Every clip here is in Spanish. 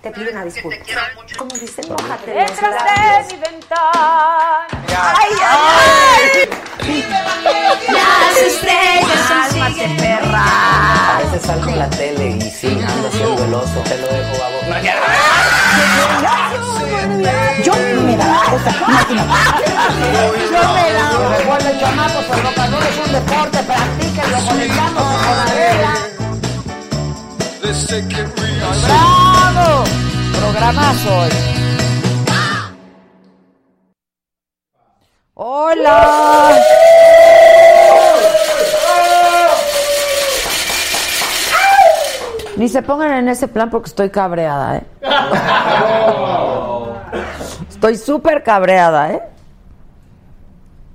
te pido una disculpa. Como dicen, mojate los Detrás labios. de mi ventana. ¡Ay, Las estrellas son A veces salgo en la tele y sí, ando siendo el oso. Te lo dejo a vos. Yo me da cosa. Yo me da. Recuerden, chamacos, el rock and roll es un deporte, practíquenlo, conectamos con la regla. ¡Bravo! Programazo hoy. ¡Hola! Ni se pongan en ese plan porque estoy cabreada, ¿eh? Estoy súper cabreada, ¿eh?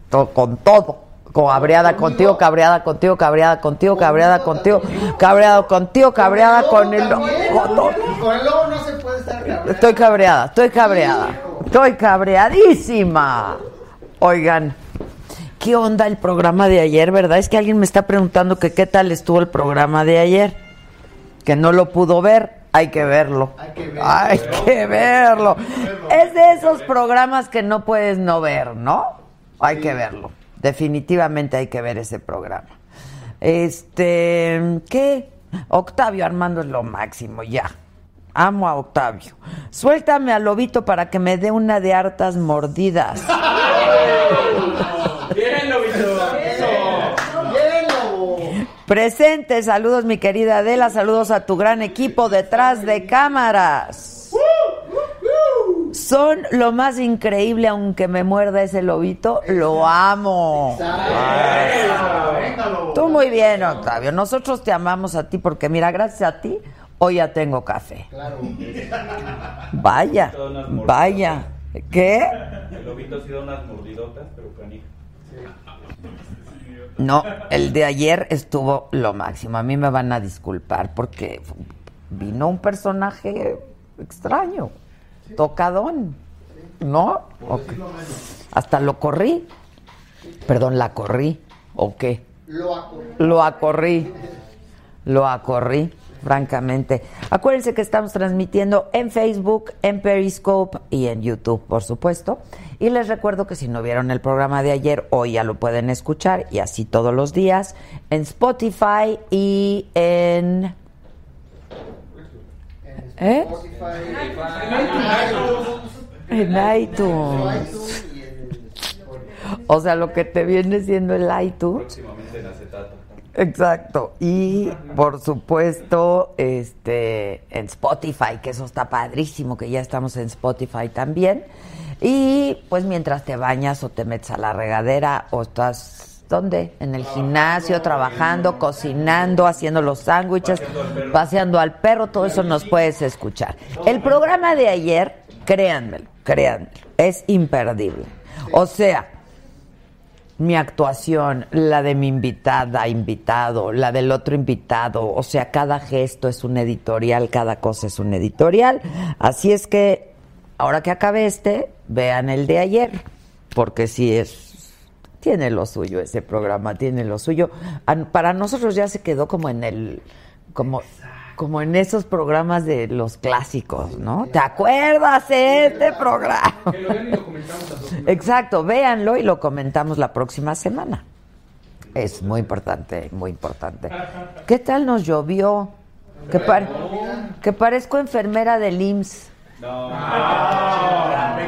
To- con todo. Cabreada contigo, cabreada contigo, cabreada contigo, cabreada contigo, cabreada contigo, cabreada con el... con todo. Con el lobo no se puede estar cabrón. Estoy cabreada, estoy cabreada. Estoy cabreadísima. Oigan, ¿qué onda el programa de ayer, verdad? Es que alguien me está preguntando que qué tal estuvo el programa de ayer. Que no lo pudo ver, hay que verlo. Hay que verlo. Es de esos programas que no puedes no ver, ¿no? Hay que verlo. Definitivamente hay que ver ese programa. Este, ¿qué? Octavio Armando es lo máximo, ya. Amo a Octavio. Suéltame al lobito para que me dé una de hartas mordidas. Bien, lobo. Presente, saludos mi querida Adela, saludos a tu gran equipo detrás de cámaras. Son lo más increíble, aunque me muerda ese lobito, lo amo. Venga, lobo. Tú muy bien, Octavio. Nosotros te amamos a ti porque mira, gracias a ti, hoy ya tengo café. Claro. Vaya, vaya. ¿Qué? El lobito sí da unas mordidotas, pero canija. No, el de ayer estuvo lo máximo. A mí me van a disculpar porque vino un personaje extraño, tocadón, ¿no? Ok. Hasta lo corrí. Perdón, la corrí. ¿O qué? Lo acordé. Lo acorrí. Lo acorrí, francamente. Acuérdense que estamos transmitiendo en Facebook, en Periscope y en YouTube, por supuesto. Y les recuerdo que si no vieron el programa de ayer, hoy ya lo pueden escuchar y así todos los días en Spotify y en. ¿Eh? En iTunes. Y el- O sea, lo que te viene siendo el iTunes. Últimamente en acetato. Exacto. Y por supuesto, este en Spotify, que eso está padrísimo, que ya estamos en Spotify también. Y pues mientras te bañas o te metes a la regadera o estás ¿dónde? En el gimnasio, trabajando, cocinando, haciendo los sándwiches, paseando al perro, todo eso nos puedes escuchar. El programa de ayer, créanmelo, créanmelo, es imperdible. O sea, mi actuación, la de mi invitada, invitado, la del otro invitado. O sea, cada gesto es un editorial, cada cosa es un editorial. Así es que, ahora que acabe este, vean el de ayer, porque sí es. Tiene lo suyo ese programa, tiene lo suyo. An- Para nosotros ya se quedó como en el. Como, como en esos programas de los clásicos, ¿no? ¿Te acuerdas de este programa? Exacto, véanlo y lo comentamos la próxima semana. Es muy importante, muy importante. ¿Qué tal nos llovió? Que, par- que parezco enfermera del IMSS. No. Ah,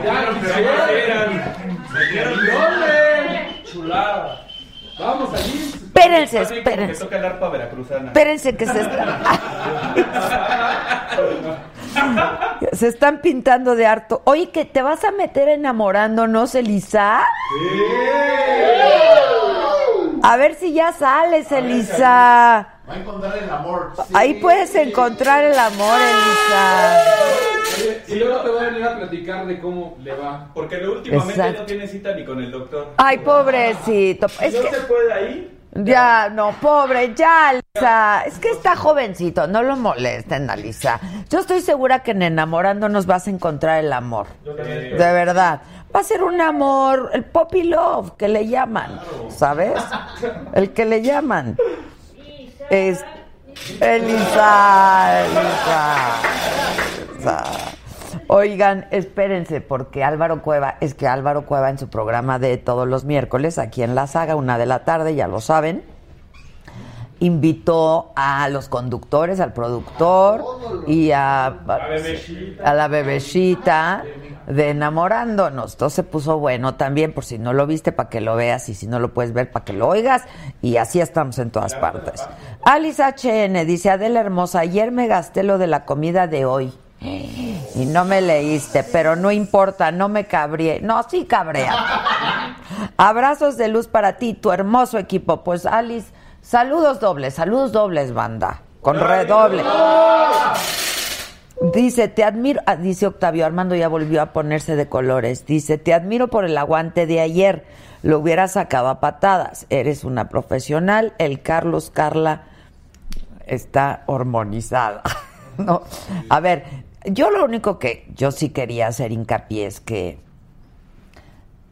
Chulada. Vamos allí. Espérense, Así como que espérense. toca el arpa veracruzana. Espérense que se están... se están pintando de harto. Oye, que te vas a meter enamorándonos, Elisa. Eh. A ver si ya sales, Elisa. Va a encontrar el amor. Sí. Ahí puedes encontrar el amor, Elisa. Y luego te voy a venir a platicar de cómo le va. Porque lo últimamente Exacto. no tiene cita ni con el doctor. Ay, pobrecito. Si Es no que... se puede ahí. Ya, no, pobre, ya, Alisa. Es que está jovencito, no lo molesten, Alisa. Yo estoy segura que en enamorándonos vas a encontrar el amor. De verdad. Va a ser un amor, el poppy love, que le llaman, ¿sabes? El que le llaman. Es Elisa, Elisa. Elisa. Oigan, espérense, porque Álvaro Cueva, es que Álvaro Cueva en su programa de todos los miércoles, aquí en La Saga, una de la tarde, ya lo saben, invitó a los conductores, al productor y a, a la bebecita de enamorándonos. Entonces se puso bueno también, por si no lo viste, para que lo veas y si no lo puedes ver, para que lo oigas. Y así estamos en todas partes. Alice HN dice, Adela Hermosa, ayer me gasté lo de la comida de hoy. Y no me leíste, pero no importa, no me cabré. No, sí cabrea. Abrazos de luz para ti, tu hermoso equipo. Pues Alice, saludos dobles, saludos dobles, banda. Con redoble. Dice, te admiro, ah, dice Octavio Armando ya volvió a ponerse de colores. Dice, te admiro por el aguante de ayer. Lo hubiera sacado a patadas. Eres una profesional. El Carlos Carla está hormonizada. no. A ver, yo lo único que yo sí quería hacer hincapié es que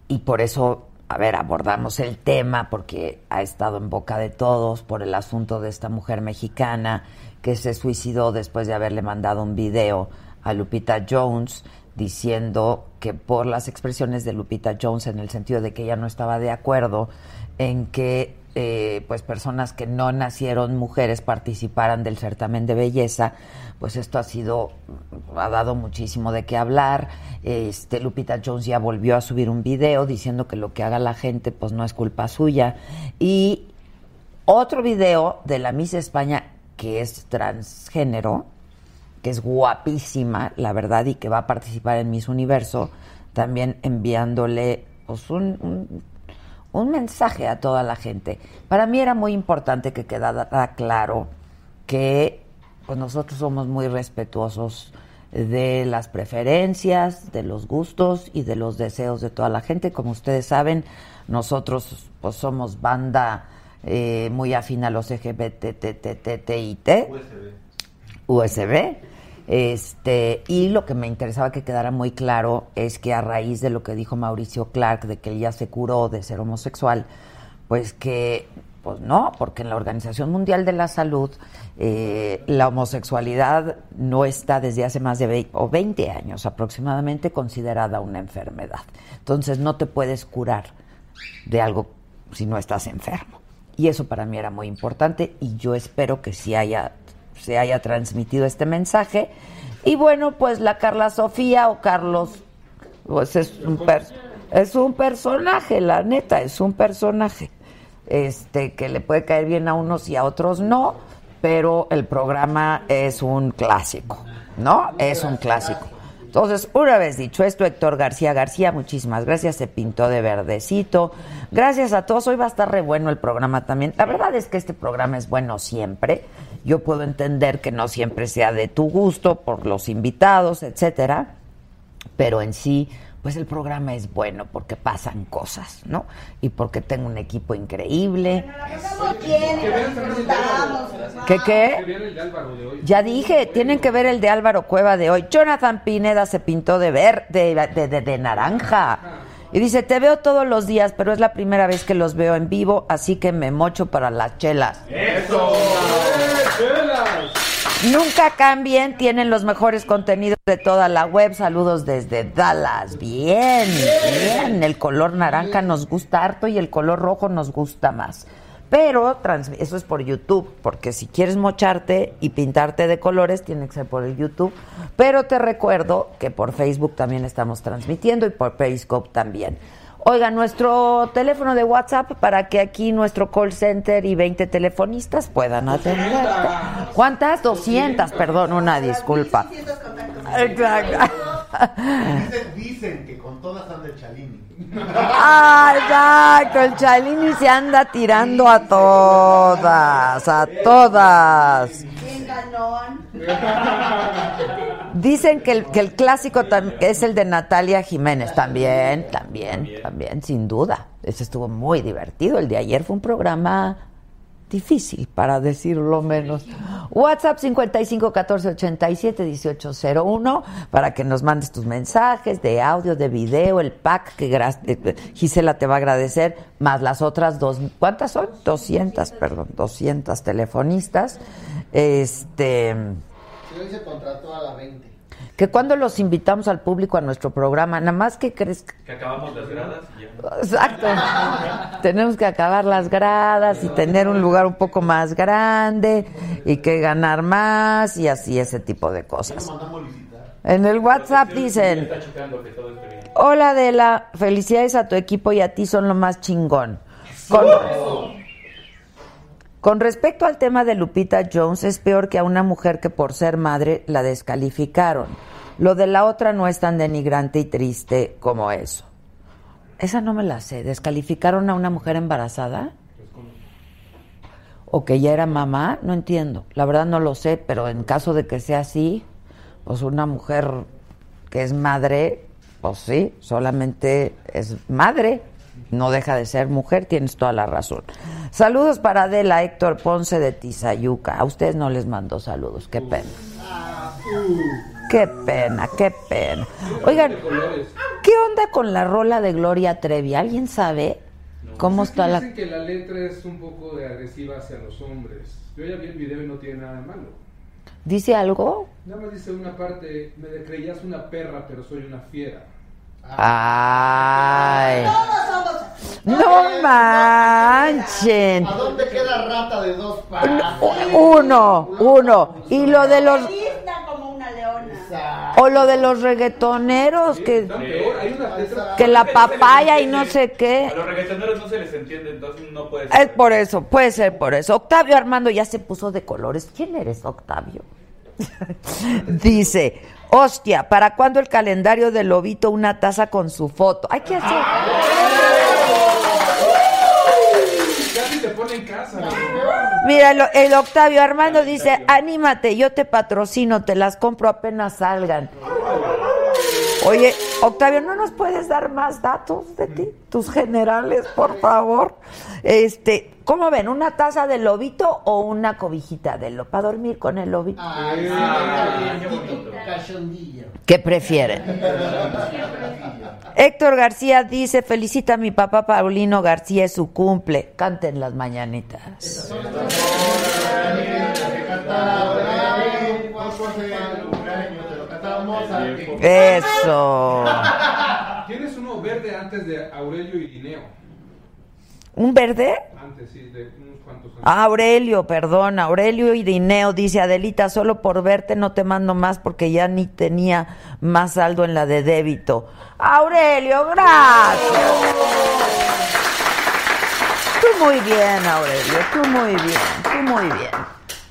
y por eso, a ver, abordamos el tema porque ha estado en boca de todos por el asunto de esta mujer mexicana que se suicidó después de haberle mandado un video a Lupita Jones diciendo que por las expresiones de Lupita Jones en el sentido de que ella no estaba de acuerdo en que eh, pues personas que no nacieron mujeres participaran del certamen de belleza, pues esto ha sido, ha dado muchísimo de qué hablar. Este Lupita Jones ya volvió a subir un video diciendo que lo que haga la gente pues no es culpa suya. Y otro video de la Miss España que es transgénero, que es guapísima, la verdad, y que va a participar en Miss Universo, también enviándole pues, un- un un mensaje a toda la gente. Para mí era muy importante que quedara claro que pues, nosotros somos muy respetuosos de las preferencias, de los gustos y de los deseos de toda la gente. Como ustedes saben, nosotros pues, somos banda eh, muy afín a los LGBTTTTIT. ¿Eh? USB. Este, y lo que me interesaba que quedara muy claro es que a raíz de lo que dijo Mauricio Clark, de que él ya se curó de ser homosexual, pues que, pues no, porque en la Organización Mundial de la Salud eh, la homosexualidad no está desde hace más de 20, o 20 años aproximadamente considerada una enfermedad. Entonces no te puedes curar de algo si no estás enfermo. Y eso para mí era muy importante y yo espero que sí haya, se haya transmitido este mensaje. Y bueno, pues la Carla Sofía o Carlos, pues es un, per- es un personaje, la neta, es un personaje este que le puede caer bien a unos y a otros no, pero el programa es un clásico, ¿no? Es un clásico. Entonces, una vez dicho esto, Héctor García García, muchísimas gracias, se pintó de verdecito. Gracias a todos, hoy va a estar re bueno el programa también. La verdad es que este programa es bueno siempre. Yo puedo entender que no siempre sea de tu gusto por los invitados, etcétera pero en sí, pues el programa es bueno porque pasan cosas, ¿no? Y porque tengo un equipo increíble. ¿Qué qué? Vean el de Álvaro de hoy. Ya dije, tienen que ver el de Álvaro Cueva de hoy. Jonathan Pineda se pintó de verde, de, de- de naranja. Y dice, te veo todos los días, pero es la primera vez que los veo en vivo, así que me mocho para las chelas. Nunca cambien, tienen los mejores contenidos de toda la web. Saludos desde Dallas. Bien, bien. El color naranja nos gusta harto y el color rojo nos gusta más. Pero trans- eso es por YouTube, porque si quieres mocharte y pintarte de colores, tiene que ser por el YouTube. Pero te recuerdo que por Facebook también estamos transmitiendo y por Periscope también. Oiga, nuestro teléfono de WhatsApp para que aquí nuestro call center y 20 telefonistas puedan atender. ¿Cuántas? 200, perdón, una disculpa. Exacto. Dicen, dicen que con todas anda el Chalini. Ah, exacto, el Chalini se anda tirando a todas, a todas. Dicen que el, que el clásico tam- que es el de Natalia Jiménez, también, también, también, sin duda. Ese estuvo muy divertido, el de ayer fue un programa difícil, para decirlo menos. WhatsApp 55 14 87 18 01 para que nos mandes tus mensajes de audio, de video, el pack que gra- eh, Gisela te va a agradecer, más las otras dos, ¿cuántas son? 200, perdón, 200 telefonistas. Este, Si hoy se contrató a la 20. que cuando los invitamos al público a nuestro programa, nada más que crees Que acabamos las gradas y ya. Exacto. Tenemos que acabar las gradas y tener un lugar un poco más grande y que ganar más y así ese tipo de cosas. En el WhatsApp dicen, Está checando que todo esté bien. hola de la felicidades a tu equipo y a ti son lo más chingón. Con, con respecto al tema de Lupita Jones, es peor que a una mujer que por ser madre la descalificaron. Lo de la otra no es tan denigrante y triste como eso. Esa no me la sé. ¿Descalificaron a una mujer embarazada? ¿O que ya era mamá? No entiendo. La verdad no lo sé, pero en caso de que sea así, pues una mujer que es madre, pues sí, solamente es madre. No deja de ser mujer, tienes toda la razón. Saludos para Adela Héctor Ponce de Tizayuca. A ustedes no les mando saludos, qué pena. Qué pena, qué pena. Oigan, ¿qué onda con la rola de Gloria Trevi? ¿Alguien sabe cómo Es que está la... Dicen que la letra es un poco de agresiva hacia los hombres. Yo ya vi el video y no tiene nada de malo. ¿Dice algo? Nada más dice una parte, me creías una perra, pero soy una fiera. Ay. No manchen. ¿A dónde queda rata de dos patas? Uno, uno. Y lo de los... O lo de los reggaetoneros que, Está peor, hay una letra... que la papaya y no sé qué. A los reggaetoneros no se les entiende, entonces no puede ser. Es por eso, puede ser por eso. Octavio Armando ya se puso de colores. ¿Quién eres, Octavio? Dice, hostia, ¿para cuándo el calendario del lobito una taza con su foto? Hay que hacer... Casi te pone en casa. ¿no? Mira, el, el Octavio Armando dice, anímate, yo te patrocino, te las compro apenas salgan. Oye, Octavio, ¿no nos puedes dar más datos de ti? Tus generales, por favor. Este, ¿cómo ven? ¿Una taza de lobito o una cobijita de lobito? Para dormir con el lobito. Ay, Ah, qué sí, bonito. cachondillo. ¿Qué prefieren? Héctor García dice, felicita a mi papá Paulino García, es su cumple. Canten las mañanitas. Ay, Juanjo, hace un año te lo cantamos a ti. Eso. Tienes uno verde antes de Aurelio y Linneo. ¿Un verde? Antes, sí, de unos cuantos años. Ah, Aurelio, perdón, Aurelio Irineo dice, Adelita, solo por verte no te mando más porque ya ni tenía más saldo en la de débito. Aurelio, gracias. Tú muy bien, Aurelio, tú muy bien, tú muy bien.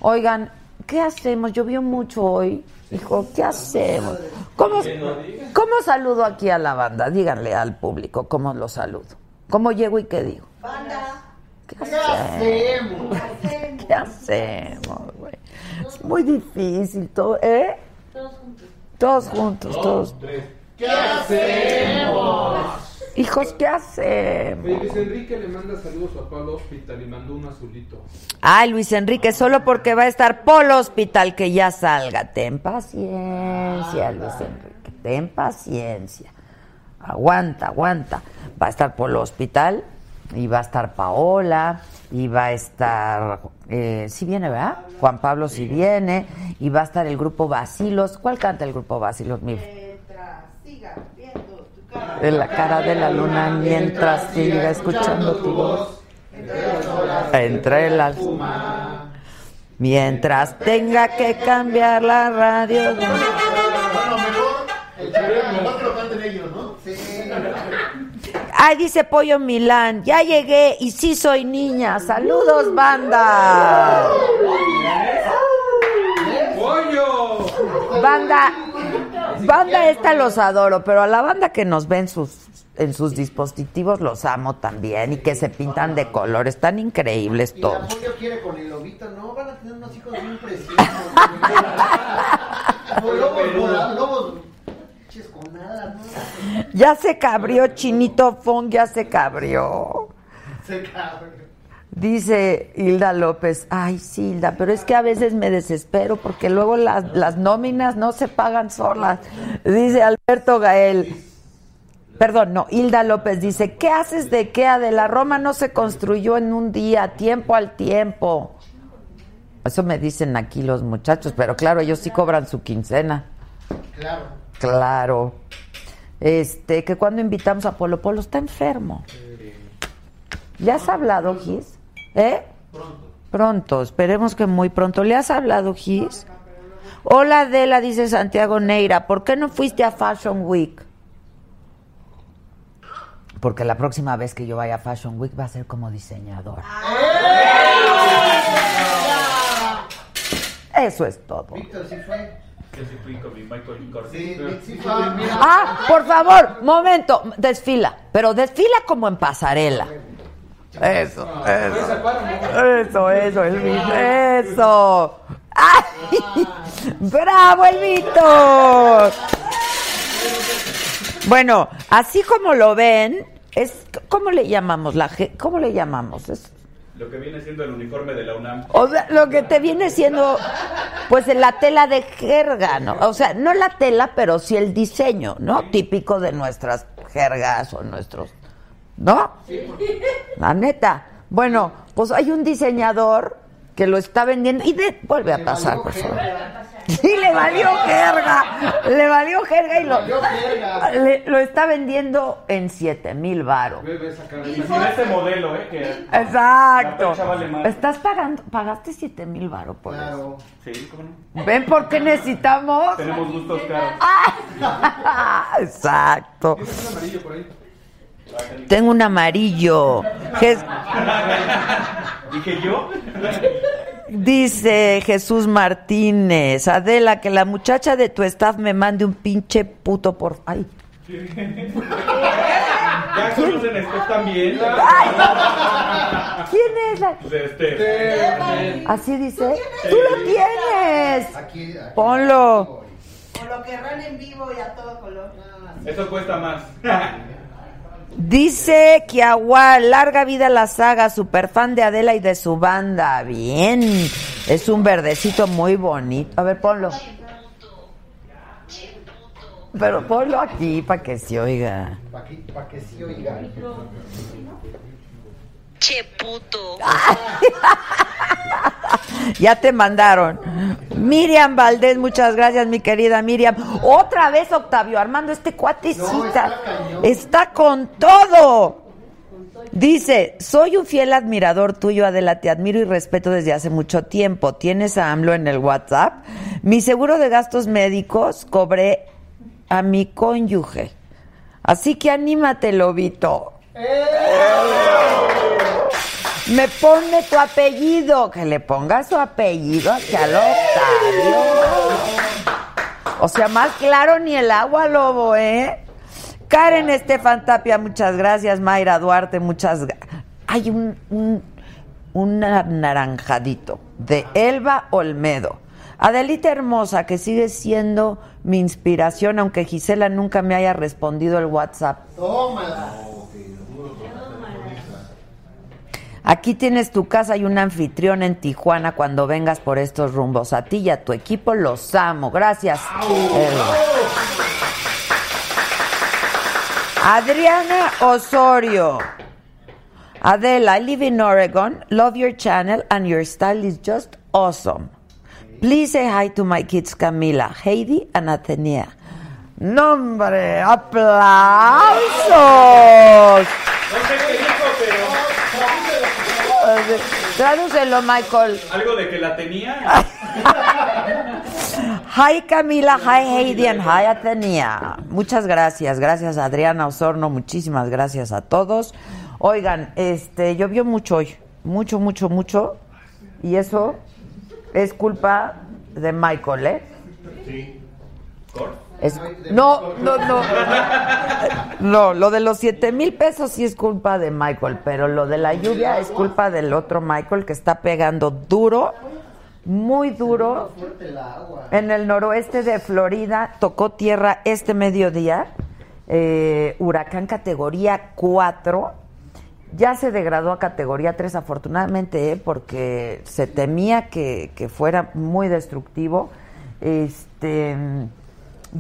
Oigan, ¿qué hacemos? Llovió mucho hoy. Hijo, ¿qué hacemos? ¿Cómo, ¿Cómo saludo aquí a la banda? Díganle al público cómo lo saludo. ¿Cómo llego y qué digo? ¿Qué hacemos? Hacemos. ¿Qué hacemos, güey? Es muy difícil todo, ¿eh? Todos juntos. Todos juntos, todos. ¿Qué hacemos? Hijos, ¿qué eh, hacemos? Oye, Luis Enrique le manda saludos a Pablo Hospital y mandó un azulito. Ay, Luis Enrique, solo porque va a estar Polo Hospital, que ya salga. Ten paciencia, Luis Enrique, ten paciencia. Aguanta, aguanta. Va a estar Polo Hospital y va a estar Paola y va a estar... Eh, sí viene, ¿verdad? Juan Pablo sí viene y va a estar el grupo Basilos. ¿Cuál canta el grupo Basilos, mi? En la cara de la luna mientras siga escuchando tu voz. Entre las olas entre las mientras tenga que cambiar la radio Bueno, mejor, el chaval, mejor que lo canten ellos, ¿no? Sí. ay dice Pollo Milán ya llegué y sí soy niña saludos banda ¡Pollo! Banda, banda esta los adoro, pero a la banda que nos ve en sus, en sus dispositivos los amo también y que se pintan de color, están increíbles Y la todos. pollo quiere con el lobito, no, van a tener unos hijos bien preciosos. güey. No, lobos volados, lobos. Pinches con nada, ¿no? Ya se cabrió Chinito Fong, ya se cabrió. Se cabrón. Dice Hilda López, ay sí Hilda, pero es que a veces me desespero porque luego las, las nóminas no se pagan solas. Dice Alberto Gael, perdón, no, Hilda López dice, ¿qué haces de qué? Ah, De la Roma no se construyó en un día, tiempo al tiempo. Eso me dicen aquí los muchachos, pero claro, ellos sí cobran su quincena. Claro. Claro. Este, que cuando invitamos a Polo Polo está enfermo. ¿Le has hablado, Gis? ¿Eh? Pronto, esperemos que muy pronto. ¿Le has hablado, Gis? Hola, Adela, dice Santiago Neira. ¿Por qué no fuiste a Fashion Week? Porque la próxima vez que yo vaya a Fashion Week va a ser como diseñadora. Ah. Eso es todo. Víctor sí fue. Yo sí fui con mi Michael Jordan. Sí, Vic sí fue. Mira, Ah, por favor, momento, desfila, pero desfila como en pasarela. Eh, Eso, eso, eso, eso, Elvito, eso. ¡Ay! ¡Bravo, Elvito! Bueno, así como lo ven, es ¿cómo le llamamos la ge- ¿Cómo le llamamos? Es- Lo que viene siendo el uniforme de la UNAM. o sea, lo que te viene siendo, pues, la tela de jerga, ¿no? O sea, no la tela, pero sí el diseño, ¿no? Típico de nuestras jergas o nuestros, ¿no? La neta. Bueno, pues hay un diseñador que lo está vendiendo y de- vuelve a pasar, por favor. Sí, le valió jerga, le valió jerga y lo, le- lo está vendiendo en 7 mil varos. Vuelve a sacar Y sin ese modelo, ¿eh? Que... Exacto. La fecha vale más. Estás pagando, pagaste 7 mil varos por eso. claro. Sí, ¿cómo no? ¿Ven por qué necesitamos? Tenemos gustos caros. Ah, Exacto. un amarillo por ahí. Tengo un amarillo. Jes- Ah. Dije yo. dice Jesús Martínez, Adela, que la muchacha de tu staff me mande un pinche puto por... Ay. Ya conocen esto también. ¡Ay! ¿Quién es la...? Pues, Este. Así dice. ¡Tú lo tienes! Aquí, aquí. Ponlo. O lo querrán en vivo y a todo color. Eso cuesta más. Dice Kiawá, larga vida la saga, super fan de Adela y de su banda. Bien. Es un verdecito muy bonito. A ver, ponlo. Pero ponlo aquí para que se oiga. Para que, pa que sí oiga. Che puto. Ya te mandaron. Miriam Valdés, muchas gracias, mi querida Miriam. Otra vez, Octavio Armando, este No, cuatecita está cañón. está con todo. Dice, soy un fiel admirador tuyo, Adela, te admiro y respeto desde hace mucho tiempo. Tienes a AMLO en el WhatsApp. Mi seguro de gastos médicos cobré a mi cónyuge. Así que anímate, lobito. Me pone tu apellido, que le ponga su apellido hacia al Octavio. O sea, más claro ni el agua, lobo, ¿eh? Karen Estefan Tapia, muchas gracias. Mayra Duarte, muchas gra- Hay un, un, un anaranjadito de Elba Olmedo. Adelita Hermosa, que sigue siendo mi inspiración, aunque Gisela nunca me haya respondido el WhatsApp. Tómala. Aquí tienes tu casa y un anfitrión en Tijuana cuando vengas por estos rumbos. A ti y a tu equipo los amo. Gracias. Elba. Adriana Osorio. Adela, I live in Oregon. Love your channel and your style is just awesome. Please say hi to my kids Camila, Heidi and Atenea. Nombre, aplausos. No sé qué dijo, pero. Tradúcelo, Michael. Algo de que la tenía. Hi Camila, hi Heidi, and hi Atenea. Muchas gracias, gracias Adriana Osorno, muchísimas gracias a todos. Oigan, este, llovió mucho hoy, mucho, mucho, mucho, y eso es culpa de Michael, ¿eh? Es- no, no, no. No, lo de los siete mil pesos sí es culpa de Michael, pero lo de la lluvia es culpa del otro Michael que está pegando duro, muy duro. En el noroeste de Florida tocó tierra este mediodía, eh, huracán categoría 4. Ya se degradó a categoría 3, afortunadamente, ¿eh? porque se temía que, que fuera muy destructivo. Este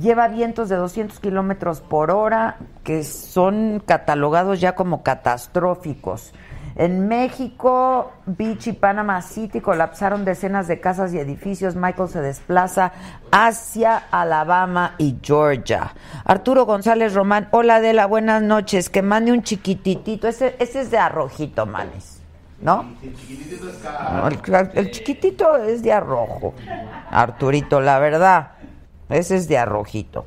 lleva vientos de 200 kilómetros por hora que son catalogados ya como catastróficos. En México, Beach y Panama City colapsaron decenas de casas y edificios. Michael se desplaza hacia Alabama y Georgia. Arturo González Román, hola Adela, buenas noches. Que mande un chiquititito. Ese, ese es de arrojito, manes. ¿No? No, El, el chiquitito es de arrojo. Arturito, la verdad. Ese es de arrojito.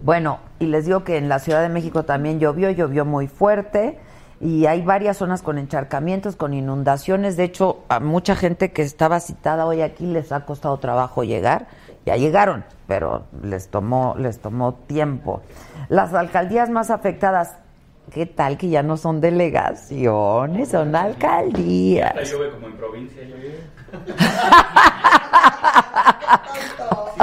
Bueno, y les digo que en la Ciudad de México también llovió, llovió muy fuerte y hay varias zonas con encharcamientos, con inundaciones. De hecho, a mucha gente que estaba citada hoy aquí les ha costado trabajo llegar. Ya llegaron, pero les tomó, les tomó tiempo. Las alcaldías más afectadas, ¿qué tal que ya no son delegaciones, son alcaldías? La llueve como en provincia. yo digo.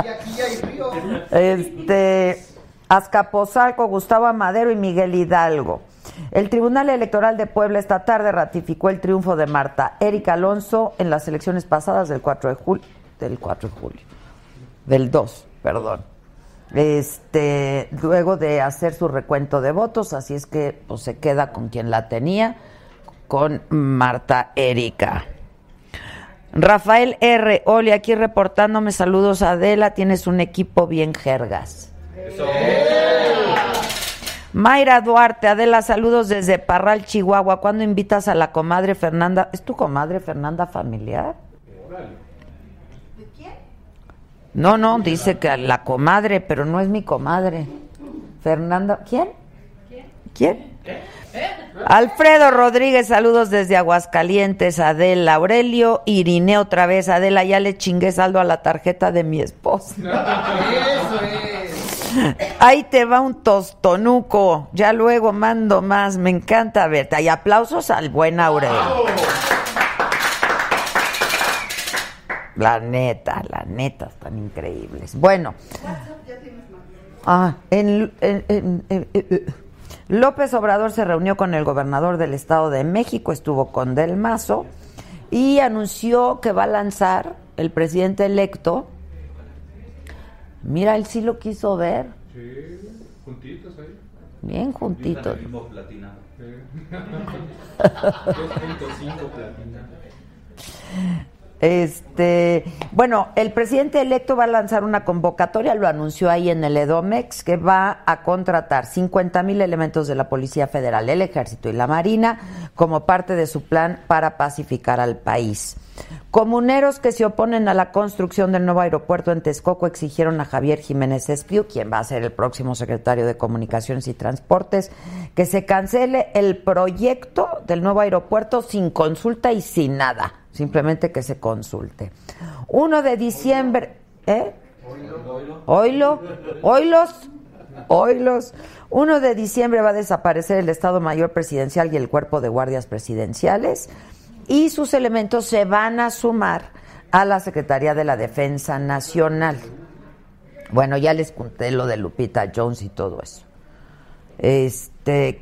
Y aquí ya hay río. Este, Azcapotzalco, Gustavo Amadero y Miguel Hidalgo. El Tribunal Electoral de Puebla esta tarde ratificó el triunfo de Marta Erika Alonso en las elecciones pasadas del 4 de julio, del 4 de julio, del 2, perdón. Este, luego de hacer su recuento de votos, así es que pues, se queda con quien la tenía, con Marta Erika. Rafael R. Oli, aquí reportándome. Saludos a Adela. Tienes un equipo bien jergas. Eso. Mayra Duarte, Adela, saludos desde Parral, Chihuahua. ¿Cuándo invitas a la comadre Fernanda? ¿Es tu comadre Fernanda familiar? ¿De quién? No, no, dice que a la comadre, pero no es mi comadre. Fernanda, ¿quién? ¿Quién? Alfredo Rodríguez, saludos desde Aguascalientes, Adela, Aurelio, Irineo otra vez, Adela, ya le chingué saldo a la tarjeta de mi esposa. Eso es. Ahí te va un tostonuco. Ya luego mando más. Me encanta verte. Y aplausos al buen Aurelio. La neta, la neta, están increíbles. Bueno. Ah, en- en- en- en- eh, eh. López Obrador se reunió con el gobernador del Estado de México, estuvo con Del Mazo y anunció que va a lanzar el presidente electo. Mira, él sí lo quiso ver. Sí, juntitos ahí. Bien Usan juntitos. el mismo platinado. Sí. 2.5 platina. Este, bueno, el presidente electo va a lanzar una convocatoria, lo anunció ahí en el Edomex, que va a contratar 50 mil elementos de la Policía Federal, el Ejército y la Marina como parte de su plan para pacificar al país. Comuneros que se oponen a la construcción del nuevo aeropuerto en Texcoco exigieron a Javier Jiménez Espriu, quien va a ser el próximo secretario de Comunicaciones y Transportes, que se cancele el proyecto del nuevo aeropuerto sin consulta y sin nada, simplemente que se consulte. 1 de diciembre, ¿eh? Oilo, oilos, oilos. 1 de diciembre va a desaparecer el Estado Mayor Presidencial y el Cuerpo de Guardias Presidenciales y sus elementos se van a sumar a la Secretaría de la Defensa Nacional. Bueno, ya les conté lo de Lupita Jones y todo eso. Este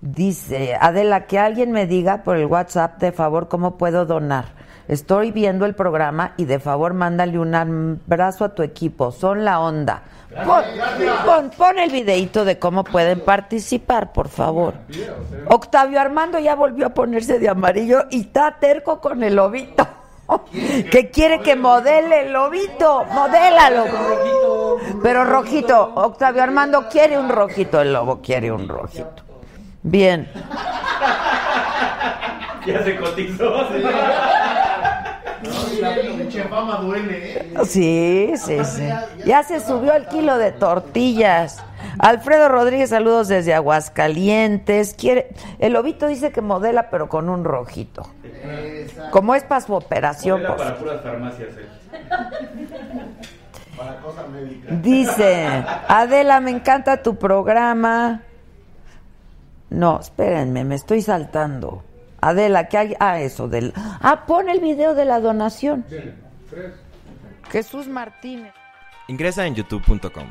dice Adela que alguien me diga por el WhatsApp de favor cómo puedo donar. Estoy viendo el programa y de favor mándale un abrazo a tu equipo. Son la onda. Pon, pon- pon el videito de cómo pueden participar, por favor. Octavio Armando ya volvió a ponerse de amarillo y está terco con el lobito. que quiere que modele el lobito. Modélalo. Pero rojito, Octavio Armando quiere un rojito, el lobo quiere un rojito. Bien. Ya se cotizó. No, y la pinche fama duele, ¿eh? Sí, sí, sí. Ya se subió el kilo de tortillas. Alfredo Rodríguez, saludos desde Aguascalientes. Quiere, el lobito dice que modela, pero con un rojito. Como es para su operación, Era pues. para puras farmacias, eh. Para cosas médicas. Dice, Adela, me encanta tu programa. No, espérenme, me estoy saltando. Adela, ¿qué hay? Ah, eso del... Ah, pon el video de la donación. Jesús Martínez. Ingresa en youtube.com.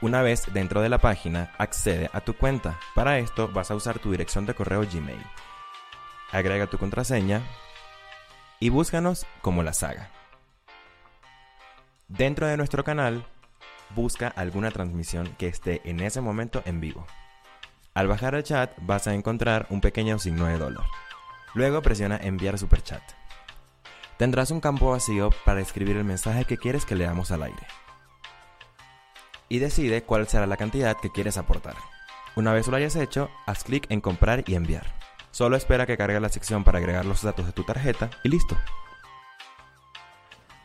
Una vez dentro de la página, accede a tu cuenta. Para esto vas a usar tu dirección de correo Gmail. Agrega tu contraseña y búscanos como la saga. Dentro de nuestro canal, busca alguna transmisión que esté en ese momento en vivo. Al bajar al chat vas a encontrar un pequeño signo de dólar. Luego presiona enviar superchat. Tendrás un campo vacío para escribir el mensaje que quieres que leamos al aire. Y decide cuál será la cantidad que quieres aportar. Una vez lo hayas hecho, haz clic en comprar y enviar. Solo espera que cargue la sección para agregar los datos de tu tarjeta y listo.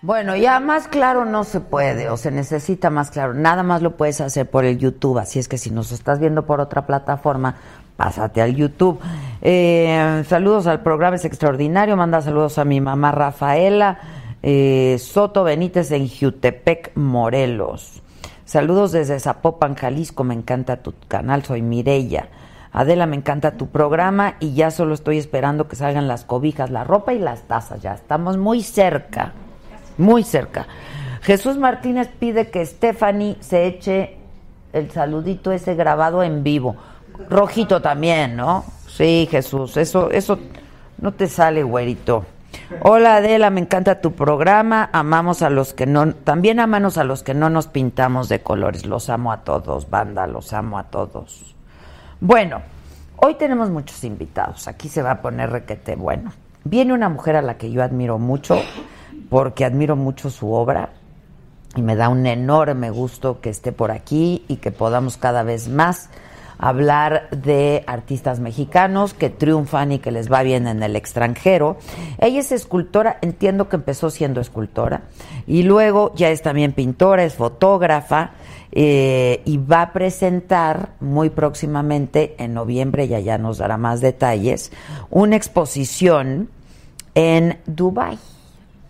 Bueno, ya más claro no se puede, o se necesita más claro. Nada más lo puedes hacer por el YouTube, así es que si nos estás viendo por otra plataforma, pásate al YouTube. Eh, saludos al programa, es extraordinario. Manda saludos a mi mamá Rafaela eh, Soto Benítez en Jutepec, Morelos. Saludos desde Zapopan, Jalisco. Me encanta tu canal, soy Mirella. Adela, me encanta tu programa y ya solo estoy esperando que salgan las cobijas, la ropa y las tazas. Ya estamos muy cerca, muy cerca. Jesús Martínez pide que Stephanie se eche el saludito ese grabado en vivo. Rojito también, ¿no? Sí, Jesús, eso, eso no te sale, güerito. Hola Adela, me encanta tu programa. Amamos a los que no, también amamos a los que no nos pintamos de colores. Los amo a todos, banda, los amo a todos. Bueno, hoy tenemos muchos invitados. Aquí se va a poner requete bueno. Viene una mujer a la que yo admiro mucho, porque admiro mucho su obra y me da un enorme gusto que esté por aquí y que podamos cada vez más hablar de artistas mexicanos que triunfan y que les va bien en el extranjero. Ella es escultora, entiendo que empezó siendo escultora y luego ya es también pintora, es fotógrafa eh, y va a presentar muy próximamente, en noviembre, ya ya nos dará más detalles, una exposición en Dubái.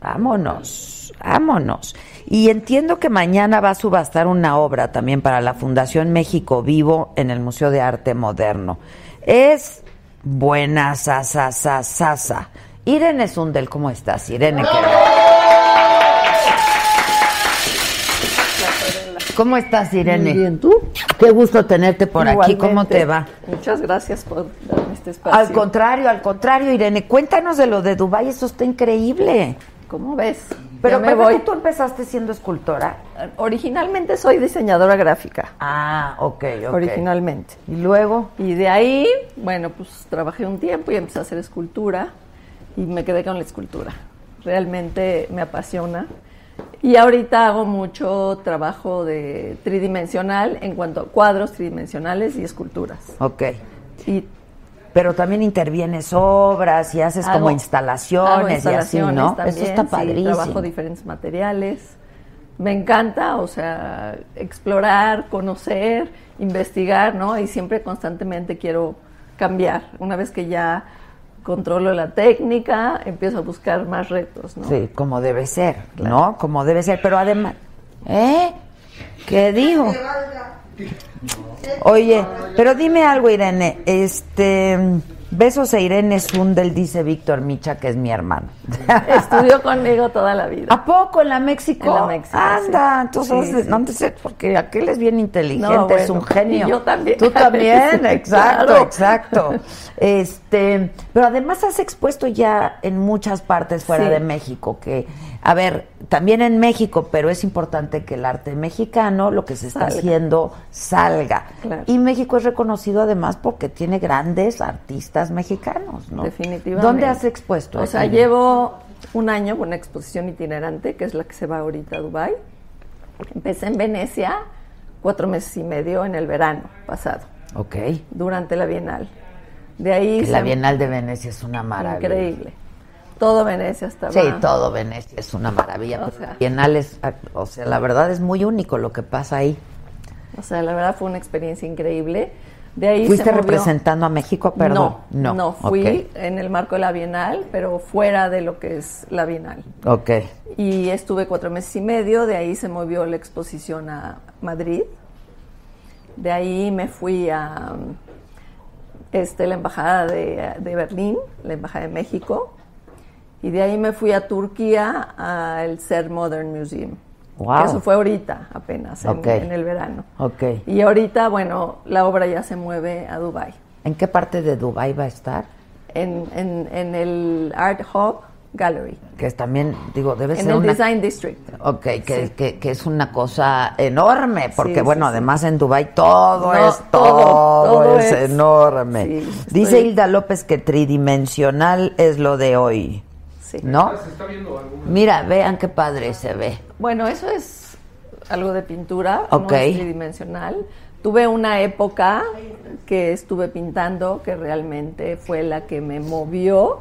Vámonos, vámonos. Y entiendo que mañana va a subastar una obra también para la Fundación México Vivo en el Museo de Arte Moderno. Es buena sasa sasa. Irene Sundel, ¿cómo estás? Irene, ¿qué- ¿cómo estás, Irene? Muy bien, ¿tú? Qué gusto tenerte por aquí. ¿Cómo Igualmente. te va? Muchas gracias por darme este espacio. Al contrario, al contrario, Irene, cuéntanos de lo de Dubái, eso está increíble. ¿Cómo ves? Pero Ya me ¿verdad voy. que tú empezaste siendo escultora. Originalmente soy diseñadora gráfica. Ah, ok, ok. Originalmente. ¿Y luego? Y de ahí, bueno, pues trabajé un tiempo y empecé a hacer escultura y me quedé con la escultura. Realmente me apasiona. Y ahorita hago mucho trabajo de tridimensional en cuanto a cuadros tridimensionales y esculturas. Ok. Y Pero también intervienes obras y haces Hago- como instalaciones, hago Ah, instalaciones y así, ¿no? Eso también, está sí, padrísimo. trabajo diferentes materiales. Me encanta, o sea, explorar, conocer, investigar, ¿no? Y siempre constantemente quiero cambiar. Una vez que ya controlo la técnica, empiezo a buscar más retos, ¿no? Sí, como debe ser, ¿no? Como debe ser, pero además, ¿eh? ¿Qué dijo? Oye, pero dime algo, Irene. Este, besos a Irene Sundel, dice Víctor Micha, que es mi hermano. Estudió conmigo toda la vida. ¿A poco en la México? En la México, Anda, sí. entonces, Sí, sí. no te sé, porque aquel es bien inteligente, No, es un bueno, genio. y yo también. Tú también, exacto, Claro. exacto. Este, pero además has expuesto ya en muchas partes fuera Sí. de México, que, a ver, también en México, pero es importante que el arte mexicano, lo que se está Salga. haciendo, salga. Claro. Y México es reconocido además porque tiene grandes artistas mexicanos, ¿no? Definitivamente. ¿Dónde has expuesto? O sea, Irene? llevo un año con una exposición itinerante, que es la que se va ahorita a Dubái. Empecé en Venecia cuatro meses y medio en el verano pasado, Ok. durante la Bienal. De ahí Que La se- Bienal de Venecia es una maravilla. Increíble. Todo Venecia estaba. Sí, todo Venecia es una maravilla. O pero sea. Bienal es, o sea, la verdad es muy único lo que pasa ahí. O sea, la verdad fue una experiencia increíble. De ahí ¿Fuiste se movió- representando a México? Perdón. No, no, fui Ok. en el marco de la Bienal, pero fuera de lo que es la Bienal. Ok. Y estuve cuatro meses y medio, de ahí se movió la exposición a Madrid. De ahí me fui a um, este, la Embajada de, de Berlín, la Embajada de México. Y de ahí me fui a Turquía, al Ser Modern Museum. Wow. Eso fue ahorita, apenas, en- Ok. en el verano. Ok. Y ahorita, bueno, la obra ya se mueve a Dubai ¿En qué parte de Dubái va a estar? en, en- en el Art Hub Gallery, Que también, digo, debe en ser el una... Design District. Ok, que, que- que es una cosa enorme, porque Sí, bueno, sí, sí. además en Dubái todo No, es, todo, todo, todo es, es. enorme. Sí, estoy- Dice Hilda López que tridimensional es lo de hoy, ¿no? Mira, vean qué padre se ve. Bueno, eso es algo de pintura, Ok. no es tridimensional. Tuve una época que estuve pintando que realmente fue la que me movió,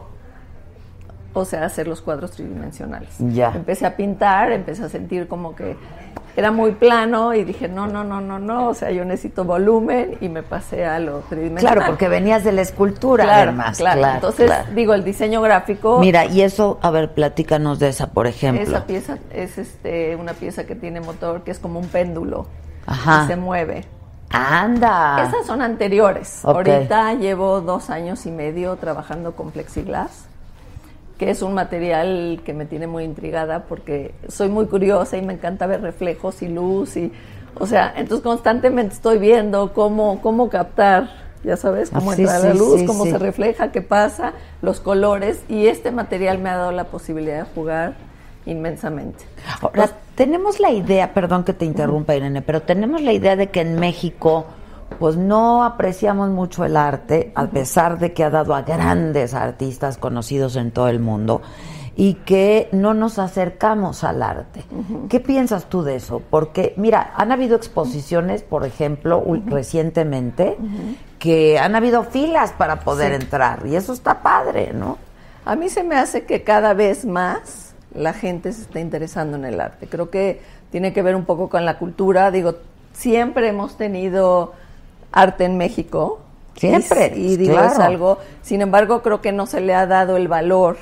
o sea, hacer los cuadros tridimensionales. Ya. Empecé a pintar, empecé a sentir como que era muy plano y dije, no, no, no, no, no, o sea, yo necesito volumen y me pasé a lo tridimensional. Claro, porque venías de la escultura Claro, además. claro. claro, Entonces, claro. digo, el diseño gráfico. Mira, y eso, a ver, platícanos de esa, por ejemplo. Esa pieza es este, una pieza que tiene motor, que es como un péndulo. Ajá. Y se mueve. Anda. Esas son anteriores. Ok. Ahorita llevo dos años y medio trabajando con plexiglas, que es un material que me tiene muy intrigada porque soy muy curiosa y me encanta ver reflejos y luz y, o sea, entonces constantemente estoy viendo cómo, cómo captar. Ya sabes, Ah, cómo sí, entra la sí, luz, sí, cómo sí. se refleja, qué pasa, los colores. Y este material me ha dado la posibilidad de jugar inmensamente. pues, Ahora, tenemos la idea, perdón que te interrumpa Irene, pero tenemos la idea de que en México pues no apreciamos mucho el arte, a pesar de que ha dado a grandes artistas conocidos en todo el mundo, y que no nos acercamos al arte. ¿Qué piensas tú de eso? Porque, mira, han habido exposiciones, por ejemplo, ul- recientemente, que han habido filas para poder Sí. entrar, y eso está padre, ¿no? A mí se me hace que cada vez más la gente se está interesando en el arte. Creo que tiene que ver un poco con la cultura. Digo, siempre hemos tenido arte en México. Siempre, Y, y digo, es claro. algo. Sin embargo, creo que no se le ha dado el valor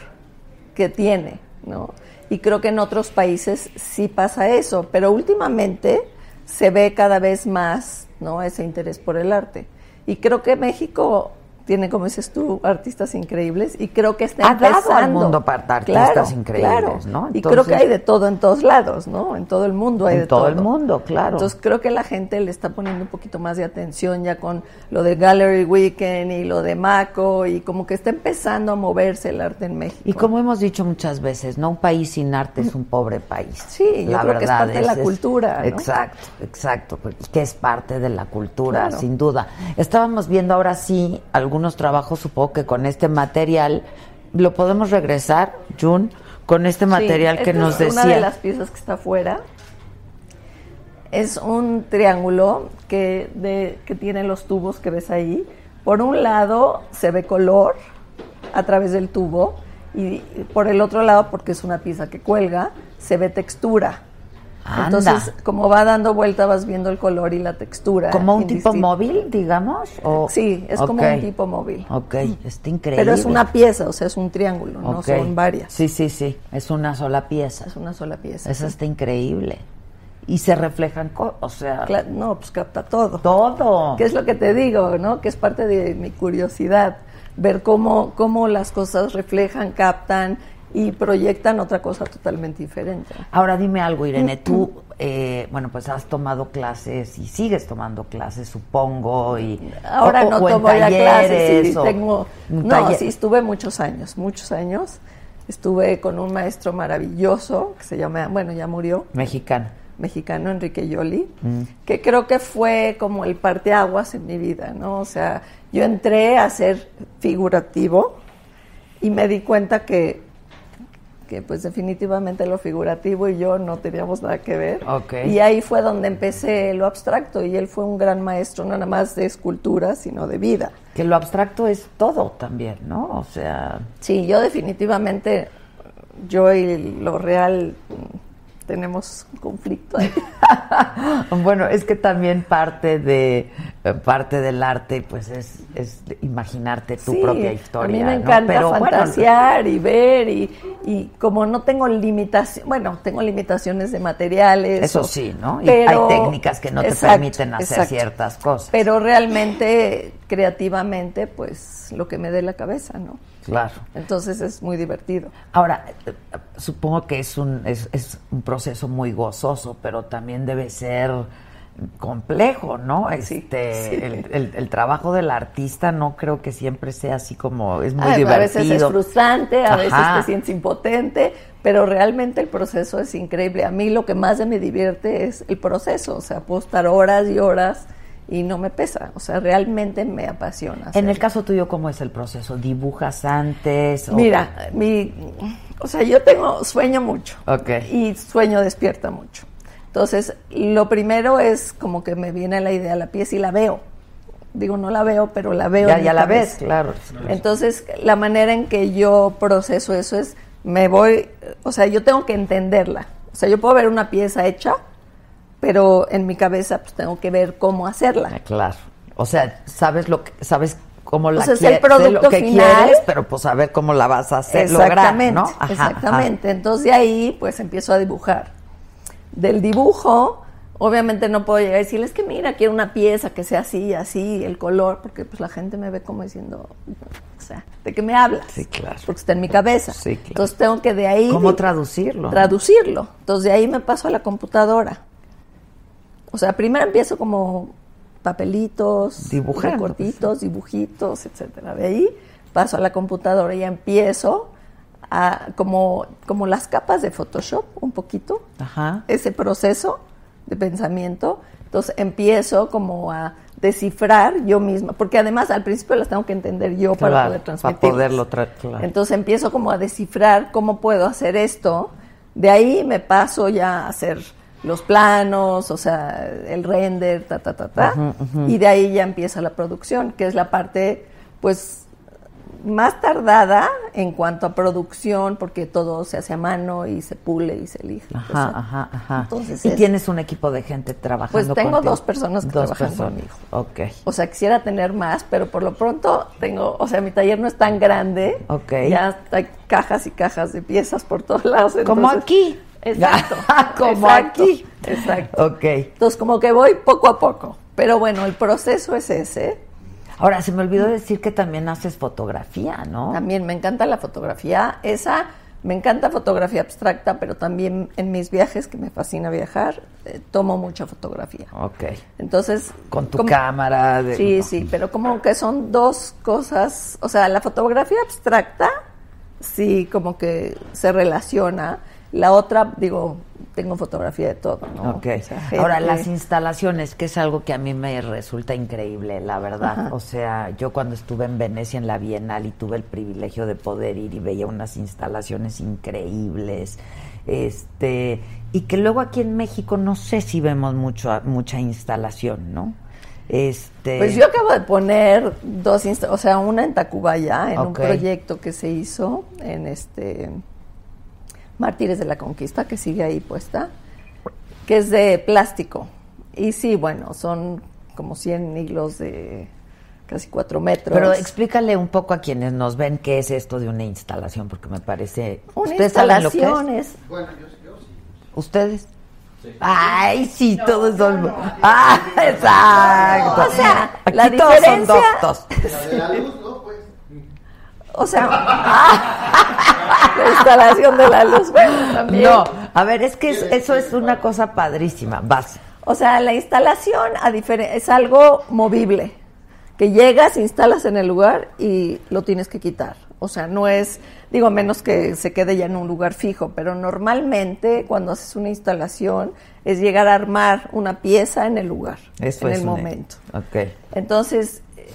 que tiene, ¿no? Y creo que en otros países sí pasa eso, pero últimamente se ve cada vez más, ¿no? Ese interés por el arte. Y creo que México tiene, como dices tú, artistas increíbles y creo que está Ha dado al empezando. mundo para artistas increíbles, ¿no? y creo que Entonces- hay de todo en todos lados, ¿no? En todo el mundo hay En de todo todo. el mundo, claro. Entonces creo que la gente le está poniendo un poquito más de atención ya con lo de Gallery Weekend y lo de Maco y como que está empezando a moverse el arte en México. Y como hemos dicho muchas veces, no un país sin arte es un pobre país. Sí, yo creo que es parte de la cultura, ¿no? Exacto, exacto, porque que es parte de la cultura, Claro. sin duda. Estábamos viendo ahora sí algunos trabajos, supongo que con este material lo podemos regresar, Jun, con este material Sí, que esta nos es decía. Una de las piezas que está afuera es un triángulo que, de- que tiene los tubos que ves ahí. Por un lado se ve color a través del tubo y por el otro lado, porque es una pieza que cuelga, se ve textura. Anda. Entonces, como va dando vuelta, vas viendo el color y la textura. como un tipo indistinta. móvil, digamos. o- Sí, es como Oh, Ok, un tipo móvil. Mm. Ok, está increíble. Pero es una pieza, o sea, es un triángulo, no Ok. son varias. Sí, sí, sí, es una sola pieza. Es una sola pieza. Esa sí. está increíble. Y se reflejan, co- o sea, Cla- no, pues capta todo. todo. Que es lo que te digo, ¿no? Que es parte de mi curiosidad, ver cómo, cómo las cosas reflejan, captan y proyectan otra cosa totalmente diferente. Ahora dime algo, Irene, Mm, tú, eh, bueno, pues has tomado clases y sigues tomando clases, supongo, y Ahora o- no o en tomo ya clases, talleres, sí, o- tengo... un No, taller. sí, estuve muchos años, muchos años. Estuve con un maestro maravilloso que se llama, bueno, ya murió, mexicano. Mm. mexicano Enrique Yoli, que creo que fue como el parteaguas en mi vida, ¿no? O sea, yo entré a ser figurativo y me di cuenta que, que pues definitivamente lo figurativo y yo no teníamos nada que ver. Ok. Y ahí fue donde empecé lo abstracto y él fue un gran maestro, no nada más de escultura, sino de vida. Que lo abstracto es todo también, ¿no? O sea, Sí, yo definitivamente, yo y lo real mm, tenemos conflicto ahí. bueno, es que también parte de eh, parte del arte pues es, es imaginarte tu Sí, propia historia. A mí me ¿no? encanta Pero, bueno, fantasear y ver y, y como no tengo limitación, bueno, tengo limitaciones de materiales. Eso o- sí, ¿no? Y pero- hay técnicas que no te Exacto, permiten hacer exacto. ciertas cosas. Pero realmente, creativamente, pues lo que me dé la cabeza, ¿no? Claro. Entonces es muy divertido. Ahora, eh, supongo que es un, es, es un proceso muy gozoso, pero también debe ser complejo, ¿no? Este, sí. El, el- el trabajo del artista no creo que siempre sea así como es muy Ah, divertido. A veces es frustrante, a veces Ajá. te sientes impotente, pero realmente el proceso es increíble. A mí lo que más me divierte es el proceso, o sea, puedo estar horas y horas y no me pesa, o sea, realmente me apasiona. En hacerlo. el caso tuyo, ¿cómo es el proceso? ¿Dibujas antes? o- Mira, mi, o sea, yo tengo sueño mucho Ok. y sueño despierta mucho. Entonces, lo primero es como que me viene la idea a la pieza y la veo. Digo, no la veo, pero la veo. ya, en mi ya la cabeza. ves, claro. Entonces, la manera en que yo proceso eso es, me voy, o sea, yo tengo que entenderla. O sea, yo puedo ver una pieza hecha, pero en mi cabeza pues tengo que ver cómo hacerla. Claro. O sea, sabes lo que, sabes cómo la sea, Pues es quie- el sé lo producto que final. quieres, pero pues a ver cómo la vas a hacer exactamente, eh, lograr, ¿no? Ajá, ajá. exactamente. Entonces de ahí pues empiezo a dibujar. Del dibujo, obviamente no puedo llegar y decirles que mira, quiero una pieza que sea así, así, el color, porque pues la gente me ve como diciendo, o sea, ¿de qué me hablas? Sí, claro. Porque está en mi cabeza. Sí, claro. Entonces tengo que de ahí ¿Cómo di- traducirlo? traducirlo. Entonces de ahí me paso a la computadora. O sea, primero empiezo como papelitos, Dibujando, pues. recortitos, dibujitos, etcétera. De ahí paso a la computadora y empiezo a como como las capas de Photoshop un poquito Ajá. ese proceso de pensamiento. Entonces empiezo como a descifrar yo misma, porque además al principio las tengo que entender yo para Claro, poder para transmitir. poderlo tra- claro. Entonces empiezo como a descifrar cómo puedo hacer esto. De ahí me paso ya a hacer los planos, o sea, el render, ta, ta, ta, ta. Ujú, ujú. Y de ahí ya empieza la producción, que es la parte, pues, más tardada en cuanto a producción, porque todo se hace a mano y se pule y se elige. o Ajá, sea, ajá, ajá. Entonces y es- tienes un equipo de gente trabajando Pues tengo contigo? dos personas que Dos trabajan personas. conmigo. Ok, O sea, quisiera tener más, pero por lo pronto tengo, o sea, mi taller no es tan grande. ok. Ya hay cajas y cajas de piezas por todos lados. Como entonces- aquí. Ah, Exacto. Como exacto, aquí. Exacto. Ok. Entonces, como que voy poco a poco. Pero bueno, el proceso es ese. Ahora, se me olvidó decir que también haces fotografía, ¿no? También me encanta la fotografía. Esa, me encanta fotografía abstracta, pero también en mis viajes, que me fascina viajar, eh, tomo mucha fotografía. Ok. Entonces. Con tu como- cámara. Ah, De, Sí, no. sí, pero como que son dos cosas, o sea, la fotografía abstracta sí como que se relaciona, la otra, digo, tengo fotografía de todo, ¿no? Ok. O sea, gente- Ahora, las instalaciones, que es algo que a mí me resulta increíble, la verdad. Ajá. O sea, yo cuando estuve en Venecia en la Bienal y tuve el privilegio de poder ir y veía unas instalaciones increíbles. Este, y que luego aquí en México no sé si vemos mucho, mucha instalación, ¿no? Este, Pues yo acabo de poner dos, insta- o sea, una en Tacubaya, en un Ok. proyecto que se hizo en este Mártires de la Conquista, que sigue ahí puesta, que es de plástico. Y sí, bueno, son como 100 hilos de casi 4 metros. Pero explícale un poco a quienes nos ven qué es esto de una instalación, porque me parece. Una ¿Ustedes saben lo que es? instalación es- Bueno, yo, yo sí. ¿Ustedes? Ay, sí, todos son. ah, exacto. O sea, Aquí la todos son diferencia- doctos. La de la luz, ¿no? Pues. O sea, ah, la instalación de la luz. Bueno, también. No, a ver, es que es- eso es una cosa padrísima. Vas. O sea, la instalación a difere- es algo movible, que llegas, instalas en el lugar y lo tienes que quitar. O sea, no es, digo, a menos que se quede ya en un lugar fijo, pero normalmente cuando haces una instalación es llegar a armar una pieza en el lugar, Eso en es el una- momento. Ok. Entonces, eh,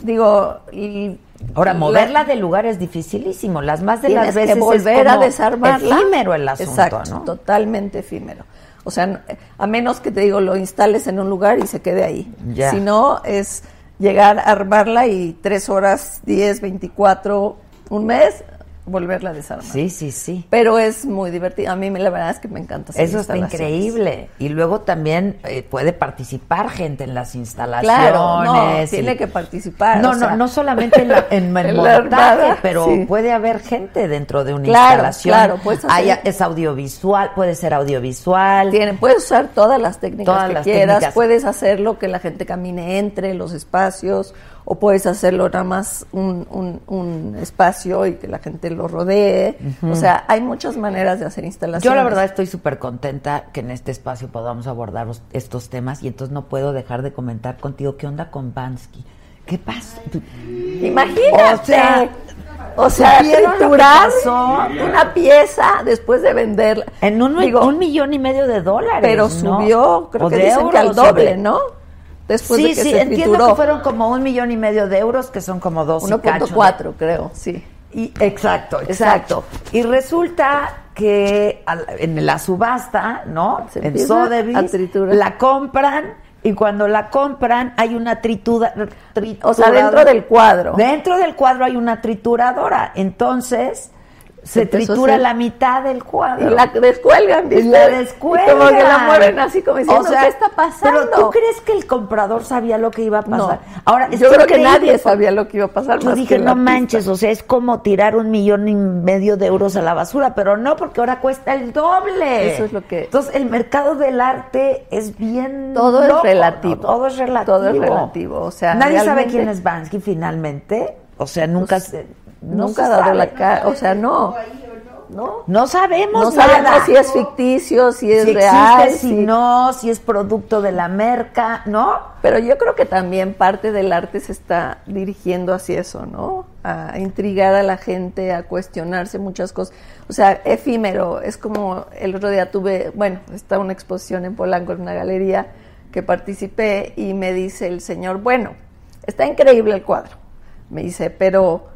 digo, y Ahora, moverla de lugar es dificilísimo. Las más de tienes las veces que volver es a como desarmarla. efímero el asunto, Exacto, ¿no? totalmente efímero. O sea, no- a menos que te digo lo instales en un lugar y se quede ahí. Ya. Si no, es llegar a armarla y tres horas, 10, 24, un mes, volverla a desarmar. Sí, sí, sí. Pero es muy divertido. A mí me- la verdad es que me encanta. hacer Eso está instalaciones. increíble. Y luego también eh, puede participar gente en las instalaciones. Claro, no, y- tiene que participar. No, o sea, no, no solamente en, la, en el en la montaje, armada, pero sí. puede haber gente dentro de una Claro, instalación. claro, puedes hacer- Hay- es audiovisual, puede ser audiovisual. Tiene- puedes usar todas las técnicas Todas que las quieras, técnicas. puedes hacerlo que la gente camine entre los espacios, o puedes hacerlo nada más un, un- un espacio y que la gente lo rodee. Ujú. O sea, hay muchas maneras de hacer instalaciones. Yo la verdad estoy súper contenta que en este espacio podamos abordar os- estos temas y entonces no puedo dejar de comentar contigo qué onda con Bansky. ¿Qué pasa? Imagínate. O sea, O sea, ¿supieron lo que triturar pasó? una pieza después de venderla. En un, mi- Digo, un millón y medio de dólares. pero ¿no? subió, creo O que de dicen que al euros, o de- doble, ¿no? Después sí, de que sí, se entiendo trituró. que fueron como un millón y medio de euros, que son como dos y cacho de- 1.4, creo, sí. Y, exacto, exacto. Exacto. Y resulta que al- en la subasta, ¿no? Se en empieza a Sotheby's, triturar. la compran y cuando la compran hay una trituda, trituradora. O sea, dentro del cuadro. Dentro del cuadro hay una trituradora. Entonces, se Empezó a tritura hacer- la mitad del cuadro. Y la descuelgan, Y ¿viste? la descuelgan. Y como que la mueven así como diciendo, O sea, ¿qué está pasando? Pero ¿tú crees que el comprador sabía lo que iba a pasar? No. Ahora, yo creo que nadie sabía sabía lo que iba a pasar. yo más dije, que no la manches, pista". o sea, es como tirar un millón y medio de euros a la basura, pero no, porque ahora cuesta el doble. Eso es lo que- Entonces, el mercado del arte es bien. Todo es loco, relativo. ¿no? Todo es relativo. Todo es relativo, o sea, Nadie sabe realmente- quién es Bansky finalmente. O sea, nunca. Pues, se- no Nunca se ha dado sabe. la cara. O sea, no. No. No sabemos No nada. sabemos si es ficticio, si es Si existe, real. si no, si es producto de la merca, ¿no? Pero yo creo que también parte del arte se está dirigiendo hacia eso, ¿no? A intrigar a la gente, a cuestionarse muchas cosas. O sea, efímero, es como el otro día tuve, bueno, está una exposición en Polanco, en una galería que participé y me dice el señor, bueno, está increíble el cuadro. Me dice, pero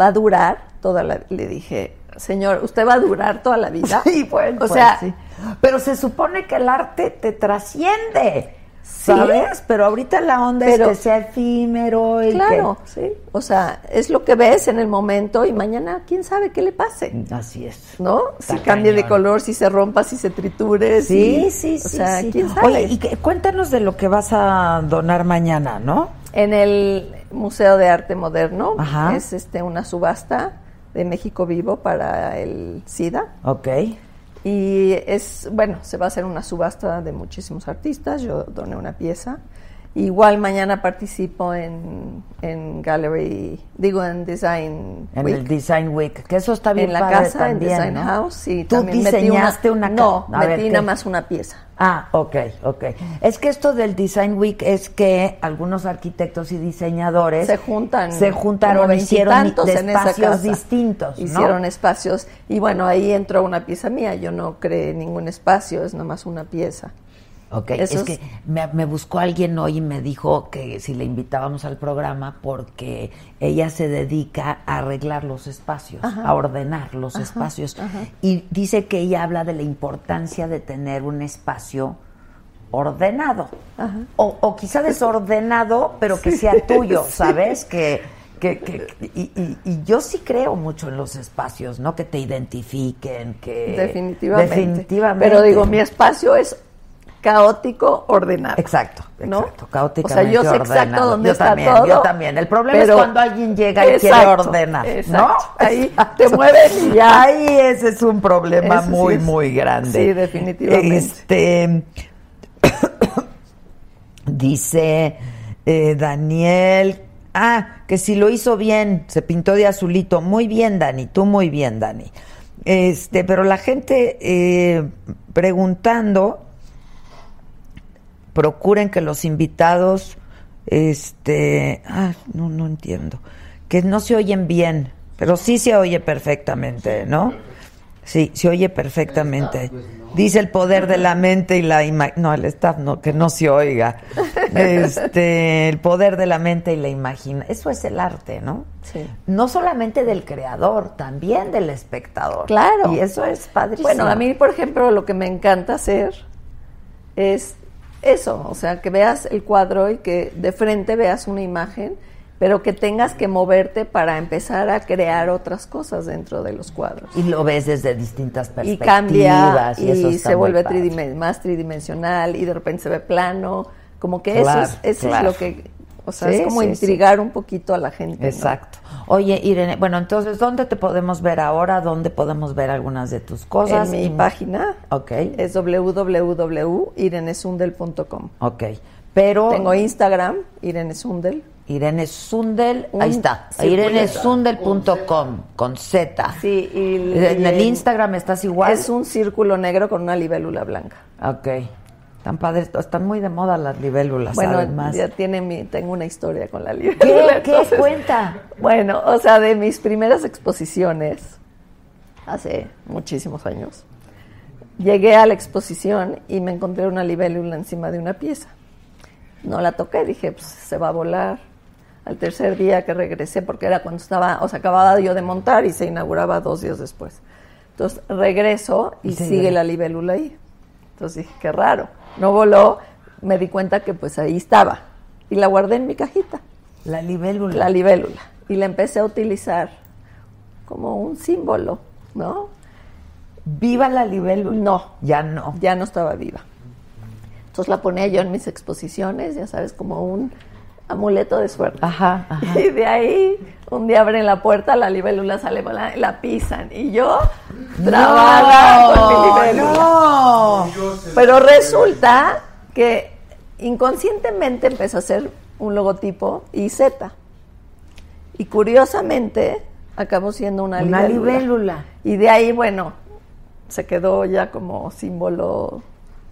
va a durar toda la... Le dije, señor, ¿usted va a durar toda la vida? Sí, bueno, o pues, sea, sí. pero se supone que el arte te trasciende, Sí. ¿sabes? Pero ahorita la onda Pero- es que sea efímero y Claro, sí. O sea, es lo que ves en el momento y mañana quién sabe qué le pase, que- así es. ¿no? Está si cambie de cañón. color, si se rompa, si se triture. si- Sí, sí, sí. O sea, sí. quién sabe. Oye, y que- cuéntanos de lo que vas a donar mañana, ¿no? En el Museo de Arte Moderno Ajá. es este una subasta de México Vivo para el SIDA. Ok. Y es, bueno, se va a hacer una subasta de muchísimos artistas, yo doné una pieza. Igual mañana participo en, en Gallery, digo en Design En Week. el Design Week, que eso está bien en la padre casa, también, en Design ¿no? House. Y Tú también metí diseñaste una, una, ca- No, A ver, metí ¿qué? nada más una pieza. Ah, ok, ok. Es que esto del Design Week es que algunos arquitectos y diseñadores Se juntan. se juntaron, como hicieron veintitantos de en esa espacios casa. distintos, ¿no? Hicieron espacios. Y bueno, ahí entró una pieza mía. Yo no creé ningún espacio, es nada más una pieza. Ok, Eso es es- que me, me buscó alguien hoy y me dijo que si le invitábamos al programa porque ella se dedica a arreglar los espacios, a ordenar los espacios. Y dice que ella habla de la importancia de tener un espacio ordenado. O, o quizá desordenado, pero que sea tuyo, ¿sabes? Que, que, que- y, y- y yo sí creo mucho en los espacios, ¿no? Que te identifiquen, que... Definitivamente. Eh, Definitivamente. Pero digo, mi espacio es caótico, ordenado. Exacto, ¿no? exacto, caóticamente O sea, yo sé exacto ordenado. dónde Yo está también, todo. yo también. El problema es cuando alguien llega y quiere ordenar, ¿no? exacto. Ahí te Exacto. mueven y ya. Ahí ese es un problema Eso sí muy, es- muy grande. sí, definitivamente. Este, dice eh, Daniel, ah, que si lo hizo bien, se pintó de azulito. Muy bien, Dani, tú muy bien, Dani. Este, pero la gente eh, preguntando, procuren que los invitados, este, ah, no, no entiendo, que no se oyen bien, pero sí se oye perfectamente, ¿no? Sí, se oye pues, perfectamente. Dice el poder de la mente y la imagen. No, el staff no, que no se oiga. Este, el poder de la mente y la imaginación. Eso es el arte, ¿no? Sí. No solamente del creador, también del espectador. Claro. Y eso es padrísimo. Bueno, a mí, por ejemplo, lo que me encanta hacer es eso, o sea, que veas el cuadro y que de frente veas una imagen, pero que tengas que moverte para empezar a crear otras cosas dentro de los cuadros. Y lo ves desde distintas Y perspectivas. cambia y, eso está se muy vuelve padre. tridim- más tridimensional y de repente se ve plano, como que Claro, eso, es, eso claro. es lo que, o sea, Sí, es como sí, sí. intrigar un poquito a la gente. ¿no? Exacto. Oye, Irene, bueno, entonces, ¿dónde te podemos ver ahora? ¿Dónde podemos ver algunas de tus cosas? En mi Y- página Ok, es www.irenesundel.com. ok. Pero Tengo Instagram, Irene Sundel. Irene Sundel, ahí Un- está, sí, irenesundel.com, con Z. Ah, Sí, y En el Instagram estás igual. Eh, Es un círculo negro con una libélula blanca. Ok. Están padres, están muy de moda las libélulas, bueno, además. ya tiene mi, tengo una historia con la libélula. ¿Qué? ¿Qué? entonces- Cuenta. Bueno, o sea, de mis primeras exposiciones, hace muchísimos años, llegué a la exposición y me encontré una libélula encima de una pieza. No la toqué, dije, pues se va a volar. Al tercer día que regresé, porque era cuando estaba, o sea, acababa yo de montar y se inauguraba dos días después. Entonces regreso y Sí. sigue la libélula ahí. Entonces dije, qué raro. No voló, me di cuenta que pues ahí estaba. Y la guardé en mi cajita La libélula. la libélula y la empecé a utilizar como un símbolo, ¿no? ¿Viva la libélula? No. Ya no. Ya no estaba viva. Entonces la ponía yo en mis exposiciones, ya sabes, como un amuleto de suerte. Ajá, ajá. Y de ahí un día abren la puerta, la libélula sale, la, la pisan y yo trabada con mi libélula. no. Pues, Pero resulta que inconscientemente empecé a hacer un logotipo y Z. Y curiosamente acabó siendo una, Una libélula. Y de ahí, bueno, se quedó ya como símbolo,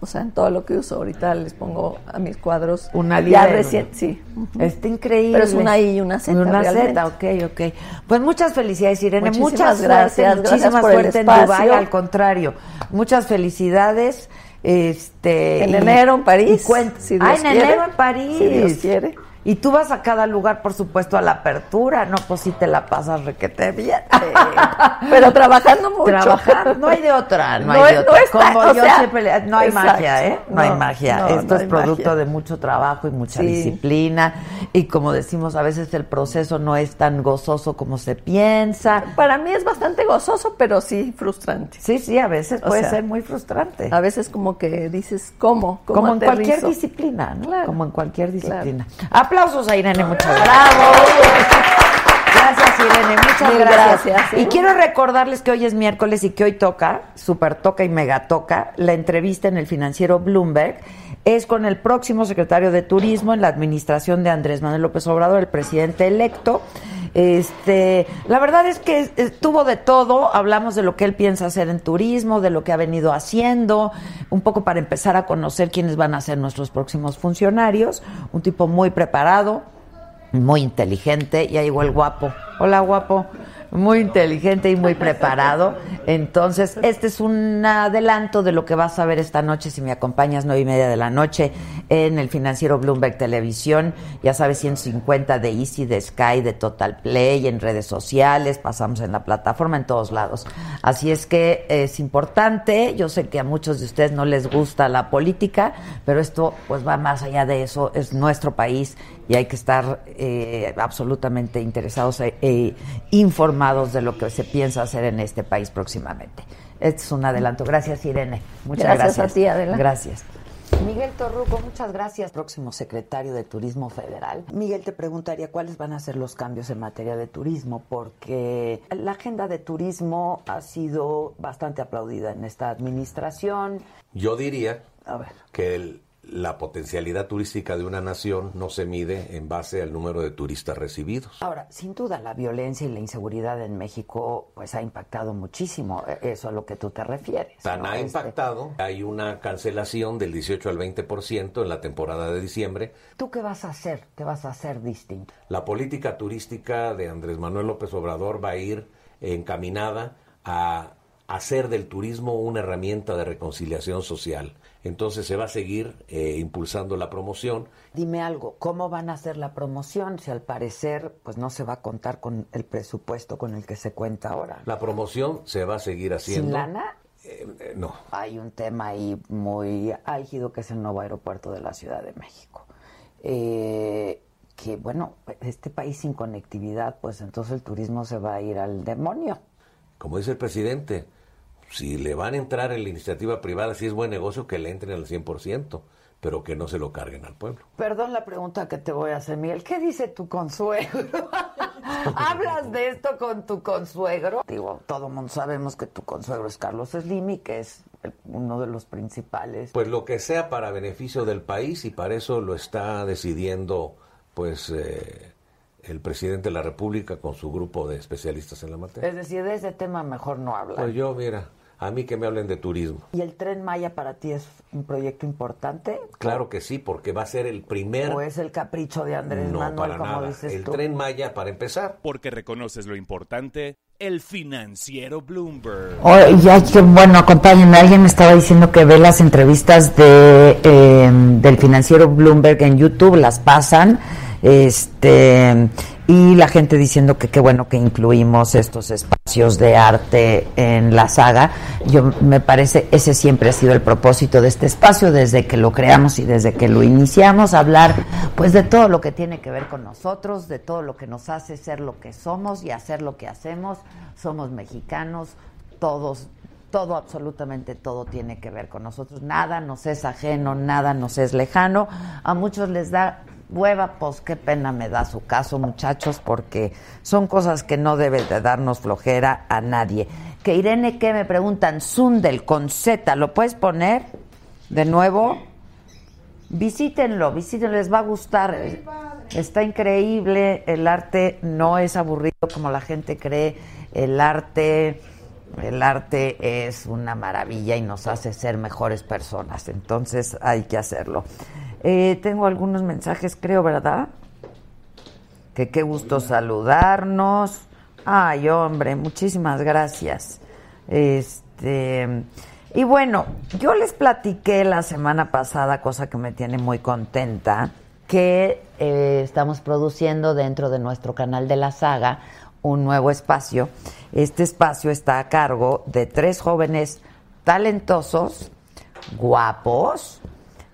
o sea, en todo lo que uso. Ahorita les pongo a mis cuadros. Una ya libélula. recién, sí. Ujú. Está increíble. Pero es una I y una Z, Una Z, realmente. ok, ok. Pues muchas felicidades, Irene. Muchísimas muchas gracias, gracias. gracias Muchísimas por el suerte en espacio. Dubái, al contrario. Muchas felicidades. Este, En enero en París, y cuen- si Dios ah, en quiere. enero en París. Si Dios quiere. Y tú vas a cada lugar, por supuesto, a la apertura. No, pues si te la pasas requete bien. Sí. Pero trabajando mucho. Trabajar, no hay de otra, no, No hay es- de no otra. está, Como o yo sea, siempre le- no hay exacto. magia, ¿eh? No, hay No, magia. no, Esto no es hay producto magia. de mucho trabajo y mucha Sí. disciplina. Y como decimos, a veces el proceso no es tan gozoso como se piensa. Para mí es bastante gozoso, pero sí frustrante. Sí, sí, a veces O puede sea, ser muy frustrante. A veces como que dices, ¿cómo? ¿Cómo como en cualquier aterrizo? disciplina, ¿no? Claro. Como en cualquier Claro. disciplina. Aplausos a Irene, muchas gracias. Gracias, Irene, muchas Mil gracias. gracias, ¿eh? Y quiero recordarles que hoy es miércoles y que hoy toca, super toca y mega toca, la entrevista en el financiero Bloomberg. Es con el próximo secretario de Turismo en la administración de Andrés Manuel López Obrador, el presidente electo. Este, la verdad es que estuvo de todo, hablamos de lo que él piensa hacer en turismo, de lo que ha venido haciendo, un poco para empezar a conocer quiénes van a ser nuestros próximos funcionarios, un tipo muy preparado, muy inteligente, ya llegó el guapo. Hola guapo, muy inteligente y muy preparado. Entonces, este es un adelanto de lo que vas a ver esta noche si me acompañas nueve y media de la noche en el financiero Bloomberg Televisión, ya sabes, 150 de Easy, de Sky, de Total Play, en redes sociales, pasamos en la plataforma, en todos lados. Así es que es importante, yo sé que a muchos de ustedes no les gusta la política, pero esto pues va más allá de eso, es nuestro país y hay que estar eh, absolutamente interesados e e informados de lo que se piensa hacer en este país próximamente. Este es un adelanto. Gracias, Irene. Muchas gracias. Gracias a ti, Adela. Gracias. Miguel Torruco, muchas gracias. Próximo secretario de Turismo Federal. Miguel, te preguntaría cuáles van a ser los cambios en materia de turismo, porque la agenda de turismo ha sido bastante aplaudida en esta administración. Yo diría A ver. que el- la potencialidad turística de una nación no se mide en base al número de turistas recibidos. Ahora, sin duda, la violencia y la inseguridad en México pues ha impactado muchísimo. E- Eso a lo que tú te refieres. Tan ¿no? ha Este, impactado, hay una cancelación del 18 al 20% en la temporada de diciembre. ¿Tú qué vas a hacer? ¿Qué vas a hacer distinto? La política turística de Andrés Manuel López Obrador va a ir encaminada a hacer del turismo una herramienta de reconciliación social. Entonces se va a seguir eh, impulsando la promoción. Dime algo, ¿cómo van a hacer la promoción si al parecer pues no se va a contar con el presupuesto con el que se cuenta ahora? La promoción se va a seguir haciendo. ¿Sin lana? Eh, eh, no. Hay un tema ahí muy álgido que es el nuevo aeropuerto de la Ciudad de México. Eh, que bueno, este país sin conectividad, pues entonces el turismo se va a ir al demonio. Como dice el presidente, si le van a entrar en la iniciativa privada, si es buen negocio, que le entren al 100%, pero que no se lo carguen al pueblo. Perdón la pregunta que te voy a hacer, Miguel. ¿Qué dice tu consuegro? ¿Hablas de esto con tu consuegro? Digo, todo mundo sabemos que tu consuegro es Carlos Slim y que es el- uno de los principales. Pues lo que sea para beneficio del país y para eso lo está decidiendo pues eh, el presidente de la República con su grupo de especialistas en la materia. Es decir, de ese tema mejor no hablar. Pues yo, mira, a mí que me hablen de turismo. ¿Y el tren Maya para ti es un proyecto importante? Claro que sí, porque va a ser el primer... ¿O es el capricho de Andrés no, Manuel, para como nada. dices el tú? tren Maya para empezar. Porque reconoces lo importante, el financiero Bloomberg. Oye, que, bueno, acompáñenme. Alguien me estaba diciendo que ve las entrevistas de eh, del financiero Bloomberg en YouTube, las pasan, este y la gente diciendo que qué bueno que incluimos estos espacios de arte en la saga. Yo me parece ese siempre ha sido el propósito de este espacio desde que lo creamos y desde que lo iniciamos, hablar pues de todo lo que tiene que ver con nosotros, de todo lo que nos hace ser lo que somos y hacer lo que hacemos. Somos mexicanos, todos, todo, absolutamente todo tiene que ver con nosotros. Nada nos es ajeno, nada nos es lejano. A muchos les da hueva, pues qué pena me da su caso, muchachos, porque son cosas que no deben de darnos flojera a nadie. Que Irene, que me preguntan, Sundel con Z, ¿lo puedes poner de nuevo? Visítenlo, visítenlo, les va a gustar. Está increíble, el arte no es aburrido como la gente cree. El arte, el arte es una maravilla y nos hace ser mejores personas. Entonces hay que hacerlo. Eh, tengo algunos mensajes, creo, ¿verdad? Que qué gusto saludarnos. Ay, hombre, muchísimas gracias. Este, y bueno, yo les platiqué la semana pasada, cosa que me tiene muy contenta, que eh, estamos produciendo dentro de nuestro canal de la saga un nuevo espacio. Este espacio está a cargo de tres jóvenes talentosos, guapos,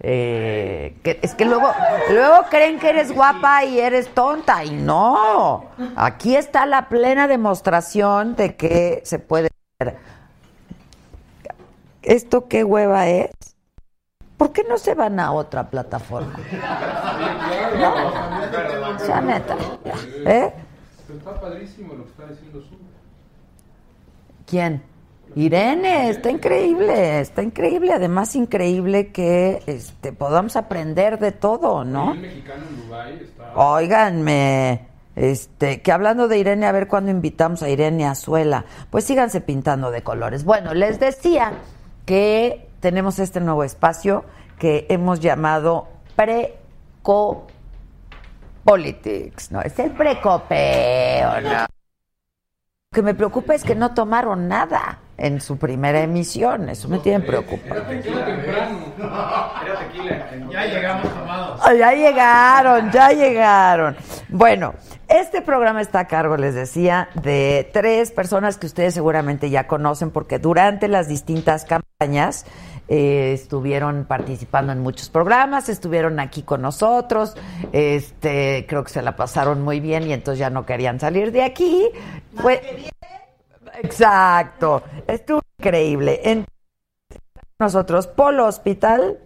eh, que- es que luego, luego creen que eres guapa y eres tonta. Y no. Aquí está la plena demostración de que se puede hacer. ¿Esto qué hueva es? ¿Por qué no se van a otra plataforma? O sea, neta. ya, ¿eh? Pero está padrísimo lo que está diciendo su. ¿Quién? Irene, está increíble, está increíble, además increíble que este, podamos aprender de todo, ¿no? Un mexicano en Dubái está. Óiganme, este, que hablando de Irene, a ver cuándo invitamos a Irene Azuela. Pues síganse pintando de colores. Bueno, les decía que tenemos este nuevo espacio que hemos llamado Preco Politics, ¿no? Es el precopeo, ¿no? Lo que me preocupa es que no tomaron nada en su primera emisión, eso me tiene preocupado. tequila temprano. Era tequila. Ya llegamos tomados. Ah, Ya llegaron, ya llegaron. Bueno, este programa está a cargo, les decía, de tres personas que ustedes seguramente ya conocen porque durante las distintas campañas eh, estuvieron participando en muchos programas, estuvieron aquí con nosotros, este, creo que se la pasaron muy bien y entonces ya no querían salir de aquí. Fue- Exacto, estuvo increíble. En nosotros Polo Hospital,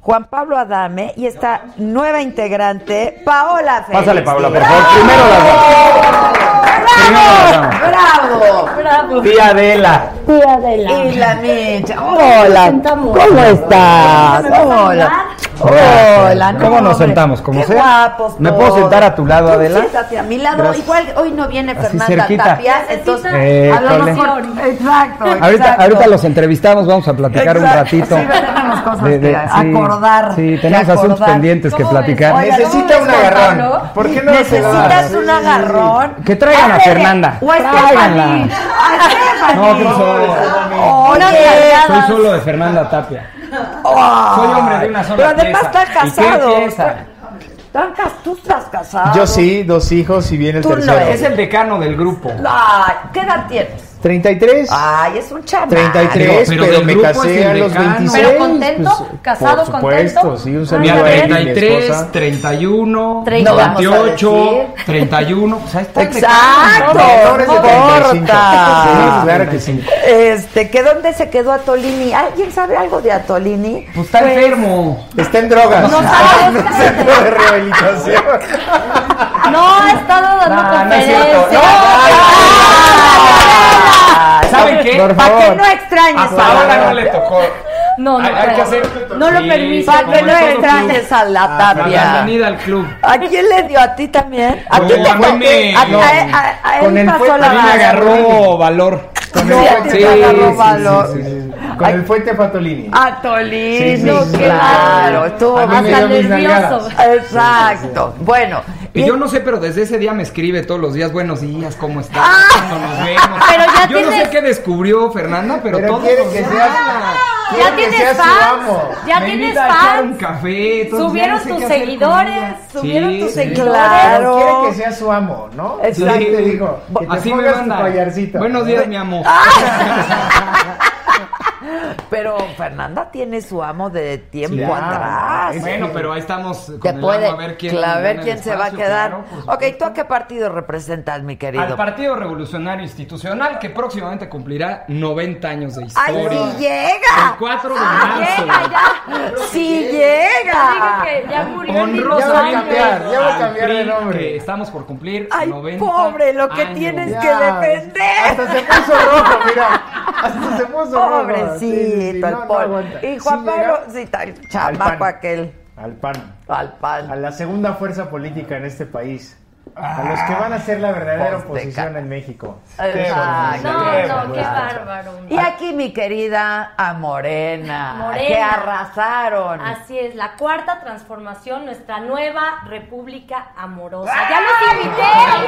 Juan Pablo Adame y esta nueva integrante, Paola Félix. Pásale, Paola, por favor. Primero la dama. ¡Bravo! ¡Bravo! Tía Adela. Tía Adela. Y la Micha. Hola, Hola. ¿cómo estás? ¿Me vas a Hola. saludar? Hola, no, ¿Cómo nos hombre. sentamos? ¿Cómo Qué sea? guapos ¿Me puedo todos. sentar a tu lado, Tú Adela? Siéntate a mi lado. Gracias. Igual hoy no viene Así Fernanda cerquita. Tapia, entonces Eh, hablamos cole. por- Exacto, Ahorita, exacto. ahorita los entrevistamos, vamos a platicar Exacto. un ratito. Sí, tenemos cosas De- de- que acordar. Sí, tenemos que asuntos acordar. pendientes que ¿Cómo ves? platicar. Oiga, ¿cómo ves, Juan Pablo? Necesitas un agarrón. Que traigan a Ándele. Fernanda. O a Tráiganla. Stephanie. A Stephanie. No, ¿qué pasó? Oye, Soy solo de Fernanda Tapia. Ah, Soy hombre de una sola Pero además pieza. está ¿Y qué casado. pieza? Están cas- Tú estás casado. Yo sí, dos hijos y viene el Tú no tercero. eres. Es el decano del grupo. Ay, ¿Qué edad tienes? 33. Ay, es un chaval. 33, Pero pero, del me grupo es casé el a los decano. 26. Pero contento, pues, casado, por supuesto, contento. sí, un Mira, saludo a él y a mi 33, esposa. 31, Treinta, vamos a 28, decir. 31. O sea, está Exacto, Menores de no 35. importa. Sí, claro que sí. Este, ¿que dónde se quedó Atolini? ¿Alguien sabe algo de Atolini? Pues está enfermo. Está en drogas. No sabemos. En un centro de rehabilitación. No, ha estado dando conferencias. ¿Saben qué? Por Para que favor. no extrañes. Hasta ahora no le tocó. No, no, Hay- hay que hacer- no lo Sí, permite. Para que Como no en todo extrañes a la Ah, tapia. Bienvenida al club. ¿A quién le dio? ¿A ti también? ¿A No, ti te a mí me- a- no. a- a- a él Con el pasó fue- la a mí me bala. agarró valor. Con el- Sí, a ti te agarró valor. Con el fuente Fatolini. Atolino, Sí, sí, sí. claro, A estuvo mí me hasta dio mis nervioso. Exacto. Bueno, Y yo no sé, pero desde ese día me escribe todos los días, buenos días, ¿cómo estás? ¿Cuándo nos vemos? Pero Ah, ya yo no tienes- sé qué descubrió Fernanda, pero, Pero todos quiere los que días sea- Ya quiere que sea tienes su fans. amo. Ya me tienes invita a echar un fans. café. entonces ya no Subieron sé tus qué hacer con seguidores. ella. Subieron Sí, tus sí. seguidores. Claro. Pero quiere que sea su amo, ¿no? Exacto. Sí, te digo. Que te Así me pongas tu manda. collarcito. Buenos días, mi amor. pero Fernanda tiene su amo de tiempo Claro. atrás. Bueno, pero ahí estamos Te con el puede, amo, a ver quién, claro, a ver gana el quién se va a espacio, quedar. claro, pues, ok, ¿tú a qué partido representas, mi al querido? Partido Revolucionario Institucional que próximamente cumplirá 90 años de ¡Ay, historia. si llega! El 4 de ¡Ah, marzo. Llega ya. ¡Si Ya llega! dije que ya murió. el Honrosamente, niño. ya voy a al cambiar de PRI, nombre. que estamos por cumplir ¡Ay, 90 pobre! Lo que años. tienes Ya. que defender. Hasta se puso rojo, mira. Hasta se puso rojo. Pobrecito, Sí, sí, sí. el No, no pobre. aguanta. y Juan Sí llega Pablo, sí, tal, chamaco pan. aquel. Al PAN. Al PAN. A la segunda fuerza política en este país. A los que van a ser la verdadera Ponte oposición cara. en México. Exacto. No, no, qué vergüenza. bárbaro. Y aquí mi querida a Morena, Morena. que arrasaron. Así es, la cuarta transformación, nuestra nueva república amorosa. ¡Ya los invité! ¡Ya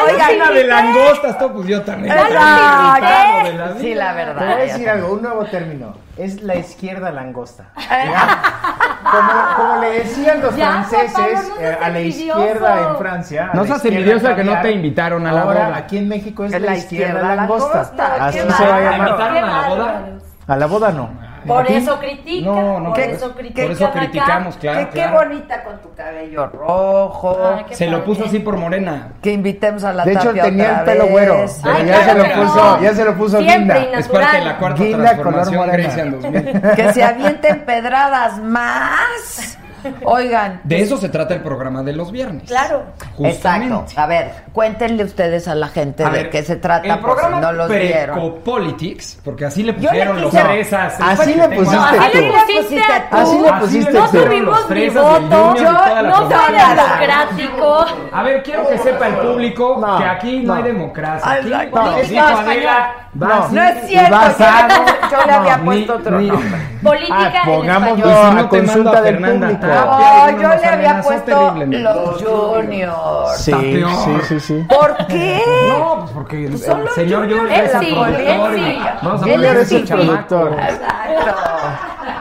los Oigan, Llena de invité! langostas, todo pues yo también. Ya Exacto. lo felicité. la vida. Sí, la Te voy a verdad. ya decir algo, un nuevo término. Es la izquierda langosta. Como, como le decían los Ya, Juan franceses Pablo, no seas eh, a la envidioso. izquierda en Francia. a No la seas izquierda envidiosa que no caviar, te invitaron a la ahora boda. aquí en México es Es la, izquierda, langosta. langosta. Así Qué se va a bárbaro. llamar. ¿Invitaron a la boda? A la boda no. Por eso critica. No, no, por por eso eso- critica. por eso criticamos, acá. claro, Que qué claro. bonita con tu cabello rojo. Ay, qué Se lo padre. puso así por morena. Que invitemos a la De hecho, Tapia tenía el otra pelo vez. güero. Pero Ay, ya, claro se que lo puso, no. ya se lo puso Siempre linda. y Es parte de la Natural. cuarta Guinda color transformación morena. Grecia en 2000. Que se avienten pedradas más. Oigan. De eso se trata el programa de los viernes. Claro. Justamente. Exacto. A ver, cuéntenle ustedes a la gente A de ver, qué se trata, por el si programa no los vieron. Precopolitics, porque así le le pusieron los quise- fresas. Así le pusiste Así tú. le pusiste a tú. Así le pusiste no tú. tuvimos ni voto, no fue democrático. A ver, quiero que sepa el público No, que aquí no, no. hay democracia. Aquí Exacto. no, No, dijo no, Adela, no. va así No es y cierto, va yo- asado. yo le había Ni- puesto otro ni- nombre. Política Ah, en pongámoslo español. Y si a no te mando consulta a del Fernanda. público. Ah, No, Adriana yo nos le había amenazó puesto terriblemente. los juniors. Sí, peor. sí, sí, sí. ¿Por qué? No, pues porque el, son el los señor juniors. Junior es Él el sí, productor. él y sí. Vamos a Él poner Él es ese el chamaco. productor. Exacto.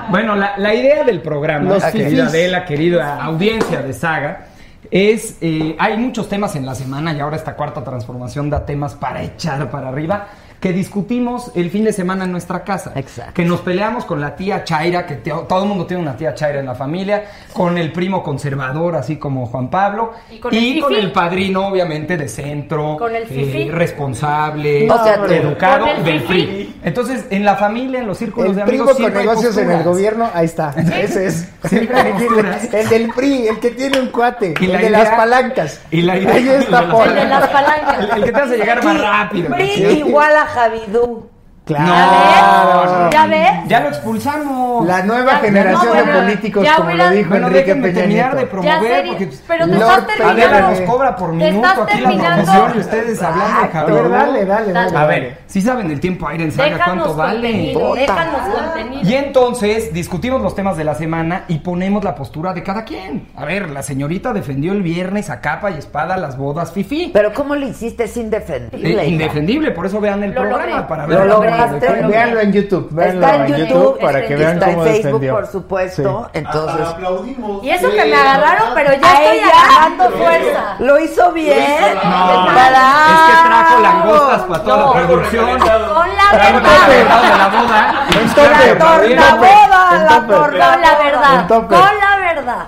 Bueno, la, la idea del programa, Los querida fifís. Adela, querida audiencia de Saga, es, eh, hay muchos temas en la semana y ahora esta cuarta transformación da temas para echar para arriba que discutimos el fin de semana en nuestra casa. Exacto. Que nos peleamos con la tía Chaira, que te- todo el mundo tiene una tía Chaira en la familia, con el primo conservador, así como Juan Pablo, Y con el fifí. el padrino, obviamente, de centro, eh, Con el fifí. responsable, O sea, tú. educado, Con el del fifí. PRI. Entonces, en la familia, en los círculos de El primo amigos, con siempre hay negocios en el posturas. gobierno, ahí está. Ese es. Siempre hay posturas. el del PRI, el que tiene un cuate, Y el la de idea- las palancas. y la idea- Ahí está Paul. El de las El, palancas. el que te hace llegar más rápido. Pri Sí. igual a Javidú. Claro. ¿Ya ves? Ya lo expulsamos. La nueva Ya- generación no, bueno, de políticos, ya como hubiera- lo dijo Bueno, Enrique déjenme Peña terminar de Nieto. Ya promover. sería- Porque, pero te Lord estás Pepe. terminando. Adela nos cobra por Te minuto estás aquí la terminando. promoción y ustedes hablando de A Javier. ver, dale, dale, Dale. dale. A dale. ver, si saben el tiempo aire en saga, Déjanos cuánto vale. contenido, Puta. déjanos contenido. Y entonces discutimos los temas de la semana y ponemos la postura de cada quien. A ver, la señorita defendió el viernes a capa y espada las bodas fifi. Eh, Pero ¿cómo lo hiciste? Es indefendible. hija. indefendible, por eso vean el Lo programa logré. para Lo ver. logré. Veanlo en Véanlo en YouTube. Véanlo Está en en YouTube, YouTube, para que vean está en cómo Facebook, defendió. por supuesto. Sí. Entonces, Y eso que me agarraron, pero ya A estoy ella- agarrando fuerza. Lo hizo bien. No, Bravo. es que Ah. trajo langostas para toda la producción. Con la Trajo verdad. todo el helado de la boda. La tornaboda, En la topper. Con la verdad. En topper. Con la verdad.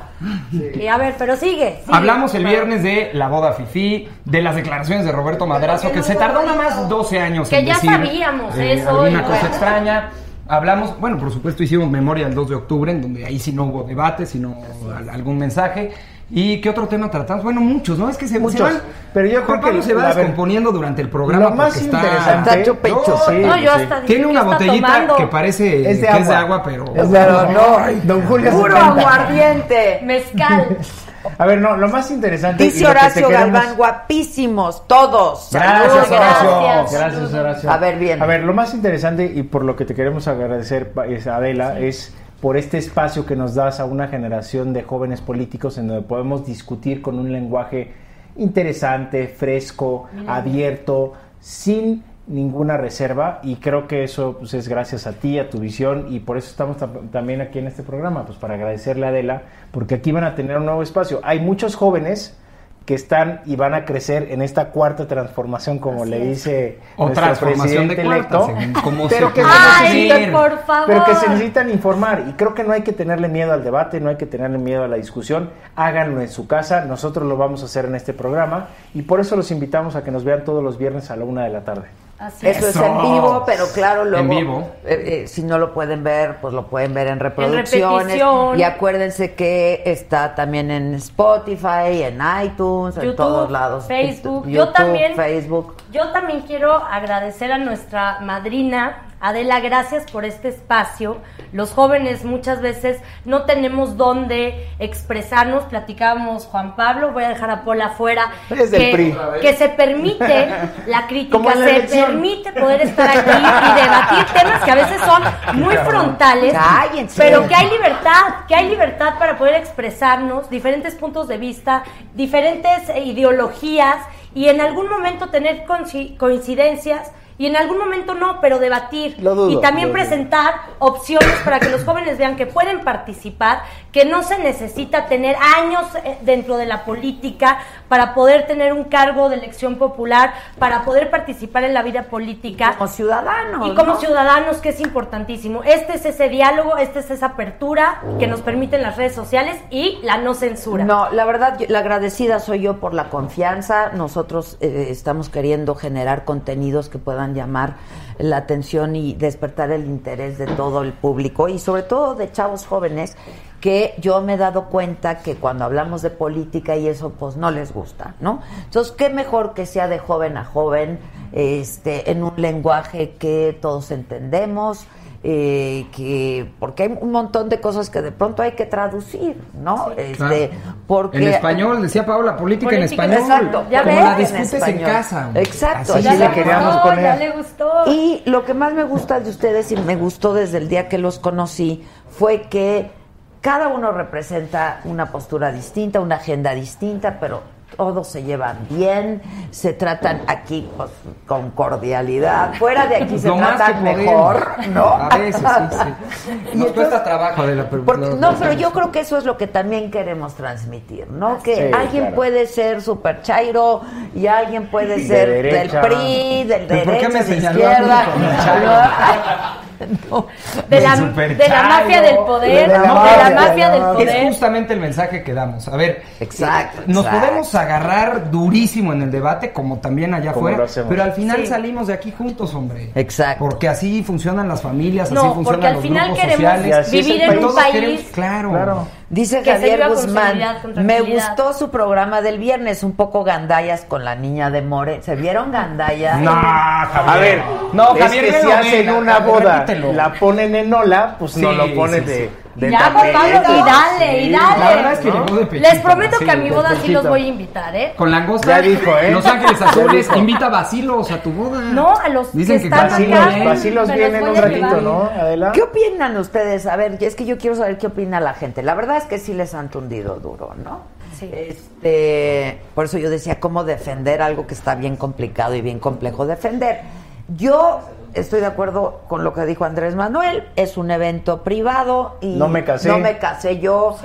Y a ver, pero sigue. sigue. Hablamos el viernes de la boda Fifi, de las declaraciones de Roberto Madrazo, que se tardó nada más 12 años Que en ya decir, eh, sabíamos eso, Alguna y cosa bueno. extraña. Hablamos, bueno, por supuesto hicimos memoria el 2 de octubre, en donde ahí sí no hubo debate, sino al- algún mensaje. ¿Y qué otro tema tratamos? Bueno, muchos, ¿no? Es que se, se Muchos. van... Pero yo Juan creo que Pablo se va la ver- descomponiendo durante el programa Lo más porque está... interesante- Está chopecho, No, sí, No, yo sí. hasta dije, Tiene ¿qué una está botellita tomando? que parece Es de que es de agua. agua, pero... Es de agua. Ay, Don Julio Puro 70. aguardiente. Mezcal. A ver, no, lo más interesante. y Dice lo que te Horacio queremos- Galván, guapísimos todos. Gracias, Saludos. Horacio. Gracias, Horacio. A ver, bien. A ver, lo más interesante y por lo que te queremos agradecer, pa- es, Adela, es por este espacio que nos das a una generación de jóvenes políticos en donde podemos discutir con un lenguaje interesante, fresco, abierto, sin ninguna reserva y creo que eso pues, es gracias a ti, a tu visión y por eso estamos tam- también aquí en este programa, pues para agradecerle a Adela, porque aquí van a tener un nuevo espacio. Hay muchos jóvenes que están y van a crecer en esta cuarta transformación, como le dice O nuestro transformación de presidente cuarta, electo, según cómo se pero, que pueda se Ay, necesitan, por favor. pero que se necesitan informar. Y creo que no hay que tenerle miedo al debate, no hay que tenerle miedo a la discusión. Háganlo en su casa, nosotros lo vamos a hacer en este programa y por eso los invitamos a que nos vean todos los viernes a la una de la tarde. Así es. Eso es Eso. en vivo, pero claro, En luego. vivo. eh, eh, si no lo pueden ver, pues lo pueden ver en reproducciones. repetición. y acuérdense que está también en Spotify, en iTunes, en YouTube, todos lados. Este, Facebook. YouTube, Yo también- Facebook. Yo también quiero agradecer a nuestra madrina. Adela, gracias por este espacio. Los jóvenes muchas veces no tenemos dónde expresarnos. Platicábamos Juan Pablo, voy a dejar a Pola afuera. Es del PRI. que, que se permite la Como crítica, en la se elección. permite poder estar aquí y debatir temas que a veces son muy Cabrón. frontales, Cállense. pero que hay libertad, que hay libertad para poder expresarnos, diferentes puntos de vista, diferentes eh, ideologías y en algún momento tener conci- coincidencias y en algún momento no, pero debatir Lo dudo, y también lo dudo. presentar opciones para que los jóvenes vean que pueden participar, que no se necesita tener años eh, dentro de la política para poder tener un cargo de elección popular, para poder participar en la vida política. Como ciudadanos. Y como ¿no? ciudadanos, que es importantísimo. Este es ese diálogo, este es esa apertura que nos permiten las redes sociales y la no censura. No, la verdad, yo- la agradecida soy yo por la confianza. Nosotros eh, estamos queriendo generar contenidos que puedan llamar la atención y despertar el interés de todo el público y sobre todo de chavos jóvenes que yo me he dado cuenta que cuando hablamos de política y eso pues no les gusta, ¿no? Entonces, qué mejor que sea de joven a joven, este, en un lenguaje que todos entendemos, eh, que porque hay un montón de cosas que de pronto hay que traducir, ¿no? Este, Claro. porque En español, decía Paola, política, en Política en español. Exacto, ya Como ves, la en discutes en, español. casa. hombre. Exacto, Así ya, sí le le queríamos gustó, poner. ya le gustó. Y lo que más me gusta de ustedes y me gustó desde el día que los conocí fue que cada uno representa una postura distinta, una agenda distinta, pero todos se llevan bien, se tratan aquí pues, con cordialidad, fuera de aquí se Lo más tratan que podemos. mejor, ¿no? A veces, sí, sí. Nos Y entonces- cuesta trabajo de la porque- no, pero yo creo que eso es lo que también queremos transmitir, ¿no? Que Sí, alguien claro. puede ser super chairo y alguien puede De ser derecha. del PRI, del ¿Pero por qué derecha, de me señaló a mí izquierda. como No. de, la, Super de la chayo. mafia del poder, De de la la mafia, de la mafia del mafia. poder. Es justamente el mensaje que damos. A ver, Exacto, eh, nos exacto. podemos agarrar durísimo en el debate, como también allá Como lo afuera, hacemos. pero al final Sí. salimos de aquí juntos, hombre. Exacto. Porque así funcionan las familias, así No, funcionan porque al los final grupos queremos Y sociales. así es vivir en el un Pues Todos queremos- país claro. Claro. Dice Que se Javier viva con Guzmán, seguridad, con me tranquilidad". gustó su programa del viernes, un poco gandallas con la niña de More. ¿Se vieron gandallas? No, Javier. A ver, no, es Javier, que ve si lo hacen de- una boda, repítelo. la ponen en ola, pues no Sí, lo pones sí, de, sí. de ya, tapete. por Pablo, y dale, y Sí, dale. la verdad es que ¿no? llegó de pechito, Les prometo sí, que a mi de boda sí pechito. los voy a invitar, ¿eh? Con langosta. Ya dijo, ¿eh? Los Ángeles Ya Azules dijo. invita a Basilos a tu boda. No, a los Dicen que que están Basilos, acá. Vacilos, Basilos. Me vacilos las vienen voy un a ratito, llevar. ¿no, Adela? ¿Qué opinan ustedes? A ver, es que yo quiero saber qué opina la gente. La verdad es que sí les han tundido duro, ¿no? Sí. Este, por eso yo decía cómo defender algo que está bien complicado y bien complejo defender. Yo estoy de acuerdo con lo que dijo Andrés Manuel, es un evento privado y No me casé. no me casé yo,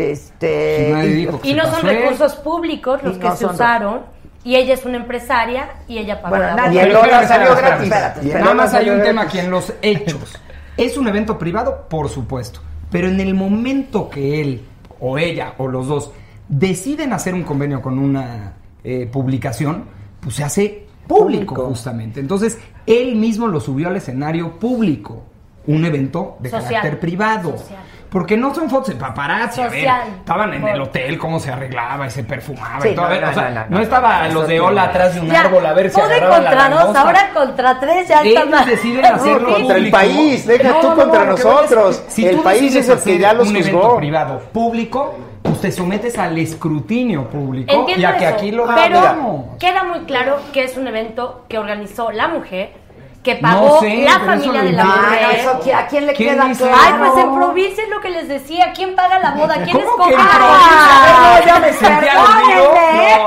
este Y nadie dijo que Y no son recursos públicos los Y que no se son- usaron. Y ella es una empresaria y ella pagó la Y boda. el dólar salió gratis. espérate, espérate. Nada más hay Salió un gratis. tema aquí en los hechos. Es un evento privado, por supuesto. Pero en el momento que él o ella o los dos deciden hacer un convenio con una eh, publicación, pues se hace público, justamente. Entonces, él mismo lo subió al escenario público. Un evento de Social. carácter privado. Social. Porque no son fotos de paparazzi. a ver, Social. estaban en el hotel, cómo se arreglaba y se perfumaba. Sí, y todo. A no, ver, no, o sea, no, no, no no. estaba Eso los de sí, hola no. atrás de un Ya, árbol a ver si todo en agarraban la contra dos, langosta. ahora contra tres ya Ellos está más- deciden hacerlo Sí. contra el país, deja tú contra lo que voy a decir, nosotros. El tú país decides es el que hacer ya los un juzgó. evento privado público, pues te sometes al escrutinio público Entiendo y a que eso, aquí lo pero veamos. queda muy claro que es un evento que organizó la mujer, que No pagó sé, la pero eso familia lo de la inventaron. mujer. Ay, eso aquí- ¿a quién le ¿Quién queda dice claro? Ay, pues improvisen lo que les decía. ¿Quién paga la boda? ¿Quién ¿Cómo escoge que la improvisa? boda? No, Ah, ya me sentí aludido.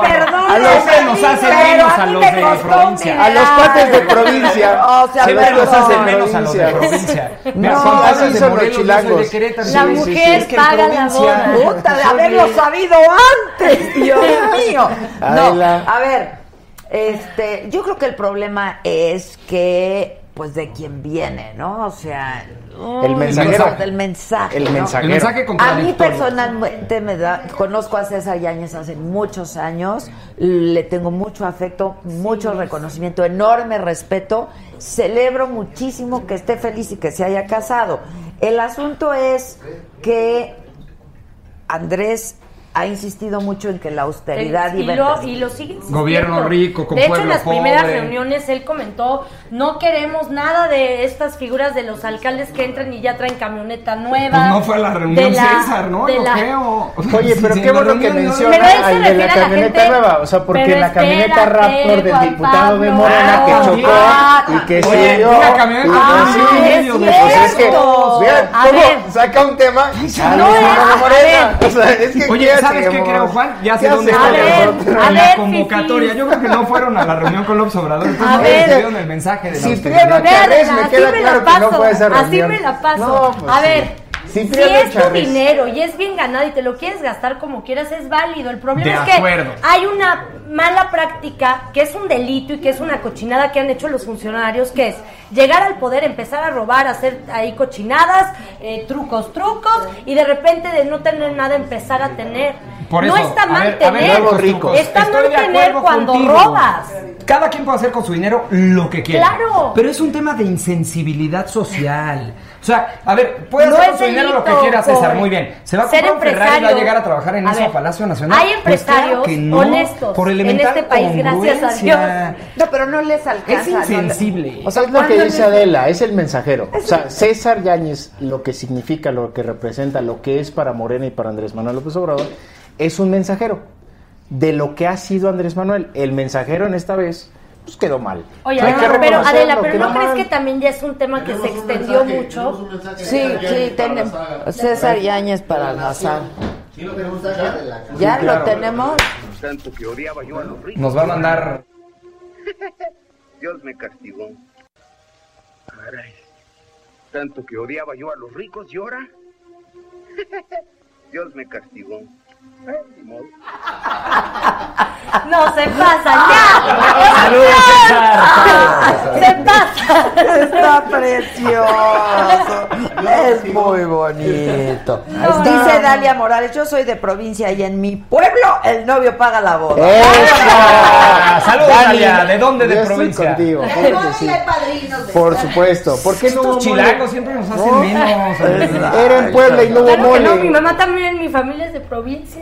Perdónenme, No, perdónenme. a los que nos hacen Pero menos mí a los me de costó un provincia. dineral. A los cuates de provincia. O sea, Siempre perdón. los hacen menos a los de provincia. Me No, acuerdo, así hablan de Este son los Morelos, yo soy chilangos. de Querétaro. La Sí, sí, sí, mujer es que en paga la provincia- boda. Puta, de haberlo sabido antes, Dios mío. No, Adela. a ver, este, yo creo que el problema es que, pues, de quién viene, ¿no? O sea, mm, El mensajero. El mensaje. El ¿no? mensajero. El mensaje A mí contradictorio. personalmente me da, conozco a César Yáñez hace muchos años, le tengo mucho afecto, mucho reconocimiento, enorme respeto, celebro muchísimo que esté feliz y que se haya casado. El asunto es que Andrés ha insistido mucho en que la austeridad y, y lo, y lo sigue insistiendo. Gobierno rico con De hecho, en pueblo las primeras pobre. reuniones él comentó, no queremos nada de estas figuras de los alcaldes que entran y ya traen camioneta nueva. Pues no fue a la reunión César, ¿no? de Lo la- creo. Oye, pero Sí, qué en la bueno que reunión, ¿no? menciona Pero él se al de refiere la a la camioneta gente- nueva, o sea, porque Pero la camioneta espérate, Raptor del Juan diputado de Pablo. Morena Ah, que chocó ah, y que oye, se dio. una camioneta y con un que sí, medio de pues es que, supuestos. vean A cómo ver. saca un tema y sale No, uno de a Morena. O sea, es que Oye, ya ¿sabes qué seguimos. creo, Juan? Ya sé Ya dónde sé está que el nosotros- error. En la convocatoria. Yo creo que no fueron a la reunión con López Obrador. Entonces A no ver. recibieron el mensaje de la Cipriano austeridad. Charrés, me Así queda me claro la que no paso, fue a esa Así reunión. me la paso. No, pues a sí. ver, si Cipriano es tu Charrés. dinero y es bien ganado y te lo quieres gastar como quieras, es válido. El problema De es acuerdo. que hay una mala práctica que es un delito y que es una cochinada que han hecho los funcionarios, que es llegar al poder, empezar a robar, hacer ahí cochinadas, eh, trucos, trucos, y de repente de no tener nada empezar a tener. Por no eso, está a mal ver, a ver, tener, nuevos ricos. está Estoy mal de tener acuerdo cuando contigo. robas. Cada quien puede hacer con su dinero lo que quiera. ¡Claro! Pero es un tema de insensibilidad social. O sea, a ver, puede No hacer es con su dinero lo que delito, quiera, César, Paul. muy bien. Se va a Ser comprar un Ferrari y va a empresario. llegar a trabajar en A eso ver, a Palacio Nacional. hay Pues claro empresarios que no, honestos por en elemental este país, gracias a congruencia. Dios. No, pero no les Es alcanza. no le- insensible. O sea, es lo que dice Adela, es el mensajero. O sea, César Yáñez, lo que significa, lo que representa, lo que es para Morena y para Andrés Manuel López Obrador, es un mensajero de lo que ha sido Andrés Manuel. El mensajero en esta vez, pues quedó mal. Oye, Hay que Adela, pero reconocerlo, Adela, pero quedó ¿no crees mal. que también ya es un tema que se extendió mensaje, mucho? Sí, sí, tenemos. César Yáñez para la saga. ¿Quién lo tenemos acá? De la casa. Ya Sí, lo claro. tenemos. tanto que odiaba yo a los ricos. Nos va a mandar. Dios me castigó. Caray. Tanto que odiaba yo a los ricos y ahora. Dios me castigó. Ay, ni modo. No, se pasa, ya. Ah. ¡Saludos, César! Se pasa. Está precioso. Es muy bonito. No, Dice no. Dalia Morales, yo soy de provincia y en mi pueblo el novio paga la boda. ¡Esa! ¡Saludos, Dani, Dalia! ¿De dónde? yo ¿De estoy provincia? contigo, claro que sí. Por supuesto. ¿Por qué no hubo Estos mole? chilangos siempre nos hacen No. menos. Eh, Era en Puebla y no hubo Claro que mole. no, mi mamá también, mi familia es de provincia.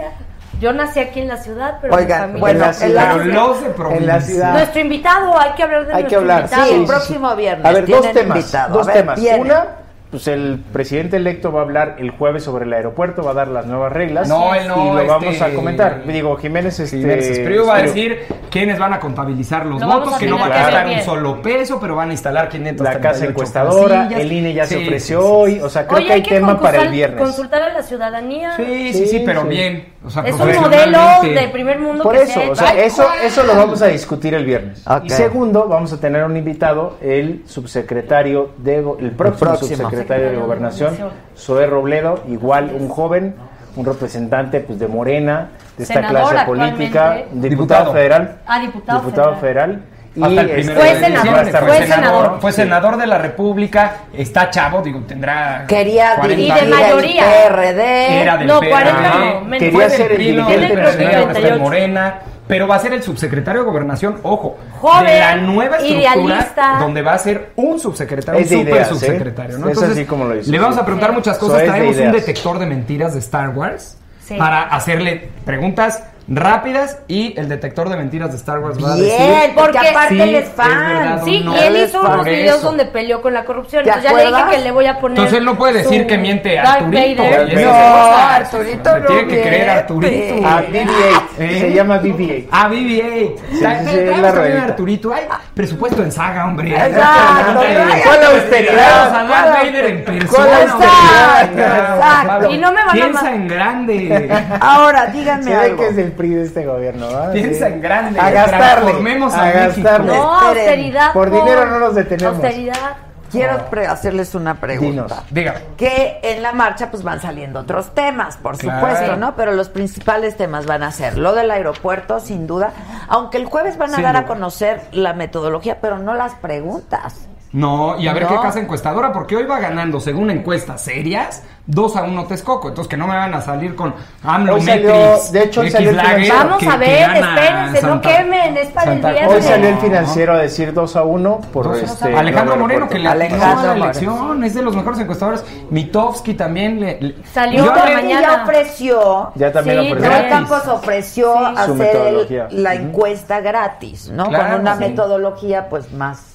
Yo nací aquí en la ciudad, pero mi Oigan, familia bueno, es de en la- Pero provincia. los de provincia. En la ciudad. Nuestro invitado, hay que hablar de Hay que nuestro hablar, invitado. Sí, sí, el sí, próximo viernes. A ver, dos tienen temas. invitado. Dos A ver, temas. viene. Una, pues el presidente electo va a hablar el jueves sobre el aeropuerto, va a dar las nuevas reglas No, y él no, lo este- vamos a comentar. Digo, Jiménez, este, Jiménez Espriu va a Espriu. decir quiénes van a contabilizar los Lo vamos votos, a que no va tener a que gastar ver un bien. solo peso, pero van a instalar 500 la casa encuestadora, el INE ya se ofreció hoy, o sea, creo Oye, que hay tema concursar- para el viernes. Consultar a la ciudadanía. Sí, sí, sí, pero bien. O sea, Es un modelo profesionalmente. de primer mundo Por que eso, se- o sea, Ay, eso, ¿cuál? eso lo vamos a discutir el viernes. Ok. Y segundo, vamos a tener un invitado, el subsecretario de go- el próximo, próximo. subsecretario de Gobernación, Zoé Robledo, igual un joven, un representante pues de Morena, de esta Senador clase política, actualmente. diputado, Diputado. federal, Ah, diputado diputado federal. federal. y, Hasta el este, primero va a de estar diciembre, fue presente. senador, fue senador de la República, está chavo, digo, tendrá Quería 40 dirigir años. el PRD. Era del no, PRI, 40 no, ajá. menos. Quería Fue del ser el PRI, no, dirigente del nacional, ahora está en 38. Morena, pero va a ser el subsecretario de Gobernación, ojo, Joven, de la nueva estructura idealista. donde va a ser un subsecretario, Es de un super ideas, ¿eh? subsecretario, ¿no? Es así como lo dices, le vamos sí. a preguntar Sí. muchas So, cosas, es de traemos un ideas. detector de mentiras de Star Wars Sí. para hacerle preguntas rápidas y el detector de mentiras de Star Wars va a decir Bien, porque sí, aparte él es es fan. verdad o Sí, no. y él hizo Por unos videos eso. donde peleó con la corrupción. ¿Te Entonces ya le dije acuerdas? que le voy a poner. Entonces él no puede decir su que miente Darth Arturito. Vader. y eso No, le gusta. Arturito Le no Tiene que creer miente. Arturito. A BB-8. ¿Eh? Se llama BB-8. Ah, BB-8. sí, Tra- sí, tra- es la traemos también a revista. Arturito. Ay, presupuesto en saga, hombre. Exacto. Ándale. ¿Cuál austeridad? Vamos a Darth Vader en persona. ¿Cuál austeridad? hombre. Claro, Exacto. Pablo, Y no me van a Piensa ma- Ah, en grande. Ahora, díganme Se ve algo. que es el PRI de este gobierno, ¿verdad? Piensa Sí. en grande. ¿eh? A gastarle. Transformemos a a gastarle. México. No, Esperen, austeridad. por dinero no nos detenemos. Austeridad. Quiero pre- hacerles una pregunta. Diga. Que en la marcha pues van saliendo otros temas, por Claro. supuesto, ¿no? Pero los principales temas van a ser lo del aeropuerto, sin duda. Aunque el jueves van a Sin dar a duda. conocer la metodología, pero no las preguntas. No, y a ver No. qué casa encuestadora, porque hoy va ganando, según encuestas serias, 2 a 1 Texcoco. Entonces, que no me van a salir con AMLO Hoy salió- Metrix, de hecho, hoy salió el Xlager, financiero. Vamos que- a que ver, gana espérense, no Santa- quemen, es para el Santa viernes. Cruz. Hoy salió el financiero a decir 2 a 1 por Dos a este, uno. Alejandro el Moreno, que le atinó Alejandro a la Moreno. elección, es de los mejores encuestadores. Mitovsky también le. le- Salió Yo por la le- Porque ya mañana. ofreció, Ya también Sí, lo Gratis. Noel presentó. Campos ofreció Sí. Su hacer metodología. el- la Ujú. encuesta gratis, ¿no? Claro, Con una sí. metodología pues más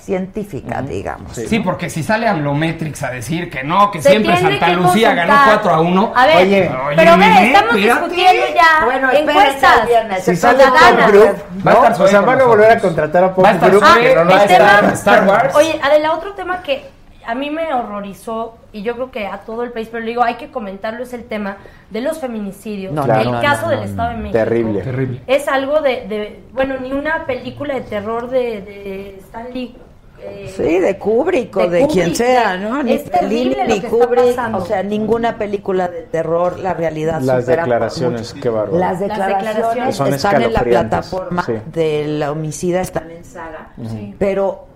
científica, digamos. Sí, porque si sale Amblometrix a decir que no, que Se siempre tiene Santa que Lucía ganó consultar. 4 a 1. A ver, Oye, pero ve, nene, estamos espérate. discutiendo ya Bueno, espérense el encuestas. viernes. Si Es sale ciudadana. Top Group, Va ¿no? a estar o Zoe sea, con van a nosotros. volver a contratar a Pop Va a estar Group, Zoe, que no va lo a hace. estar Star Wars. Oye, Adela, otro tema que a mí me horrorizó y yo creo que a todo el país, pero le digo, hay que comentarlo, es el tema de los feminicidios, No, claro, el no, caso no, del no, Estado de México. Terrible. Terrible. Es algo de, de- bueno, ni una película de terror de, de Stanley. eh, Sí, de Kubrick o De de, Kubrick, quien sea, sí. ¿no? Ni Es terrible Fellini, lo ni que está Kubrick, pasando. o sea, ninguna película de terror, la realidad Las supera por declaraciones, mucho. qué bárbaro. Las declaraciones Son están en la escalofriantes, plataforma sí. del homicida, están en saga, Sí. pero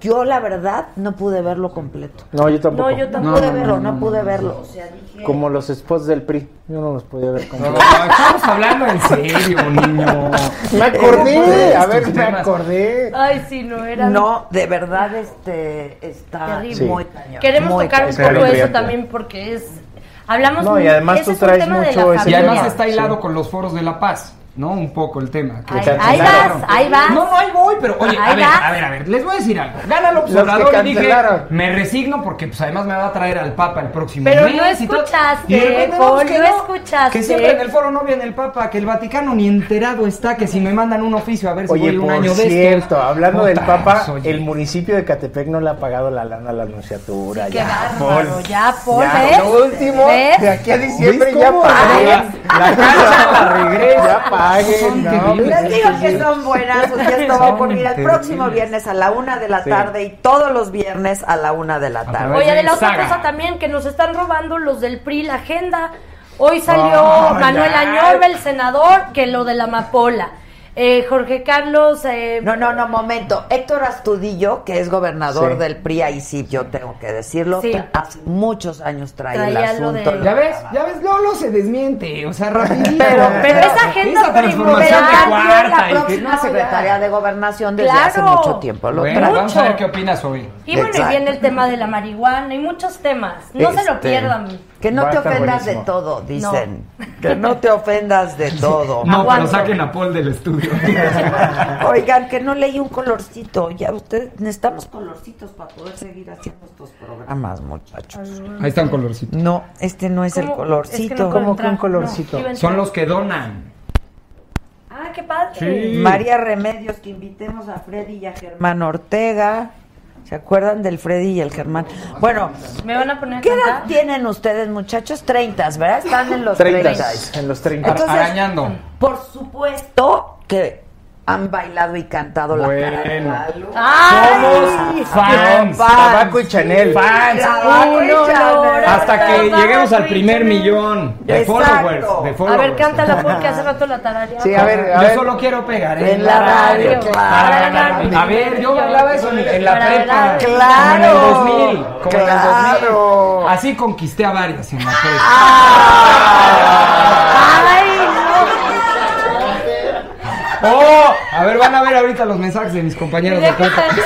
yo la verdad no pude verlo completo. No, yo tampoco. No, yo No, tampoco. pude verlo, no, pude verlo. O sea, dije, Como los spots del PRI. Yo no los podía ver. No, completos. estamos hablando en serio, niño. Me acordé. A ver, Tus me temas. acordé. Ay, sí, no era. no, de verdad este está Terrible. Sí. muy cañón. Queremos muy tocar un cañón. cañón. poco eso Escalofriante. también porque es. Hablamos. No, y muy- además ese tú es un traes tema de mucho la ese Y además tema. familia. está hilado Sí. con los foros de la paz, ¿no? Un poco el tema. que- Ahí- Te ahí cancelaron. vas, ahí vas. No, no, ahí voy, pero oye, Ahí a ver, vas. a ver, a ver, les voy a decir algo. Gana López Los que Obrador y dije, cancelaron. me resigno porque pues además me va a traer al Papa el próximo Pero mes. no y todo. escuchaste, Y de repente, Paul, vamos, que no escuchaste. Que siempre en el foro no viene el Papa, que el Vaticano ni enterado está, que si me mandan un oficio a ver si voy Oye, un por año de cierto, estos. hablando del Putas, Papa, oye. el municipio de Catepec no le ha pagado la lana a la anunciatura. Qué ya, bárbaro, Paul. ya, Paul, Ya, ¿ves? Lo último, ¿Ves? de aquí a diciembre ¿Ves ya cómo? paguen. La- la cancha la regresa. Ya paguen. Son ¿no? terribles. Les digo que son buenas, porque esto va a ocurrir el próximo viernes a la una de la Sí. tarde y todos los viernes a la una de la tarde. Oye, de la Saga. otra cosa también, que nos están robando los del PRI la agenda. Hoy salió Ay, Manuel ay. Añorbe, el senador, que lo de la amapola. Eh, Jorge Carlos. eh, No, no, no, momento. Héctor Astudillo, que es gobernador Sí. del PRI, ahí sí yo tengo que decirlo, Sí. hace muchos años trae el Traía lo asunto. de- Ya ves, ya ves, Pues, Lolo se desmiente, o sea, rapidito. Pero- pero esa agenda Esa Pero transformación primordial, que ya tiene la cuarta y que próxima no se secretaria de gobernación desde Claro. hace mucho tiempo. Lo Bueno, trae. vamos a ver qué opinas hoy. y bueno, y Exacto. viene el tema de la marihuana y muchos temas. No se lo Este, pierdan. Que Va no a te estar ofendas de buenísimo. todo, dicen. Que no te ofendas de todo. No, pero Aguanto. saquen a Paul del estudio. Oigan, que no leí un colorcito. Ya ustedes necesitamos colorcitos para poder seguir haciendo estos programas, Ah, muchachos. Ahí está un colorcito. No, este no es el ¿Cómo? colorcito. Es que no puedo ¿Cómo que un entrar. colorcito? No, iba a entrar. Son los que donan. Ah, qué padre. Sí. María Remedios, que invitemos a Freddy y a Germán Ortega. ¿Se acuerdan del Freddy y el Germán? Bueno, Me van a poner a ¿qué edad cantar? tienen ustedes, muchachos? Treintas, ¿verdad? Están en los treintas. Treintas, en los 30. Entonces, Arañando. Por supuesto que han bailado y cantado la cara de Bueno. Lalo. Somos fans. fans. Tabaco y Chanel. Fans. Tabaco y Uno, Chanel. Hasta que Tabaco lleguemos al y primer Chanel. millón de Exacto. followers. De A followers. ver, cántala porque hace rato la tarareaba. Sí, a ver, a yo ver. solo quiero pegar en, En la radio, claro. Para ganarme. A ver, yo bailaba eso en, en la Para prepa. ganarme. Claro. Como en el 2000. Como en el 2000. Claro. Así conquisté a varias en la prepa. Ay, ¡Oh! A ver, van a ver ahorita los mensajes de mis compañeros de Tenía que, prepa. salir,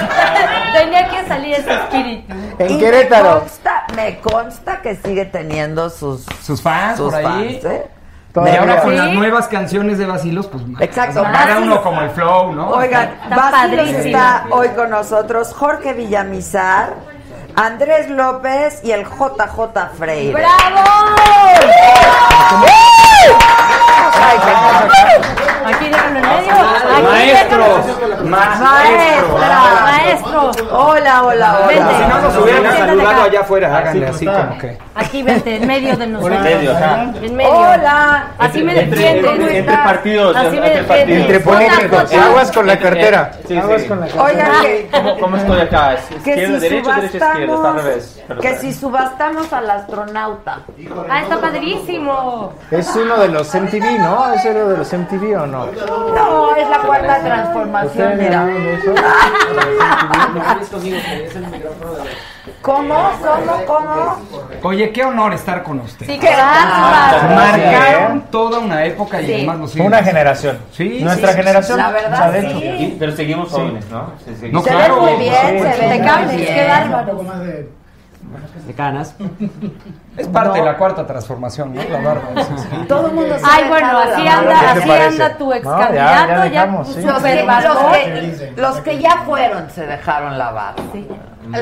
tenía que salir ese espíritu. Y En me Querétaro. consta- Me consta que sigue teniendo sus, Sus Ah, fans sus por ahí. fans, ¿eh? Y Todavía. ahora con Sí. las nuevas canciones de Basilos, pues Exacto, Para Basilos. uno como el flow, ¿no? Oigan, Está Basilos padrísimo. está hoy con nosotros, Jorge Villamizar, Andrés López y el JJ Freire. ¡Bravo! Ay, qué- Aquí déjalo en medio. Aquí déjalo. Maestro. Maestro. Hola, hola, Vente. Ah. Si no hola. nos hubieran Siéntate saludado acá. allá afuera, háganle así como que. Aquí vente, en medio de nosotros. En medio, ajá. medio. Hola. Así me Entre- defienden. entre- entre partidos, Así me entre defienden. partidos. Entre políticos. Jota, Jota. Aguas con la cartera. Sí, Aguas sí. con la cartera. Oigan, que, ¿Cómo, ¿Cómo estoy acá? Es que Izquierda, si derecha, derecha, izquierda. Está al subastamos, revés. Pero que está si bien. subastamos al astronauta. Ah, está padrísimo. Es uno de los MTV, ¿no? ¿Es uno de los MTV o no? No, es la cuarta transformación, ¿Ustedes mira. ganaron de eso? ¿Cómo? ¿Cómo? ¿Cómo? Oye, qué honor estar con ustedes. Sí, qué bárbaro. Marcaron toda una época y Sí. además nos Fue Una generación. Sí, Nuestra sí, generación. La verdad, adentro. sí. Y- pero seguimos jóvenes, ¿no? Sí, sí. No, Se ve Claro, muy bien, sí, se sí, ve sí. muy Impecables, bien. qué bárbaros. Es parte de la cuarta transformación, ¿no? La barba. sí, sí. Todo el mundo se Ay, ve bueno, cada así la barba. anda, ¿Qué te así parece? anda tu ex No, ya, ya candidato, ya, dejamos, puso sí. Los que, verbazón. los, que, los que ya fueron se dejaron la barba.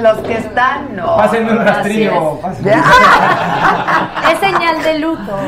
Los que están, no. Pásenme un Así rastrillo. es. pásenme. Es señal de luto.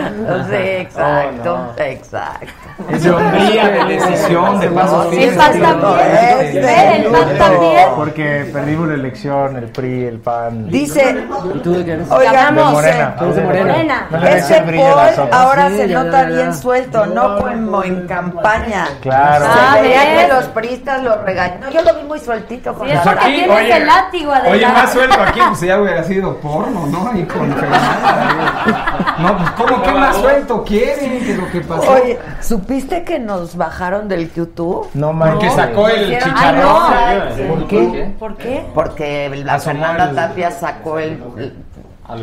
Sí, exacto, exacto. De hombría, de decisión, de pasos Sí, firmes. pasa Sí, bien. eh, todo Este esto. Ven, el pan también. Porque perdimos la elección, el PRI, el PAN. Dice, De oigamos, Morena. eh, de Morena. No le veas ese el brillo a las Paul hojas. ahora se nota bien suelto, no como en campaña. Claro. Ah, Se veía ¿ves? que los priistas lo regañaron. No, yo lo vi muy sueltito con Sí, la es porque barba. tienes el látigo adelante. Oye, más suelto aquí, pues ya hubiera sido porno, ¿no? Y con Fernanda. No, pues ¿cómo que más suelto quieren? Que lo que pasó. Oye, ¿supiste que nos bajaron del YouTube? No Porque manches. sacó el Hicieron- chicharrón. Ay, no. ¿Por qué? ¿Por qué? Porque la Asomar Fernanda el- Tapia sacó el...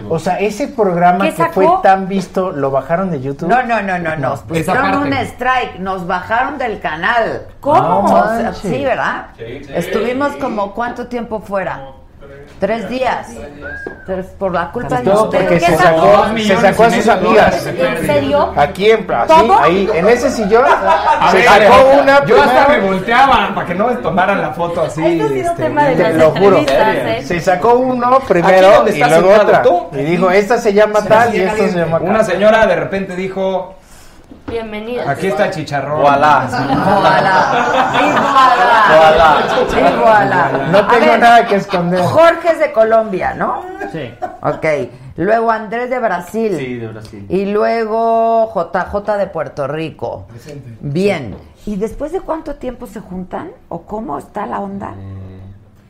O sea, ese programa ¿Qué que sacó? fue tan visto, ¿lo bajaron de YouTube? No, no, no, no, nos pusieron parte. un strike, nos bajaron del canal. ¿Cómo? O sea, manches. sí, ¿verdad? Estuvimos como cuánto tiempo fuera. Tres días. Tres, por la culpa de Todo ustedes. porque ¿Qué se sacó? sacó, Dos se millones sacó a y sus medio de amigas. dólares. ¿En serio? Aquí en así, ¿Todo? ahí, en ese sillón, A se ver, sacó una Yo hasta me primero, volteaba para que no me tomaran la foto así. Esto ha sido este, tema de te las lo juro. entrevistas, ¿eh? se sacó uno Aquí primero donde y estás luego otra. sentado tú. Y dijo, esta se llama tal y esta se llama Una tal. señora de repente dijo, Bienvenida. aquí está el chicharrón. Voilà. Iguala. Iguala. No tengo nada que esconder. Jorge es de Colombia, ¿no? Sí. Ok. Luego Andrés de Brasil. Sí, de Brasil. Y luego JJ de Puerto Rico. Bien. ¿Y después de cuánto tiempo se juntan? ¿O cómo está la onda?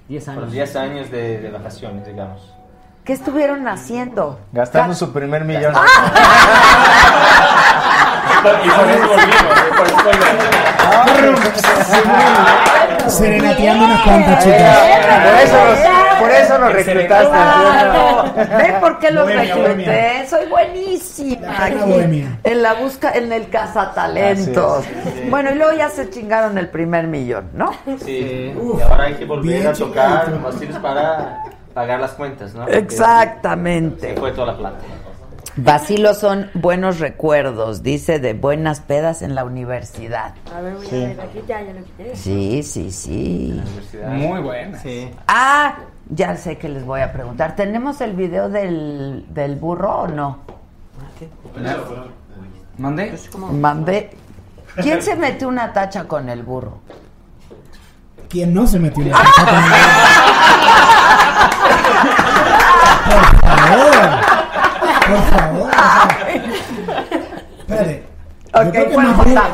Diez años. 10 años de, de vacaciones, digamos. ¿Qué estuvieron haciendo? Gastando su primer millón. Y por eso volvimos, por eso volvimos. Serenateando unas cuantas, chicas. Por eso nos, por eso nos reclutaste. Claro. ¿Ven por qué los recluté? Soy buenísima. aquí, en la busca, en el cazatalentos. Así Bueno, y luego ya se chingaron el primer millón, ¿no? Sí, y ahora hay que volver a tocar los vacilos para pagar las cuentas, ¿no? Porque Exactamente. Fue toda la plata. Vacilos son buenos recuerdos, dice, de buenas pedas en la universidad. A ver, voy Sí. a ver, aquí ya, ya lo quité. Sí, sí, sí. Muy buena. Sí. Ah, ya sé que les voy a preguntar. ¿Tenemos el video del, del burro o no? ¿Mandé? Mandé. ¿Quién se metió una tacha con el burro? Ah. ¿Quién no se metió en la Por favor. Por favor. Espérate. Yo creo que más burro- yo Ah,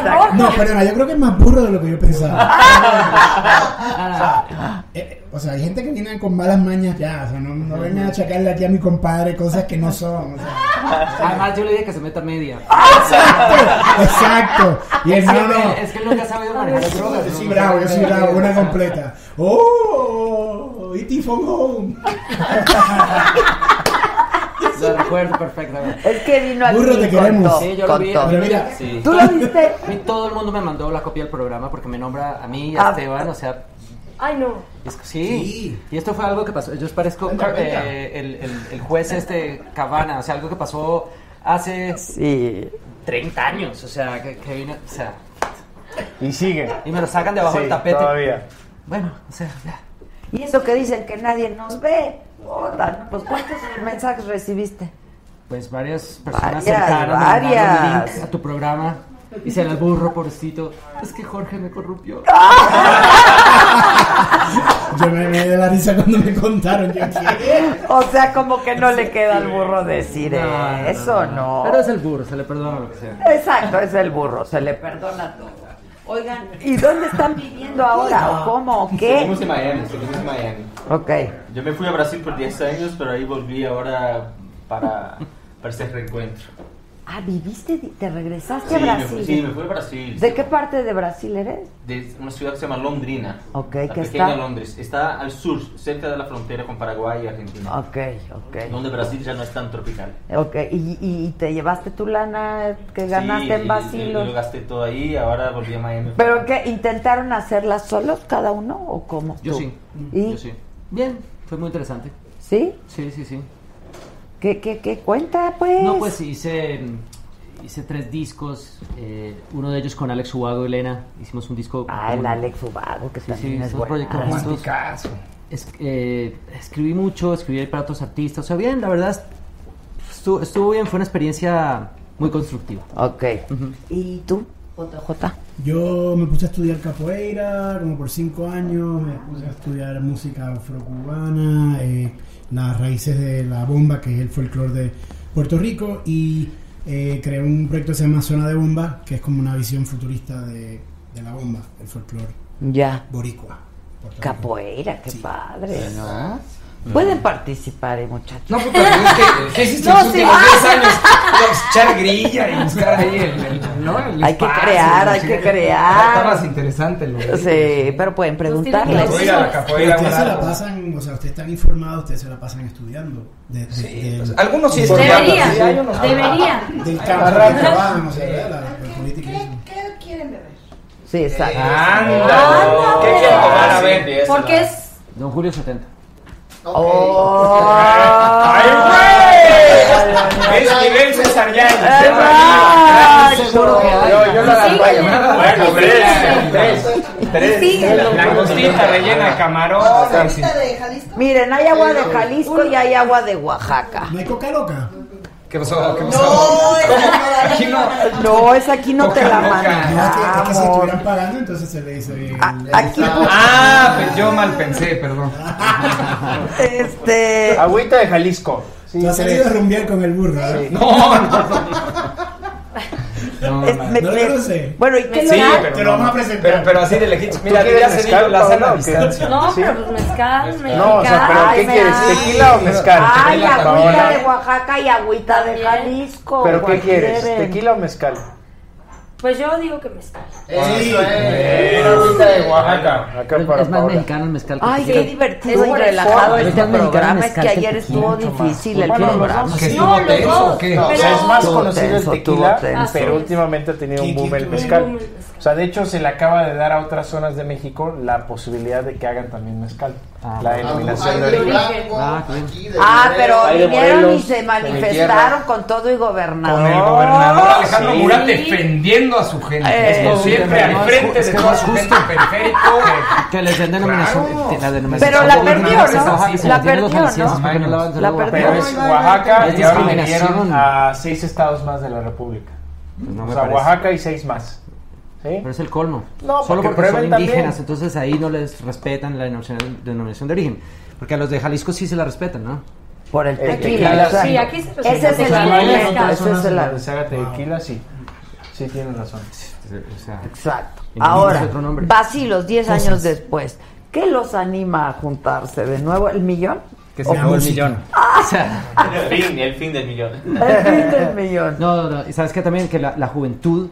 creo- No, perdona, yo creo que es más burro de lo que yo pensaba. Eh, O sea, hay gente que viene con malas mañas ya. O sea, no, no vengan a achacarle aquí a mi compadre cosas que no son. o sea. Además, yo le dije que se meta media. Ah, Exacto. Y él, Es no, que- no. Es que él nunca ha sabido manejar las drogas. Yo soy ¿no? bravo, yo soy bravo, una completa. ¡Oh! E.T. from home. Lo recuerdo perfectamente. Es que vino aquí Burro, te con queremos. todo, Sí, yo lo con vi. todo. Pero mira, ¿tú lo viste? A mí todo el mundo me mandó la copia del programa porque me nombra a mí y Ah. a Esteban, o sea, Ay, no. es que sí. Y esto fue algo que pasó. Yo parezco Venga, venga. eh, el, el- el juez este Cabana, o sea, algo que pasó hace 30 años, o sea, que, que vino, o sea, Y sigue. y me lo sacan de abajo Sí, del tapete. Todavía. Bueno, o sea, ya. Y eso que dicen que nadie nos ve. Jodan, pues ¿cuántos mensajes recibiste? Pues varias personas Varias, cercanas me mandaron varias. links a tu programa y se las burro, pobrecito. Es que Jorge me corrompió. Yo me me de la risa cuando me contaron. Yo O sea, como que no le queda al burro decir eso, no. Pero es el burro, se le perdona lo que sea. Exacto, es el burro, se le perdona todo. Oigan, ¿y dónde están viviendo ahora? ¿O cómo? ¿O qué? Seguimos en Miami, seguimos en Miami. Ok. Yo me fui a Brasil por 10 años, pero ahí volví ahora para, para ese reencuentro. Ah, viviste, di- te regresaste Sí, a me Brasil. fui- sí, me fui a Brasil. ¿De qué parte de Brasil eres? De una ciudad que se llama Londrina. Ok, la ¿qué pequeña está? Londres. Está al sur, cerca de la frontera con Paraguay y Argentina. Ok, ok. Donde Brasil ya no es tan tropical. Ok, ¿y, y te llevaste tu lana que ganaste Sí, en y- y Bacilos? Lo gasté todo ahí, ahora volví a Miami. ¿Pero qué? ¿Intentaron hacerlas solos cada uno o cómo? Yo tú? sí. ¿Y Yo sí. Bien, fue muy interesante. ¿Sí? Sí, sí, sí. ¿Qué, qué, qué cuenta, pues? No, pues hice, mm, hice tres discos, eh, uno de ellos con Alex Ubago y Elena. Hicimos un disco. Ah, el Alex Ubago, que también es hicimos proyectos buenazo. juntos. Es- eh, escribí mucho, escribí para otros artistas. O sea, bien, la verdad, estuvo, estuvo bien, fue una experiencia muy constructiva. Ok. ¿Y tú, JJ? Yo me puse a estudiar capoeira como por cinco años, me puse a estudiar música afrocubana, eh, las raíces de la bomba, que es el folclore de Puerto Rico, y eh, creé un proyecto que se llama Zona de Bomba, que es como una visión futurista de, de la bomba, el folclore Ya. boricua. Capoeira, qué padre, ¿no? Pueden participar, eh, muchachos. No, puta, pero es que- ¿qué hiciste los últimos 10 años? Pues, echar grilla y buscar ahí el, el- ¿no? El Hay que espacio, crear, la hay chingada. que crear. Está más interesante lo de- Sí, pero pueden preguntarles. Pero Capoeira, la capoeira, ustedes se bueno. la pasan, o sea, ustedes están informados, ustedes se la pasan estudiando. de- de- del- pues, algunos sí informando, Deberían, sí, hay unos- deberían. Del campo, Agarrar- del trabajo, o sea, de la, la política y eso. ¿Qué quieren beber? Sí, exacto. Anda. ¿Qué quieren Ah, Ah, tomar? A ver, Empieza, Porque va. es Don Julio 70. Oh. Es nivel César Yáñez. Exacto. Seguro que hay. Yo, yo lo acompaño. Bueno, tres, tres, tres. Langostita rellena de camarón. Miren, hay agua de Jalisco y hay agua de Oaxaca. ¿No hay coca loca? ¿Qué pasó? ¿Qué No, pasó? Aquí no. No, es aquí no te la No, es que, es que si mandan. estuvieran pagando, entonces se le dice bien. Aquí. Ah, pues yo mal pensé, perdón. Este. Agüita de Jalisco. Sí, Tú has salido a rumbear con el burro, ¿verdad? No, no, Es- me- No, me- yo no sé. Bueno, ¿y qué Sí, lo- pero Te lo vamos no. a presentar. Pero, pero así de lejitos. Mira, ¿Tú ya quieres se mezcal, la hacen a Paola, o qué? distancia. No, Sí. pero pues mezcal, mexicano. No, o sea, pero ¿qué me quieres? da- ¿Tequila o mezcal? Ay, Tequila, agüita Paola. de Oaxaca y agüita de Jalisco. ¿Pero qué ¿cuál quieres? quieren? ¿Tequila o mezcal? Pues yo digo que mezcal. Eh, Eso es. Una agüita de Oaxaca. Acá es para más Paola. mexicano el mezcal. que Ay, el qué tequila. divertido y Ahorita relajado el este mexicano programa. Es que mezcal ayer estuvo tequila. difícil el Bueno, los programa. dos. ¿Que estuvo tenso o qué? No, O sea, es más estuvo conocido el tenso, estuvo tequila, tenso. pero últimamente ha tenido un boom el Un boom mezcal. el O sea, de hecho se le acaba de dar a otras zonas de México la posibilidad de que hagan también mezcal. la denominación de origen. Ah, claro. Ah, pero Ahí de vinieron y Morelos, se de mi tierra. manifestaron con todo y gobernador. Con el gobernador Alejandro Sí. Murat defendiendo a su gente. Eh, Estuvo sí, siempre pero no, al es frente ju- es de que toda no su es gente en periférico. Que les den denominación. este, La denominación. Pero la gobernador, perdió, se ¿no? trabaja y se La le tiene dos perdió, licencias, ¿no? porque no la van a hacer Pero es Oaxaca y ahora le dieron a seis estados más de la República. no o me sea, parece. Oaxaca y seis más. Pero es el colmo. No, Solo porque porque son prueben también. indígenas, entonces ahí no les respetan la denominación, denominación de origen. Porque a los de Jalisco sí se la respetan, ¿no? Por Este, el tequila, claro. Sí, aquí se respeta. Ese es el O sea, no hay mezcal, otras ese zonas es el- en las que se haga tequila, sí. Sí tienen razón. Exacto. Inventemos Ahora, otro nombre. Basilos, 10 Cosas. años después, ¿qué los anima a juntarse de nuevo? ¿El millón? Que ¿O se acabó el música? Ah, millón. O sea, El fin, el fin del millón. No, no, no. Y sabes que también que la, la juventud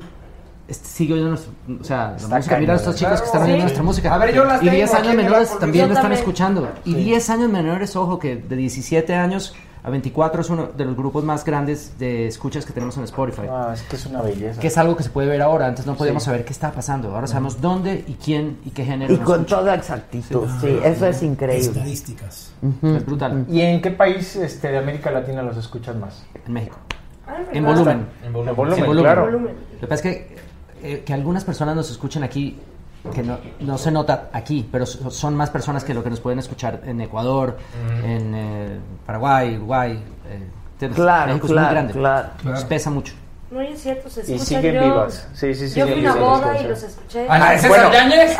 es- sigue oyendo nuestro- o sea, la música. Mira a estos chicos que están Claro. oyendo Sí. nuestra música. A ver, yo las y 10 tengo aquí años en la menores colección también lo están también. escuchando. Y Sí. 10 años menores, ojo, que de 17 años a 24 es uno de los grupos más grandes de escuchas que tenemos en Spotify. Ah, es que es una belleza. Que es algo que se puede ver ahora. Antes no podíamos Sí. saber qué estaba pasando. Ahora sabemos dónde y quién y qué género. Y nos con escucha. toda exactitud, sí, eso es increíble. Estadísticas. Es brutal. ¿Y en qué país este, de América Latina los escuchan más? En México. Ah, En En volumen. volumen. En volumen, claro. Volumen. Lo que pasa es que, eh, que algunas personas nos escuchan aquí, que no, no se nota aquí, pero so- son más personas que lo que nos pueden escuchar en Ecuador, Ujú. en eh, Paraguay, Uruguay. eh, entonces, Claro, México es claro, muy grande. claro. Entonces, pesa mucho. No, es cierto, se Y escuchan. siguen yo, vivas. Sí, sí, sí, Yo sí, fui sí, sí, a una sí, boda sí, y sí. los escuché. Ah, ¿A la de César Bueno. Yáñez?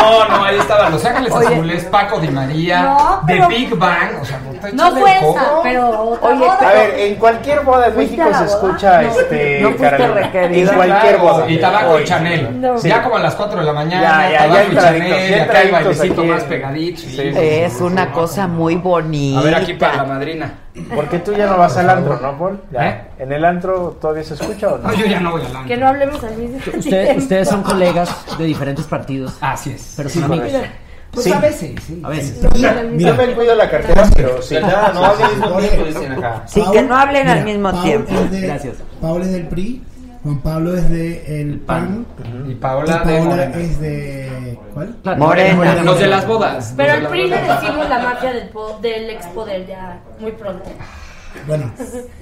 No, no, ahí estaba Los Ángeles Oye. Azules, Paco Di María, No, The pero- Big Bang. O sea, no te No eches fue el coco. esa, pero otra Oye, boda. a ver, en cualquier boda en ¿Fuiste México a se la boda? escucha No. este No fuiste Carolina. requerida. En cualquier Claro, boda. y tabaco Hoy. y Chanel. No. Ya como a las 4 de la eh, mañana, Ya, ya, ya tabaco y entraditos, Chanel, ya y acá el entraditos bailecito aquí eh. más en- pegadito. Es una cosa muy bonita. A ver, aquí para la madrina. ¿Por qué tú ya no vas al antro, no, Paul? Ya. ¿En el antro todavía se escucha o no? ¿Eh? No, yo ya no voy al Que no hablemos al mismo Usted- tiempo. ustedes son colegas de diferentes partidos. Así es. Pero son Sí, amigos. correcto. Pues Sí. a veces, sí. A veces. Yo me cuido la cartera, pero sí. ¿Verdad? No hablen al mismo tiempo, dicen acá. Sí, que no hablen al mismo Paul tiempo. es de- Gracias. Paul es del PRI, Juan Pablo es de El PAN. Y y Paola, de Paola Morena. es de. ¿Cuál? Claro, Morena. Los de las bodas. Pero Los de al las PRI le bodas. decimos la mafia del, po- del expoder ya muy pronto. Bueno.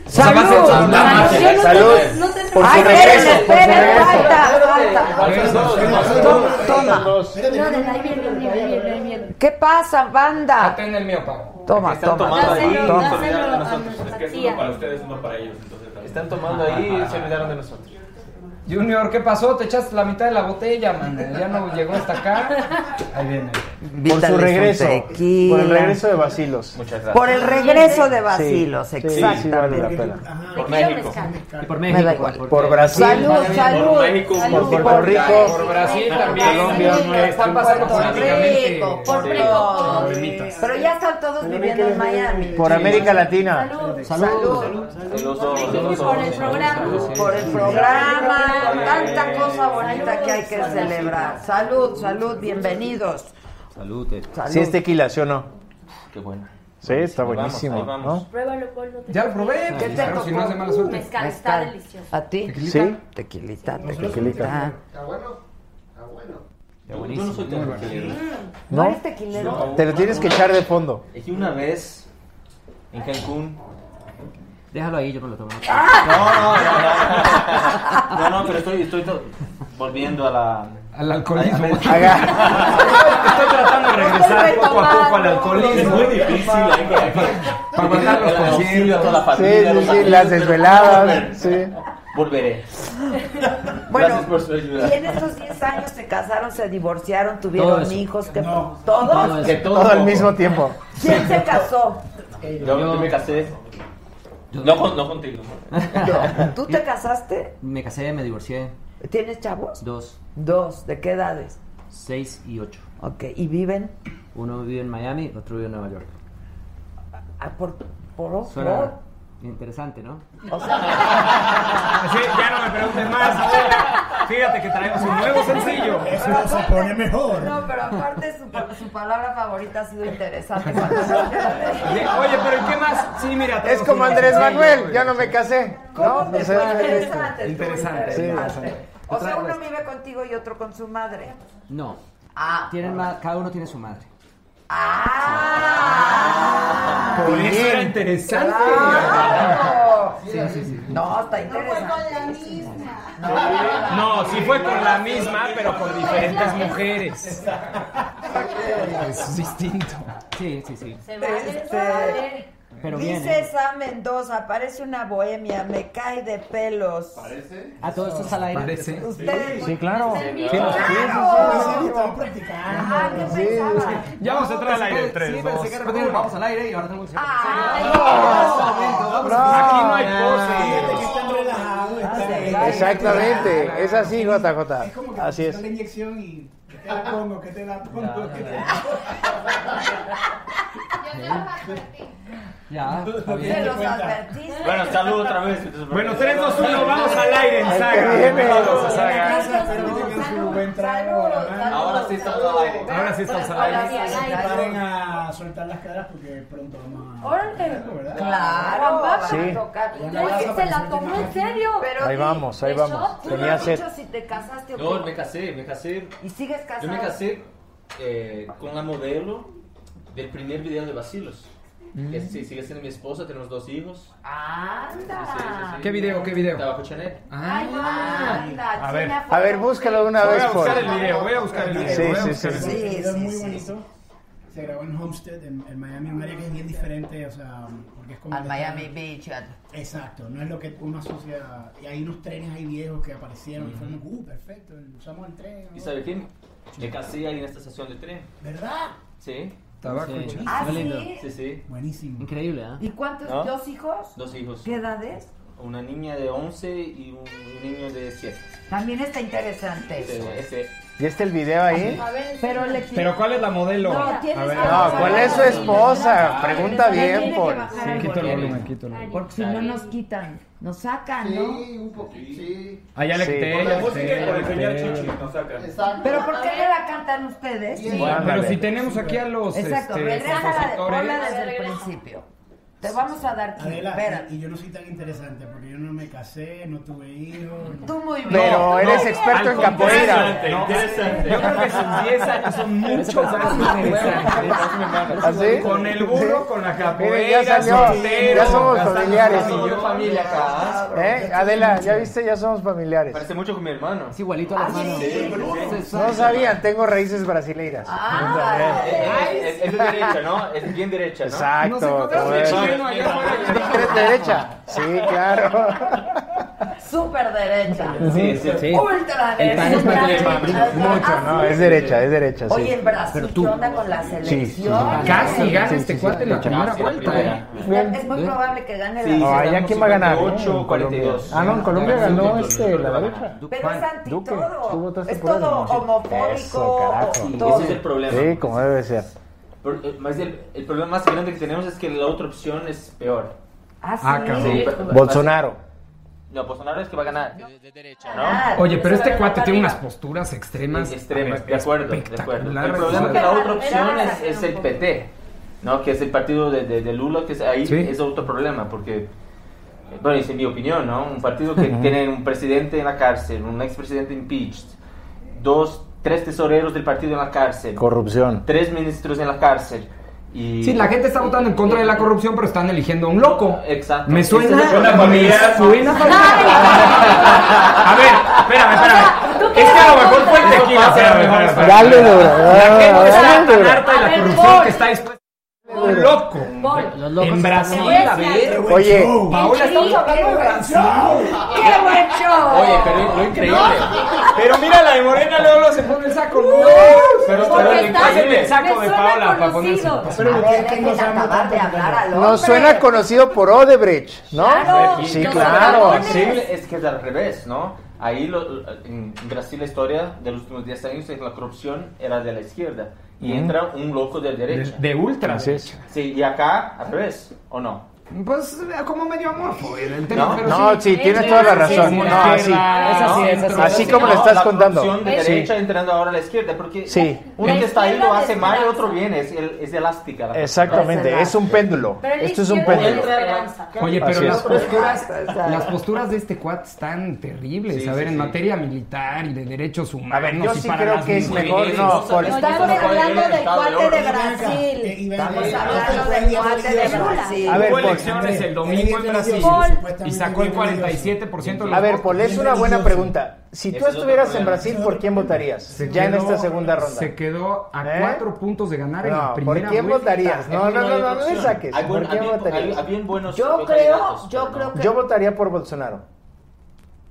¡Salud! Salud. Yo no te- Salud. no te- Por su Ay, regreso, esperen, por su esperen, regreso. falta, falta. Toma. No, de ahí viene, ahí viene, ahí viene, ahí viene. ¿Qué pasa, banda? Ten el mío, Paco. Toma, Están toma, tomando ahí, toma, se pues, toma. olvidaron de nosotros. Es que es uno para ustedes, uno para ellos. entonces, Están tomando ahí y se olvidaron de nosotros. Junior, ¿qué pasó? Te echaste la mitad de la botella, man. Ya no llegó hasta acá. Ahí viene. Por su Invítales un regreso. tequila. Por el regreso de Basilos. Muchas gracias. Por el regreso de Basilos, sí, exactamente. sí, vale la pena. Por México. Por México, Me da igual. Por, Brasil. Salud, salud. Por México, salud. por Puerto Rico. Por Brasil también. Colombia. Están pasando Puerto políticamente. Rico, por Sí. Rico. Problemitas. Pero ya están todos viviendo en Miami. Por América Latina. Salud. Por el programa. Por el programa. Tanta cosa bonita que hay que celebrar. Salud, salud, bienvenidos. Salud. Si es tequila, ¿sí o no? eh. Qué bueno. Sí, está Ahí vamos, buenísimo. ahí vamos. Pruébalo, Paul, no te- Ya lo probé. ¿Qué te Pero si no tocó? hace mala suerte. Mezcal, está delicioso. ¿A ti? ¿Tequilita? Sí. Tequilita, Ah. Nosotros tequilita. Está bueno. Está bueno. Yo no soy tan arquero. ¿No este eres tequilero? Te lo tienes que echar de fondo. Es que una vez en Cancún. Déjalo ahí, yo me lo tomo. No, no, Ah. no, no. No, no, pero estoy, estoy to- volviendo a la. Al alcoholismo. Estoy tratando de regresar poco a poco al alcoholismo. Es muy difícil. ¿eh? Para aguantar los conciertos. toda la Sí, familia. sí, los sí, amigos, las pero desveladas. Sí. Volveré. Bueno, Gracias por su ayuda. Y en estos 10 años se casaron, se divorciaron, tuvieron Todo eso. hijos. Que ¿Todos? Que Todo al mismo tiempo. ¿Quién se casó? Yo, yo me casé. No, con- no contigo. ¿Tú te casaste? Me casé, me divorcié. ¿Tienes chavos? Dos, Dos. ¿De qué edades? seis y ocho. Ok. ¿Y viven? Uno vive en Miami, otro vive en Nueva York. Ah, por, por, Suena- por- Interesante, ¿no? Sí, ya no me preguntes más. Fíjate que traemos un nuevo sencillo. No, pero aparte su, pa- su palabra favorita ha sido interesante. Oye, oye, pero ¿y qué más? Sí, mira. Es tenemos como un Andrés sencillo. Manuel, yo no me casé. ¿no? O sea, interesante, Interesante. estuvo interesante. Sí, O sea, Otra uno vez. vive contigo y otro con su madre. No. Ah. Tienen ma- cada uno tiene su madre. Ah. Por eso era interesante. Ah. Sí, sí, sí. No, está interesante. No, sí fue con la misma, pero con diferentes mujeres. Es distinto. Sí, sí, sí. Este, Pero bien, dice ¿eh? Sam Mendoza, parece una bohemia, me cae de pelos. ¿Parece? ¿A todo esto está al aire? Parece. Ustedes. Sí, claro. ¿Es en Sí, vivo? sí, sí, sí, sí. ¡Claro! Están Ah, ¿qué pensaba? Ya vamos a entrar al aire. tres, sí, pensé que era porque vamos al aire y ahora tenemos que Ah, Ay, Aquí no hay Ah. Ah, pose. Exactamente, es así, JJ. Así es. La inyección y que te la pongo, que te la pongo. que te la- Ya, está bien. Se los advertiste. Bueno, salud otra vez. Bueno, 3, 2, 1, vamos al aire en saga. Vamos a saga. Gracias, espero que tengan su buen trago. ¿verdad? Ahora sí estamos al aire. Ahora sí estamos al Ahora aire. sí, Preparen a soltar las caderas porque pronto vamos a. Órale. ¿Verdad? Claro, Caramba, Sí. para tocar. Oye, se la tomó en serio. Pero Ahí di- vamos, ahí ¿de vamos. shot? ¿Tú no Tenía has sed. dicho si te casaste o qué? No, me casé, me casé. ¿Y sigues casado? Yo me casé eh, con la modelo del primer video de Vacilos. Mm. Que sí, sigue siendo mi esposa, tenemos dos hijos. Anda. ¿Qué video? ¿Qué video? Trabajo Chanel. Ay, anda. A ver, tiene a ver, búscalo una Voy vez. a buscar Paul. el video, voy a buscar el video. Sí, voy a sí, buscar sí. el Sí, video. es muy sí, sí. bonito. Se grabó en Homestead, en, en Miami, un área que es bien diferente, o sea, porque es como... Al que Miami está- Beach. al- Exacto, no es lo que uno asocia... Y hay unos trenes ahí viejos que aparecieron y fuimos, uh, perfecto, usamos el tren. ¿Y sabe quién? Me casé ahí en esta estación de tren. ¿Verdad? Sí. Tabaco. Sí. Ah, Qué lindo. ¿sí? Sí, sí. Buenísimo. Increíble, ¿eh? ¿Y cuántos? ¿No? ¿Dos hijos? Dos hijos. ¿Qué edades? Una niña de 11 y un niño de 7. También está interesante. ¿eh? Este, este, ¿Y está el video ahí? Pero le Pero ¿cuál es la modelo? No, tienes A ver. que No, ¿cuál es su esposa? Pregunta bien, Paul. Quito el volumen, quito el volumen. Porque si no nos quitan, nos sacan, ¿no? Sí, un poquito. Sí. Ah, ya le Sí. quité. Por ya la le música quité, y por ya el le señor quité. Chichi nos sacan. Exacto. Pero ¿por qué no la cantan ustedes? Pero Ándale. si tenemos aquí a los Exacto, este, regresa la de ponla compositores. desde el principio. Te vamos a dar tiempo. Adela, Espérate. y yo no soy tan interesante porque yo no me casé, no tuve hijos. no- Tú muy bien. Pero eres experto en capoeira. Interesante, interesante. Yo creo que sus 10 años son muchos años. ¿Ah, sí? Con el burro, con la Miren, ya capoeira, salió. soltero. Ya somos gastando familiares. más Somos millones. familia acá. ¿Eh? Adela, ya viste, ya somos familiares. Parece mucho con mi hermano. Es igualito Ah, al hermano. No sabían, tengo raíces brasileiras. Ah, Eh, eh, Es, es de derecha, ¿no? Es bien derecha, ¿no? Exacto. como el ves. chileno allá afuera. ¿Tres derecha? Sí, claro. Súper derecha. Sí, sí, sí. Ultra El pan es derecha. más Ultra- Mucho, no, Ah, es derecha, es derecha, sí. Oye, en Brasil, ¿qué onda con la Sí, sí, sí. selección? Casi gana Sí, este sí, cuate sí, la sí, primera sí, vuelta. primera. ¿eh? Es muy probable que gane la Ah, ¿ya quién va a ganar? 58, En Colombia. 42. Ah, no, en Colombia ganó este, la derecha. Pero es anti Duque, tú todo. votaste Es por él, todo ¿no? homofóbico. Eso, carajo. y Ese todo. es el problema. Sí, como debe ser. Por- eh, más el, el problema más grande que tenemos es que la otra opción es peor. Ah, Ah, sí. cabrón. Sí. Bolsonaro. No, Bolsonaro es que va a ganar. De, derecha, Ah, Oye, pero eso este va cuate para tiene unas arriba. posturas extremas. Extremas, a ver, de acuerdo, de acuerdo. espectacular. El problema es que la otra opción es, es el Un poco. PT, ¿no? Que es el partido de, de- de Lula, que es, ahí Sí. es otro problema, porque, bueno, es mi opinión, ¿no? Un partido que tiene un presidente en la cárcel, un expresidente impeached, dos, tres tesoreros del partido en la cárcel, Corrupción. tres ministros en la cárcel. Y, Sí, la gente está votando en contra de la corrupción, pero están eligiendo a un loco. Exacto. Me suena. Ese es el me problema. suena familiar. A ver, espérame, espérame. Es que a lo mejor fue el tequila. Espérame, espérame, espérame. Dale duro, La gente Ah, está dale tan duro. harta de la corrupción que está dispuesta. a un loco. Los locos En Brasil, están- a ver. Oye, Paola, estamos hablando de Brasil. ¡Qué buen show! Oye, pero lo increíble. Pero mira, la de Morena luego luego se pone el saco. No, pero Porque pero está- pásenme el saco me de suena Paola para ponerse. conocido. Pero lo que es que Dejen no sabemos acabar de tanto hablar al hombre. nos suena conocido por Odebrecht, ¿no? Claro. Sí, Los claro. dragones. Es que es al revés, ¿no? Ahí lo- en Brasil la historia de los últimos 10 años es que la corrupción era de la izquierda y entra un loco de derecha. De ultra. Así es. Sí, y acá al revés, ¿o no? Pues eh, como medio amorfo, evidentemente. No, pero no, sí, tienes toda la razón. No, así. Así como le estás la contando. corrupción de Sí. derecha entrando ahora a la izquierda, porque Sí. uno La que está ahí lo izquierda hace mal, el otro despedaza. bien, es, el- es elástica. la cosa. Exactamente, Pues, es un péndulo. Pero la Esto es un izquierda péndulo. es la esperanza. Oye, pero Así las es. posturas, Exacto. las posturas de este cuat están terribles. Sí, a ver, sí, en sí. materia militar y de derechos humanos. yo y sí para creo las que es mujeres. mejor, no, Paul. Estamos hablando del cuate de Brasil. Iván, Estamos eh, "Este hablando fue el del día cuate de de Lula. Brasil. A A ver, ver, Hubo Paul. elecciones el domingo en Brasil Paul. y sacó el 47% de los A ver, votos. Paul, es una buena pregunta. Si tú Ese es otro estuvieras en problema. Brasil, ¿por quién votarías? Se Ya en quedó- esta segunda ronda. Se quedó a ¿Eh? cuatro puntos de ganar en la No, ¿por primera quién vuelta. votarías? No, no, no, no, no le saques. Hay buen- ¿Por quién hay bien- hay- votarías? hay bien buenos Yo creo, yo creo que. Yo votaría por Bolsonaro.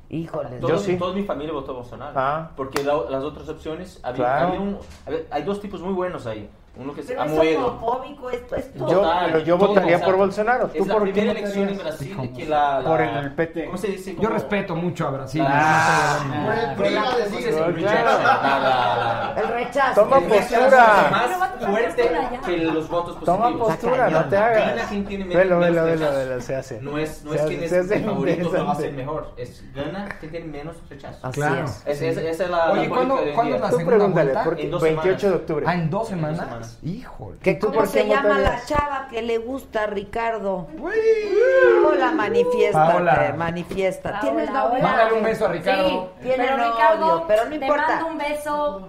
Híjole, Todo- Yo sí. Toda mi familia votó Bolsonaro. Ah. Porque la- las otras opciones, había, Claro. había un- había- hay dos tipos muy buenos ahí. Uno que es Pero es Amoedo. homofóbico, esto es todo. Yo, pero yo todo, votaría exacto. por Bolsonaro. ¿Tú Es la por quién primera elección en votarías? Brasil que la, la- Por el PT. ¿Cómo se dice? Yo Como- respeto mucho a Brasil. Ah. no sé, Ah, bueno. por la- Claro. ¿cómo se dice? El rechazo. La- la- la- El rechazo. Toma El rechazo. postura. Más fuerte que los votos positivos. Toma postura, no te Gana hagas. quien tiene menos Velo, velo, rechazo. velo, velo, se hace. No es, no Se es hace- quien es se hace el favorito lo hace interesante. mejor. Es gana quien tiene menos rechazo. Así Claro. es. Es- es- esa es la, Oye, la ¿cuándo- política de hoy cuándo día. la Tú segunda pregúntale, vuelta? ¿por qué? En dos 28 de semanas. octubre. Ah, en dos semanas. semanas. Híjole. ¿Qué- tú ¿Cómo por se quién llama la votarías? chava que le gusta a Ricardo? Hola, manifiesta. Paola. Manifiesta. Paola, Tienes novio. hola. Mándale un beso a Ricardo. Sí, Tiene pero novio, Ricardo, pero no Te importa. mando un beso.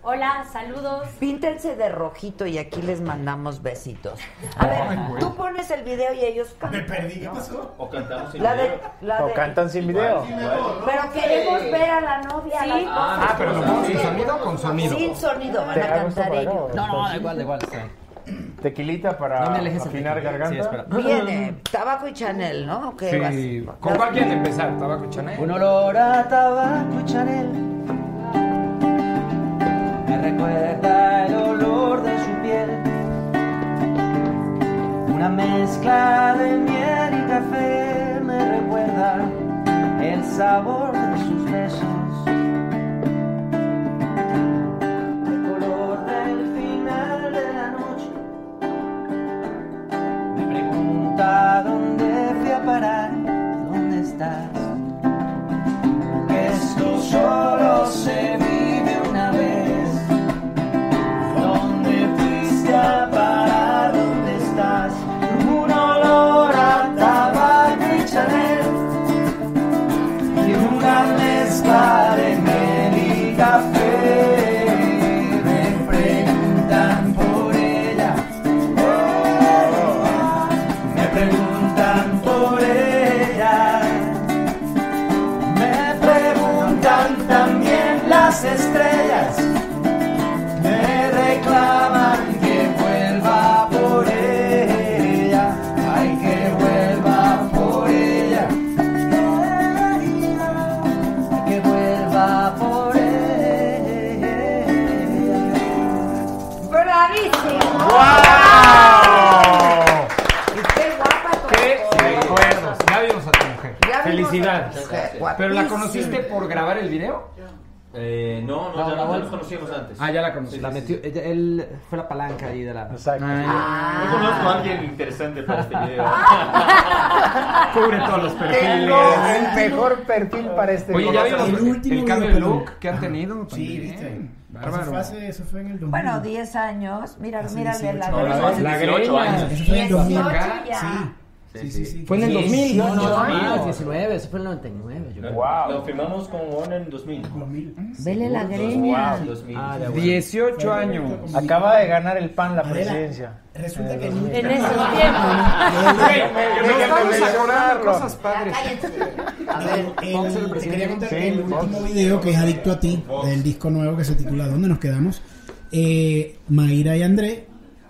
Hola, saludos. Píntense de rojito y aquí les mandamos besitos. A ver, tú pones el video y ellos Me cantan. perdí, ¿qué ¿no? pasó? O cantamos en La de. video. La O de cantan sin video. pero queremos ver a la novia. a la Sí. esposa. Ah, pero lo pongo sin sonido o con sonido. Sin sonido van ¿Te a hago esto cantar para ellos. acá o No, para no, da aquí? igual, da igual. está bien. Tequilita para No me alejes el afinar tequila. Sí, garganta. espera. Viene tabaco y Chanel, ¿no? ¿O qué vas? Sí. ¿Con cuál quieren empezar? ¿Tabaco y Chanel? Un olor a tabaco y Chanel me recuerda el olor de su piel. Una mezcla de miel y café me recuerda el sabor de sus besos. El color del final de la noche me pregunta dónde fui a parar, dónde estás. Esto solo se vive una vez. ¿Dónde fuiste a parar? ¿Dónde estás? Un olor a tabaco y Chanel y una mezcla de miel y café. Me preguntan por ella. Me preguntan por ella. Me preguntan también las estrellas, me reclaman que vuelva por ella, ay que vuelva por ella, que vuelva por ella. ¡Bravísimo! Y qué guapa tu ¡Qué esposa. recuerdos! Ya vimos a tu mujer. Ya vimos a tu Felicidades. mujer, ¿Pero la guapísima. conociste por grabar el video? Eh, no, no, No, ya, la no, ya voz- nos conocíamos antes. Ah, ya la conocí. La metió, ella- él fue la palanca ahí de la... Ah. Exacto. Ah. Yo conozco a alguien interesante para este video. Cubre todos los perfiles. Tengo el mejor perfil para este Oye, ya video. vimos El el, último cambio de video. look que han tenido. Sí, también. viste. Eso Bárbaro. fue, hace- eso fue en el 2000. Bueno, 10 años. Mira, Hace mírale 18 la años. verdad. La Hace 18 greña. años. Eso fue en el 2000. 18 acá. ya. Sí, sí, sí. sí. Fue en el 2000. No, no, Ocho no, años. 19, eso fue el 99. Yo creo. Wow. Lo firmamos con Warner en 2000. 2000. Vele la greña. 2000. Ah, ya, bueno. 18 años. Acaba de ganar el PAN la Adela, presidencia. Resulta que En nunca. esos tiempos. Nos vamos a acordar de mencionarlo. cosas padres. A ver, el, te quería contar Sí, que el último Vox. video que es Adicto a ti, del disco nuevo que se titula ¿Dónde nos quedamos? Eh, Mayra y André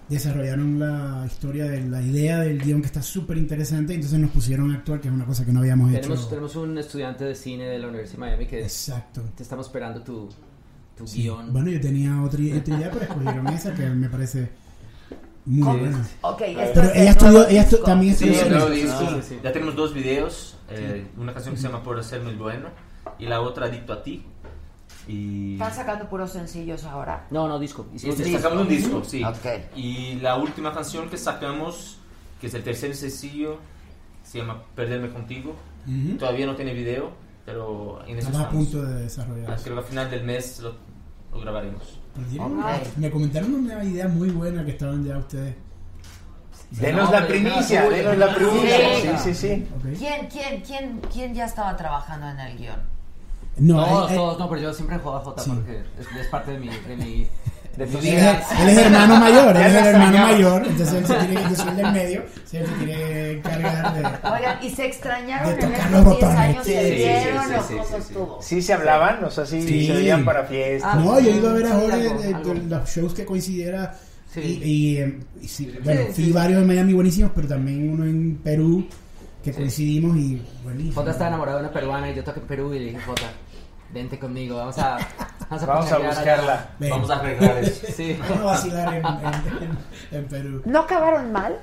desarrollaron la historia de la idea del guión que está súper interesante, entonces nos pusieron a actuar, que es una cosa que no habíamos Tenemos, hecho. tenemos un estudiante de cine de la Universidad de Miami que Exacto. te estamos esperando tu, tu Sí. guión. Bueno, yo tenía otra i- otra idea, pero escogieron esa que me parece muy buena. Ok, esto Pero es ella el estudió, nuevo ella estu- disco. también Sí, estudió el cine. Ah, nuevo disco. Sí, sí. Ya tenemos dos videos. eh, una canción que se llama Por hacerme el bueno y la otra Adicto a ti. Y Están sacando puros sencillos ahora. No, no, disco. y Hicimos este, disco. sacamos un disco, sí. Ok. Y la última canción que sacamos que es el tercer sencillo, se llama Perderme Contigo. Ujú. Todavía no tiene video, pero en eso Estaba a estamos. punto de desarrollar. Ah, Creo que a final del mes lo, lo grabaremos. Pues ya, Me comentaron una idea muy buena que estaban ya ustedes. Denos la primicia, Uy, denos la primicia. Sí, sí, sí. ¿Quién, quién, quién, quién ya estaba trabajando en el guión? No, eh, todos, él- él- todos, no, pero yo siempre jodo a Jota porque es, es parte de mi, de mi, de mi Él vida. es, él es hermano mayor, él es el hermano mayor, entonces él se tiene que, yo soy el del medio, entonces él se tiene que encargar de... Oigan, y se extrañaron De en tocar estos los 10 botones. años, se Sí, sí, vieron, sí, los sí, ojos tuvo. Sí se hablaban, o sea, sí, Sí. se veían para Ah. fiestas. no, yo he ido a ver a Sí, Jorge algo, de, de algo. los shows que coincidiera. Sí. Y, y, em, y sí, bueno, sí, fui sí. varios en Miami buenísimos, pero también uno en Perú que coincidimos y buenísimo. Jota estaba enamorado de una peruana y yo toqué en Perú y le dije, Jota, vente conmigo, vamos a... Vamos a, Vamos a pachanguear buscarla. allá". Ven. Sí. Vamos a vacilar en, en- en- en Perú. ¿No acabaron mal?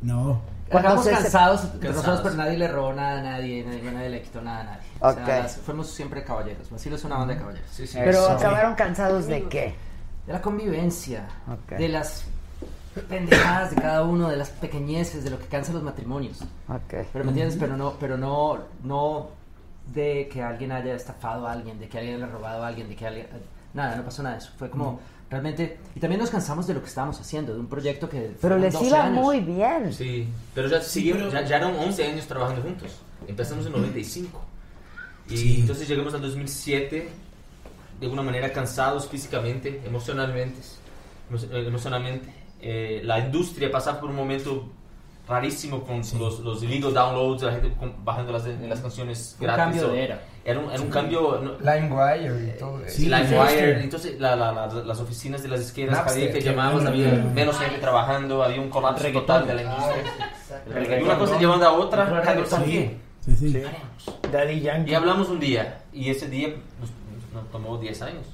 No. Acabamos Entonces- cansados, Cansados. nosotros, pero nadie le robó nada a nadie, nadie, nadie le quitó nada a nadie. O sea, Ok. las- fuimos siempre caballeros, Brasil es una banda de caballeros. Pero acabaron cansados de qué? De la convivencia, Ok. de las pendejadas de cada uno, de las pequeñeces, de lo que cansa los matrimonios. Ok. Pero me entiendes, pero no, pero no, no de que alguien haya estafado a alguien, de que alguien le haya robado a alguien, de que alguien nada, no pasó nada de eso. Fue como Mm. realmente y también nos cansamos de lo que estábamos haciendo, de un proyecto que Pero fueron les 12 iba años. muy bien. Sí, pero ya, seguimos, ya, ya eran 11 años trabajando juntos. Empezamos en 95. Y entonces llegamos al 2007, de alguna manera cansados físicamente, emocionalmente. emo- eh, emocionalmente. Eh, la industria pasaba por un momento rarísimo con los, los illegal downloads, la gente com- bajando las, las canciones Un gratis. cambio o- de era. Era un, era un cambio... no- Eh, LimeWire y todo eso. Sí, LimeWire, entonces la- la- la- las oficinas de las izquierdas, cada Napster, día que que llamábamos era había una- menos gente trabajando, había un colapso total de la industria. Reggaetón. y una cosa llevando a otra, Claro, cada sí. también. Sí, sí. Y hablamos un día, y ese día nos, nos tomó 10 años.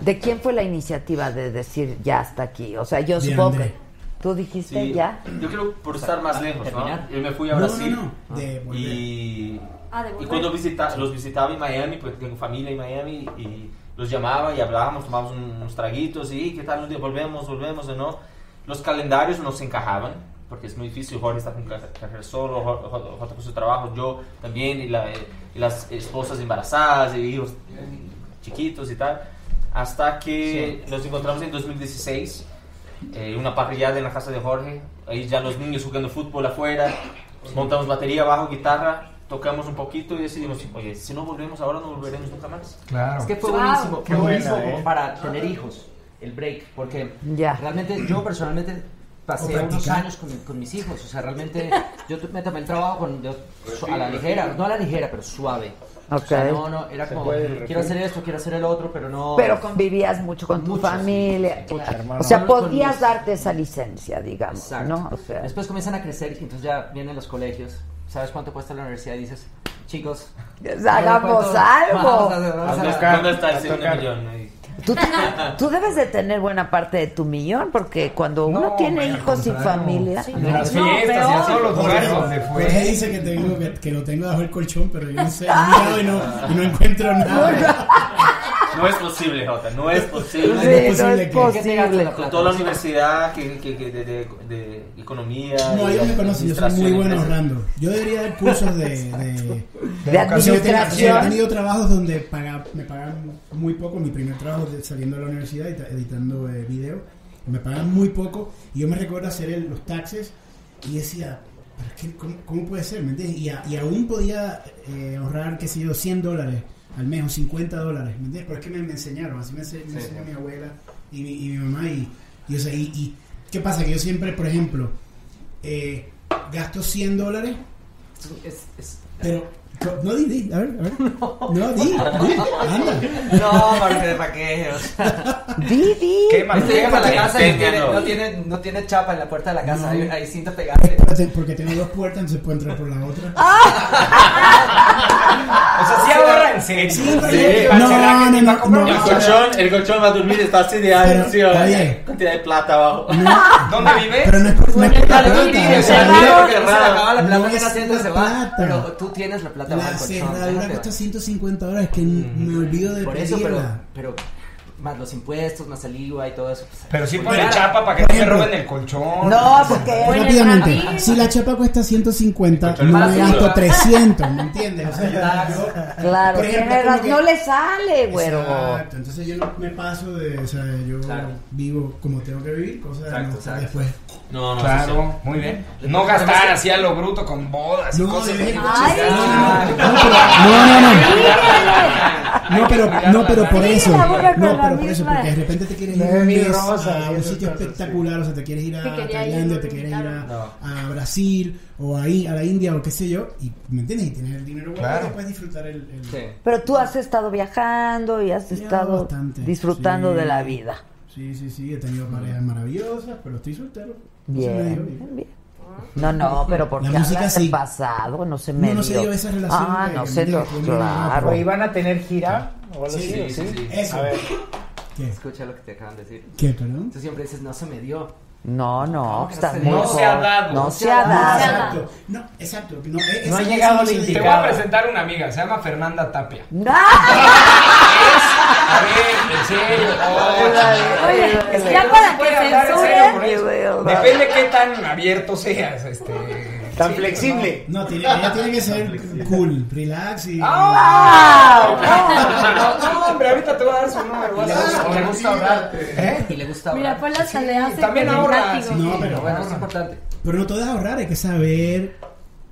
¿De quién fue la iniciativa de decir ya hasta aquí? O sea, yo De supongo André. que tú dijiste Sí. ya. Yo creo por estar más lejos, ¿no? terminar. Yo me fui a No, no, Brasil no, de y, Ah, de y volver. cuando visita, los visitaba en Miami, pues tengo familia en Miami y los llamaba y hablábamos, tomábamos un- unos traguitos y qué tal, un día volvemos, volvemos o no. Los calendarios no se encajaban porque es muy difícil, Jorge está con car- carrera solo, Jo- Jo- Jota con su trabajo, yo también y, la- y las esposas embarazadas y hijos chiquitos y tal. Hasta que nos encontramos en 2016 eh, una parrillada en la casa de Jorge, ahí ya los niños jugando fútbol afuera, montamos batería, bajo, guitarra, tocamos un poquito y decidimos, oye, si no volvemos ahora no volveremos nunca más. Es que fue Wow. buenísimo, Qué fue buenísimo buena, como ¿eh? para tener hijos, el break, porque realmente yo personalmente O pasé practicar. unos años con, con mis hijos, o sea, realmente yo tu- me tomé el trabajo con, yo Pues su- a la ligera, no a la ligera, pero suave. O sea, Ok. no, no, era Se como, puede el quiero hacer refri. esto, quiero hacer el otro, pero no... Pero convivías mucho con tu familia. hermano. o sea, Con mis- podías darte esa licencia, digamos, ¿no? O sea, Después comienzan a crecer y entonces ya vienen los colegios. ¿Sabes cuánto cuesta la universidad? Y dices, chicos, Pues hagamos ¿cuánto- algo? vamos a- vamos a- ¿Dónde está- ¿Dónde está el segundo millón? ahí? tú, te- tú debes de tener buena parte de tu millón, porque cuando uno tiene hijos y familia... En las No, fiestas y peor. en todos los lugares donde fue. Jorge dice que, tengo, que, que lo tengo bajo el colchón, pero yo no sé, he mirado y no, y no encuentro nada. No es posible, Jota, no es Sí, posible. no es No es posible. posible. Con toda la universidad que, que- que de, de- de economía. No, y ellos me conocen, yo soy muy administración, bueno empresas. ahorrando. Yo debería dar cursos de... de, De Yo he tenido- administración. He tenido trabajos donde paga- me pagan muy poco, mi primer trabajo de- saliendo de la universidad edita- editando eh, video, me pagan muy poco y yo me recuerdo hacer el- los taxes y decía, "¿Pero es que ¿cómo, cómo puede ser? ¿Me entiendes? Y, a- y aún podía eh, ahorrar, qué sé yo, 100 dólares al mes o 50 dólares, ¿me entiendes? Pero es que me, me enseñaron, así me, ense- me Sí. enseñó mi abuela y mi, y mi mamá y, y, o sea, y- y ¿qué pasa? Que yo siempre, por ejemplo, eh, gasto 100 dólares Es- es- pero, co- no di, di, a ver, a ver. No, di, di, anda. No, porque para qué. O sea. Quémalo, Este llega a la quémalo. casa y tiene- Enséñalo. no, tiene, no tiene chapa en la puerta de la casa. No. Hay, hay cinta pegada. Espérate, porque tengo dos puertas, entonces puedo entrar por la otra. O sea, sí ahorra en serio. Sí, no, no, no, no, El colchón, el colchón va a dormir, está así de adicción. oye. Cantidad de plata abajo. ¿Dónde vive? Pero no es por, no es por la Claro, plata, sí, o es sea, raro, no- porque después se le acaba la plata no que es la tienda la se va. plata. Pero tú tienes la plata bajo La el colchón. cerradura déjate. cuesta 150 dólares que me olvido de Mm. Por eso, pedirla. pero, pero más los impuestos, más saliva y todo eso. pues, Pero sí pues, ponle claro. chapa para que no se roben el colchón. No, porque- Rápidamente, si la chapa cuesta 150, no me barato. gasto 300, ¿me entiendes? O sea, Claro, por ejemplo, tiene razón, como que- no le sale, güero. Exacto, entonces yo no me paso de, o sea, yo vivo como tengo que vivir, cosas no, después. No, no, Claro, sí, sí. muy bien. No gastar así a lo bruto con bodas y cosas así. No, no, no. No, pero, no, pero por Mira, eso. la boca con No, la pero por eso, misma. porque de repente te quieres ir No, un mi mes rosa, a un sitio espectacular, o sea, te quieres ir Te a quería ir, Tailandia, no te me quieres ir invitaron. a, a Brasil o a, I- a la India o qué sé yo, y ¿me entiendes? Y tienes el dinero bueno Claro. y puedes disfrutar el. el- Pero tú has estado viajando y has estado bastante, disfrutando sí. de la vida. Sí, sí, sí, he tenido parejas maravillosas, pero estoy soltero. No se me dio, Bien, digo. bien. No, no, pero porque La música hablas del sí. pasado, no se No, me no se dio esa relación Ah, de- no se de- dio, de- de- claro. ¿Y van a tener gira? o algo Sí, así, sí, o sí, sí. A ver. Escucha lo que te acaban de decir. ¿Qué, perdón? Tú siempre dices, no se me dio. No, No, no, que estás se- muy no se ha joven. dado. No se ha dado. Exacto. No, exacto. No, No ha llegado el Te voy indicado. a presentar una amiga, se llama Fernanda Tapia. A ver, en serio. Oye, no, ya no para se que puede hablar en censuren. serio por Qué eso. veo, va. Depende qué tan abierto seas, este. Tan flexible. No, tiene, ella tiene que ser cool, relax y. ¡Ah! No, no, hombre, ahorita te voy a dar su número. vas a ver. Le gusta hablar. ¿Eh? Y le gusta hablar. Mira, Paula se le hace también con el ahorra, látigo. No, pero pero bueno, es importante. Pero no todo es ahorrar, hay que saber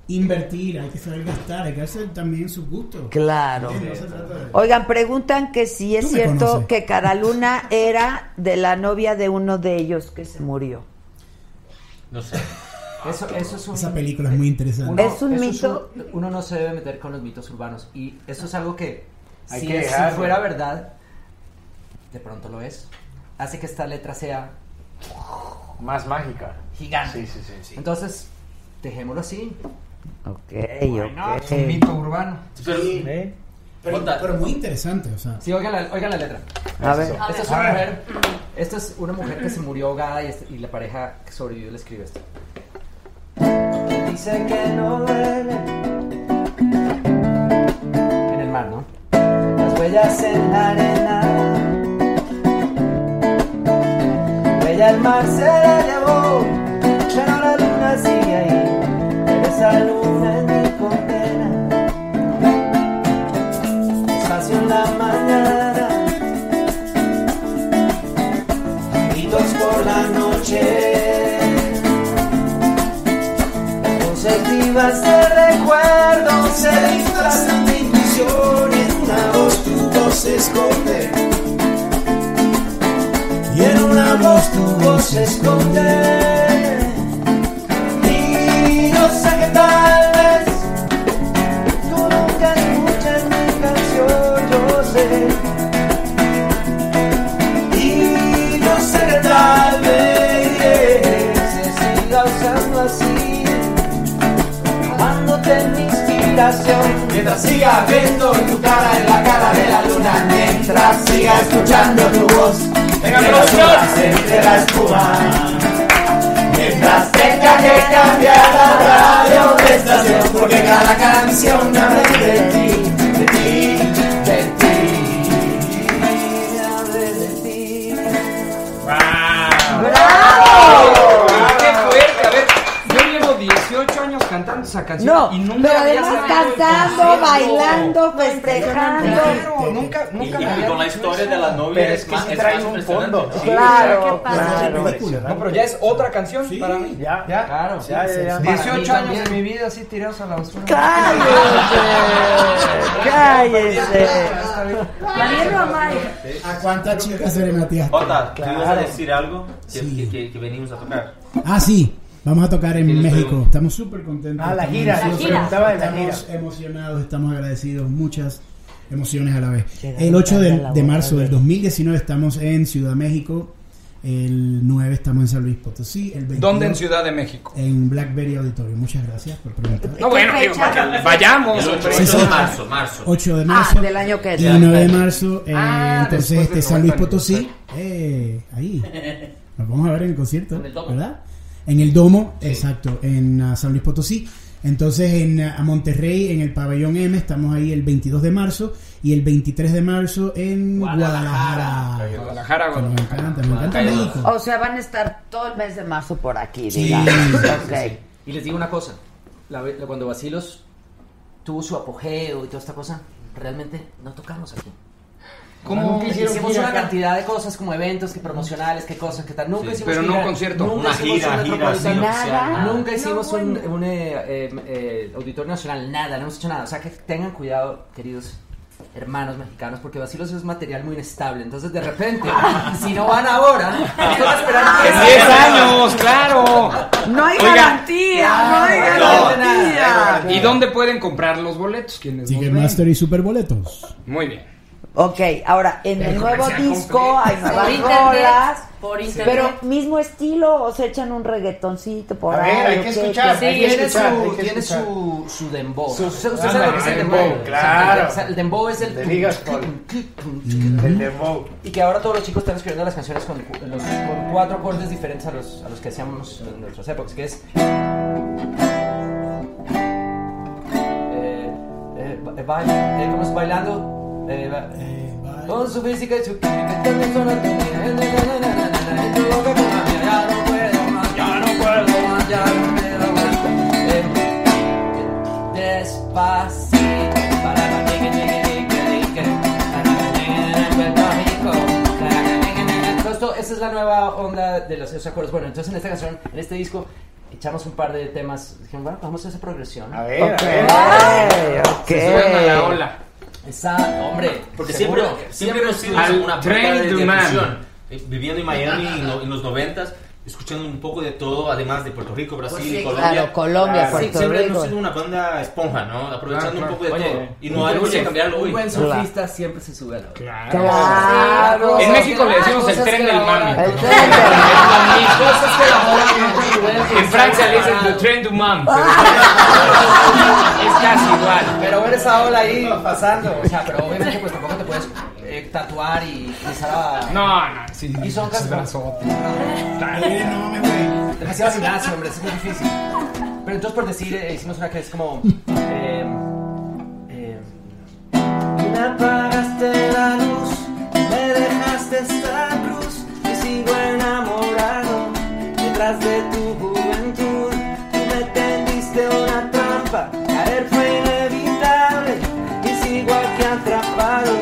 invertir, hay que saber gastar, hay que hacer también su gusto. Claro. ¿Entiendes? No se trata de- Oigan, preguntan que si es Tú me cierto conoces. que Caraluna era de la novia de uno de ellos que se murió. No sé. Eso, eso es un, Esa película es muy interesante. uno- Es un eso mito. un- uno no se debe meter con los mitos urbanos. Y eso es algo que, Hay si, que si dejarlo. fuera verdad, de pronto lo es. Hace que esta letra sea Más mágica. gigante. Sí, sí, sí, sí. Entonces, dejémoslo así. Ok, Bueno, es ok. un mito urbano. Pero, eh, Pero, pero muy interesante, o sea. Sí, oigan la, oigan la letra. A ver. Esta es A una ver. mujer, esta es una mujer que se murió ahogada y, este- y la pareja que sobrevivió le escribe esto. Dice que no duele. En el mar, ¿no? Las huellas en la arena. Ella el mar se la llevó, pero la luna sigue ahí. Esa luna es mi condena. Espacio en la mañana. gritos por la noche. Voces vivas de recuerdo se disfrazan de intuición y en una voz tu voz se esconde. Y en una voz tu voz se esconde. Y no sé qué tal vez tú nunca escuchas mi canción, yo sé. Y yo sé que tal vez se siga usando así, dándote mi inspiración. Mientras siga viendo tu cara en la cara de la luna, mientras siga escuchando tu voz, Venga, mientras producción. subas entre la espuma, mientras tenga que cambiar la radio de estación, porque cada canción habla de ti, de ti, de ti. ¡Qué fuerte! A ver, yo llevo 18 años cantando esa canción No, y nunca pero había además salido del cantando, concierto. bailando, festejando. Claro, nunca, nunca Y, me y había con la hecho historia eso. de la novia Pero es, que más, sí es trae más un impresionante, fondo. ¿no? Sí, Claro, qué padre. claro. No, pero ya es otra canción para mí. Ya, ya. Claro, ya, ya, ya. 18 Para mí años de mi vida así tirados a la basura. ¡Cállese! ¡Cállese! Daniel Romay. ¿A cuántas chicas serenateaste? Jota, ¿tú ibas a decir algo que, que- que- que venimos a tocar? Ah, sí. Vamos a tocar en México. Estamos súper contentos. Ah, la Estamos gira, ansiosos. nos preguntaba de la Estamos gira. emocionados, estamos agradecidos. Muchas emociones a la vez. Llega El 8 tarde del- la de, boda, marzo del oye. 2019 estamos en Ciudad México. El 9 estamos en San Luis Potosí. El 22 ¿Dónde en Ciudad de México? En Blackberry Auditorio. Muchas gracias por preguntar. No, bueno, digo, vaya- vayamos. El ocho- hombre. ocho de marzo, marzo. 8 de marzo. Ah, del año que Y entra. 9 de marzo. eh, Ah, entonces, después de este San Luis Roberto Potosí. eh, ahí. Nos vamos a ver en el concierto, ¿verdad? En el Domo, exacto, en ah, San Luis Potosí. Entonces en eh, a Monterrey, en el pabellón M, estamos ahí el 22 de marzo y el 23 de marzo en Guadalajara. Guadalajara, Me encanta, me encanta México. O sea, van a estar todo el mes de marzo por aquí, Sí. digamos. Sí, Ok. sí. Y les digo una cosa, la ve- la- cuando Basilos tuvo su apogeo y toda esta cosa, realmente no tocamos aquí. ¿Cómo Nunca que hicieron hicimos gira una acá? cantidad de cosas como eventos, que promocionales, que cosas, que tal. Nunca Sí, hicimos pero no gira, concierto. nunca Una gira, hicimos un gira, Metropolitano, sí, nada. oficial, nada. Nunca No, hicimos un- un eh, eh, eh, auditorio nacional, nada, no hemos hecho nada. O sea que tengan cuidado, queridos hermanos mexicanos, porque Basilos es material muy inestable. Entonces de repente, si no van ahora, tienen que esperar En 10 años, claro. No hay Oiga. garantía, no hay Ah, garantía. ¿Y dónde pueden comprar los boletos? ¿Quiénes nos ven? Ticketmaster y Superboletos. Muy bien. Ok, ahora en el, El nuevo comercial disco completo. hay nuevas Por internet, rolas, por internet. pero mismo estilo o se echan un reggaetoncito por A ahí. ver, hay que ¿o qué? escuchar, ¿Qué? hay que Tiene escuchar, su- hay que tiene tiene escuchar. su- su dembow. Su- Usted su- usted sabe lo que es el Ándale, dembow. dembow, O sea, el dembow es el. Te digas, El dembow. Y que ahora todos los chicos están escribiendo las canciones con, cu- los- con cuatro acordes diferentes a los, a los que hacíamos en nuestras épocas, que es. Eh, eh, ba- eh, baila- eh, ¿Cómo es bailando? Eh, ba- Con su física y su química, también son las tuyas. Na, na, na, na, na, na, na. Y tu boca con la mía, ya no puedo más, ya no puedo más, ya no puedo más. Eh, Despacito, para la nigga, nigga, nigga, nigga. La nigga, nigga, nigga, Puerto Rico. La nigga, nigga, nigga. Esto, esta es la nueva onda de los esos acordes. Bueno, entonces en esta canción, en este disco, echamos un par de temas. Dijeron, bueno, vamos a esa progresión. A ver, a Ok. ver. Ay, ok. Se suben a la ola. Esa, hombre, Porque seguro, siempre, siempre hemos sido Al una tren puerta de, de de man. fusión. Eh, Viviendo en Miami en, lo- en los noventas, escuchando un poco de todo, además de Puerto Rico, Brasil Pues sí, y Colombia. claro, Colombia, Claro. Puerto Sí, siempre Rico. hemos sido una banda esponja, ¿no? Ah, Aprovechando Claro, un poco de claro. todo. Oye, Y un no hay buen mucho que surf- cambiarlo hoy. Un buen surfista siempre se sube a la ola. Claro. En México le decimos el Cosas tren que del la mami. hora- El tren del mami. Cosas que la hora no te pueden En Francia le dicen separar. le tren du mam. Es casi igual. Pero ver esa ola ahí pasando. O sea, pero obviamente pues tampoco te puedes eh, tatuar y empezar a. No, no, sí. Y son casi. Demasiado gimnasio, hombre, es muy difícil. Pero entonces por decir, eh, hicimos una que es como. Eh, eh, Y me apagaste la luz, me dejaste esta cruz y sigo enamorado detrás de tu juventud. Tú me tendiste una trampa, caer fue inevitable y sigo aquí atrapado.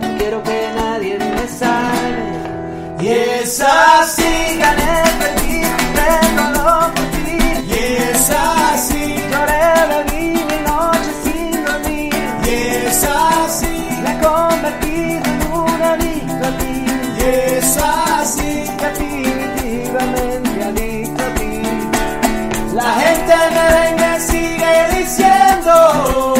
No quiero que nadie me salve. Y es así, gané, perdí, me dolor por ti. Y es así, lloré, bebí mi noche sin dormir. Y es así, me he convertido en un adicto a ti. Y es así, definitivamente adicto a ti. La gente me venga y sigue diciendo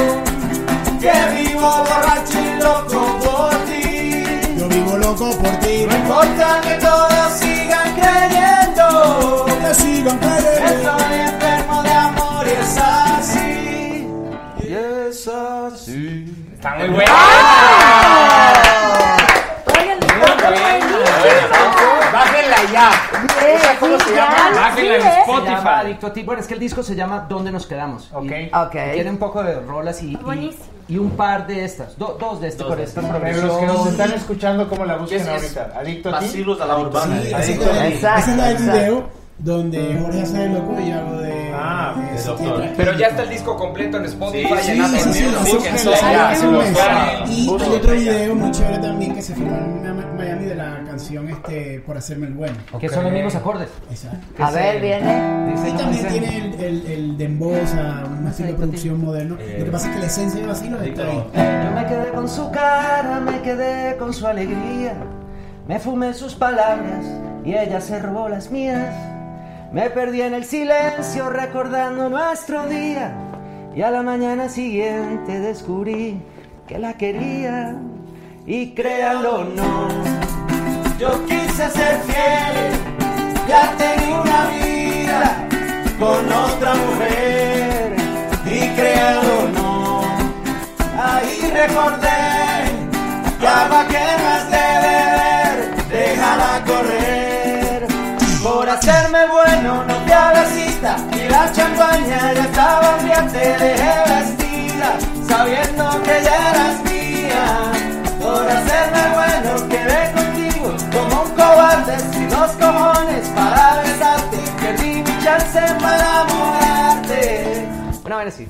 que vivo borracho y loco por ti. Yo vivo loco por ti. No importa que todos sigan creyendo. Que sigan creyendo. Estoy enfermo de amor y es así. Y es así. Está muy bueno. Bájenla ya. ¿Esa cómo se llama? Bájenla en Spotify. Se llama Adicto a ti. Bueno, es que el disco se llama ¿Dónde nos quedamos? Ok. Tiene un poco de rolas y, y, y un par de estas. do- dos de estas. por esta Pero los que nos están escuchando, ¿cómo la buscan Es- es- ahorita? ¿Adicto a ti? Vacilos a la urbana. Sí, Ahí. así Esa es la- esa es la del Exacto. video donde Jorge hace de loco y yo hago de. Ah, Pero ya está el disco completo en Spotify. Sí, en Apple sí, sí, Music, así en que todo. la- Ya, la- se los la- guardan. Y hay Búsquenlo. otro video muy chévere también que se filmó en Miami de la canción este Por hacerme el bueno. Que son los mismos acordes. Exacto. A ver, viene. Y Dice, también no, dice- tiene el, el, el dembow, o sea, un estilo de producción moderno. Lo que pasa es que la esencia de vacilo está ahí. Yo me quedé con su cara, me quedé con su alegría. Me fumé sus palabras y ella se robó las mías. Me perdí en el silencio recordando nuestro día. Y a la mañana siguiente descubrí que la quería. Y créanlo o no, yo quise ser fiel. Ya tenía una vida con otra mujer. Y créanlo o no, ahí recordé ya va que más de beber, déjala correr. Por hacerme bueno, no te hagas cita, y la la champaña ya estaba fría, te dejé vestida, sabiendo que ya eras mía. Por hacerme bueno, quedé contigo como un cobarde sin los cojones para besarte. Perdí mi chance para mudarte. Una vez así.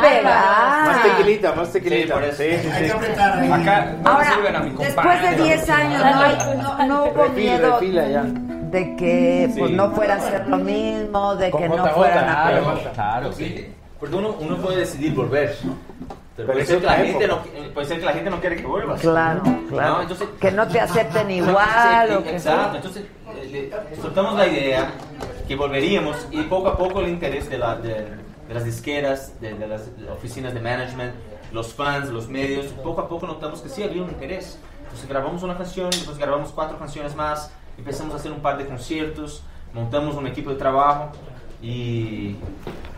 Pega. Ah. Más tequilita, más tequilita. Hay que apretar. Acá no Ahora, me sirven a mi compadre. Después de 10 años no, hay- no- no hubo Refil, miedo refila ya. de que pues, Sí. no fuera a ser lo mismo, de que no Jota, fueran Jota, a... Claro, claro, sí. Porque uno, uno puede decidir volver. Pero, puede, es ser que la otra gente no, eh, época. puede ser que la gente no quiere que vuelvas. Claro, claro. No, entonces, que no te acepten Sí, igual o que... Exacto, entonces eh, le- soltamos la idea que volveríamos y poco a poco el interés de, la- de- de las disqueras, de, de las oficinas de management, los fans, los medios, poco a poco notamos que sí había un interés. Entonces grabamos una canción, después grabamos cuatro canciones más, empezamos a hacer un par de conciertos, montamos un equipo de trabajo y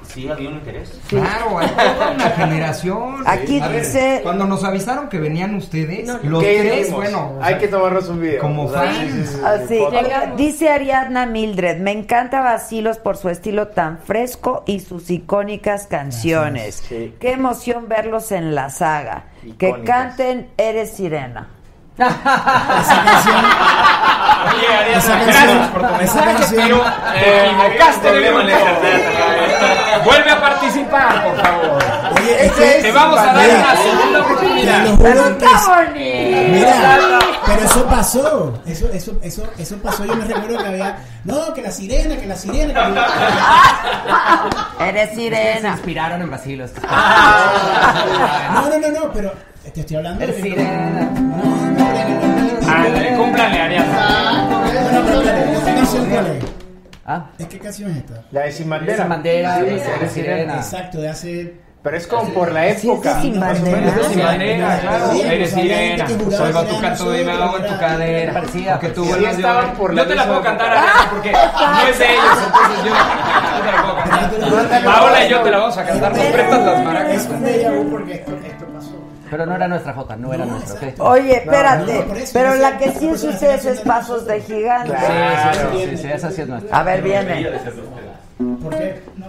sí había un interés. Claro, hay toda una generación. Aquí A ver, dice- Cuando nos avisaron que venían ustedes, no. los ¿Qué tres, hicimos? bueno. Hay que tomarnos un video. Como O sea, fans. sí, sí, sí, sí, Así. fotos. Ah, Dice Ariadna Mildred, me encanta Basilos por su estilo tan fresco y sus icónicas canciones. Qué emoción verlos en la saga. Que canten Eres Sirena. Oye, Esa gracias canción- por tu esa mensaje, canción- pero Eh, te equivocaste de problema, grupo. Alejandra. Vuelve a participar, por favor. Oye, este es que- Te vamos a dar Mira, una segunda te oportunidad. lo juro que es- Mira, pero eso pasó. Eso, eso, eso, eso pasó. Yo me recuerdo que había. No, que la sirena, que la sirena. Que Eres Se sirena. inspiraron en Brasil. los- No, no, no, no, pero te estoy hablando de. Ándale, cúmplale, Ariadna. Ah, Bueno, pero espérate, ¿esta canción cuál es? Ah. ¿Es qué canción es esta? La de Sin Bandera. Sin Bandera, Sí, de sí, Sirena. de Sirena. Exacto, de hace. Pero es como por la época. Sin más o Bandera. menos. Es de Sin Bandera, claro. Sí, Eres pues, había sirena. gente que juraba Oigo que tu eran canto de mago en tu cadera. Parecida. Que tú Sí, vuelvas de estaban hoy. por la Yo te la misma puedo cantar época. Ariadna porque no es de ellos, entonces yo yo te la puedo cantar. Paola y yo te la vamos a cantar. Nos prestas las maracas. Pero no era nuestra Jota, no era nuestra. ok. Oye, espérate, No, no, por eso, pero sí. la que sí es ustedes es Pasos de Gigante. Sí, sí, sí, sí, sí, esa sí es nuestra. A ver, viene. ¿Por qué? No.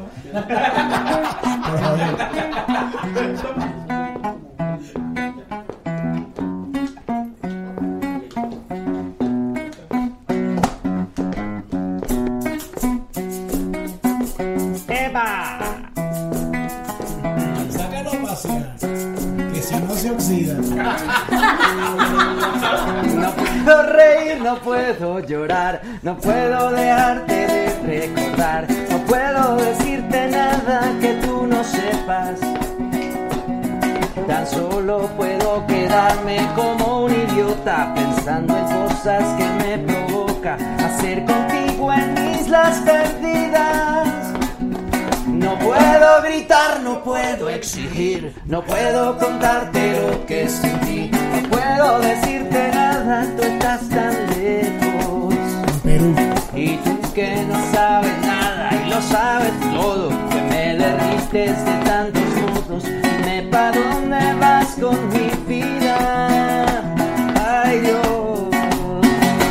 Eva. Sácalo a pasear. Que si no se oxida. Ah, No puedo reír, no puedo llorar, no puedo dejarte de recordar, no puedo decirte nada que tú no sepas. Tan solo puedo quedarme como un idiota pensando en cosas que me provoca hacer contigo en islas perdidas. No puedo gritar, no puedo exigir, no puedo contarte lo que sentí, no puedo decirte nada, tú estás tan lejos. Y tú que no sabes nada y lo sabes todo, que me derrites de tantos modos, dime pa' dónde vas con mi vida. Ay Dios.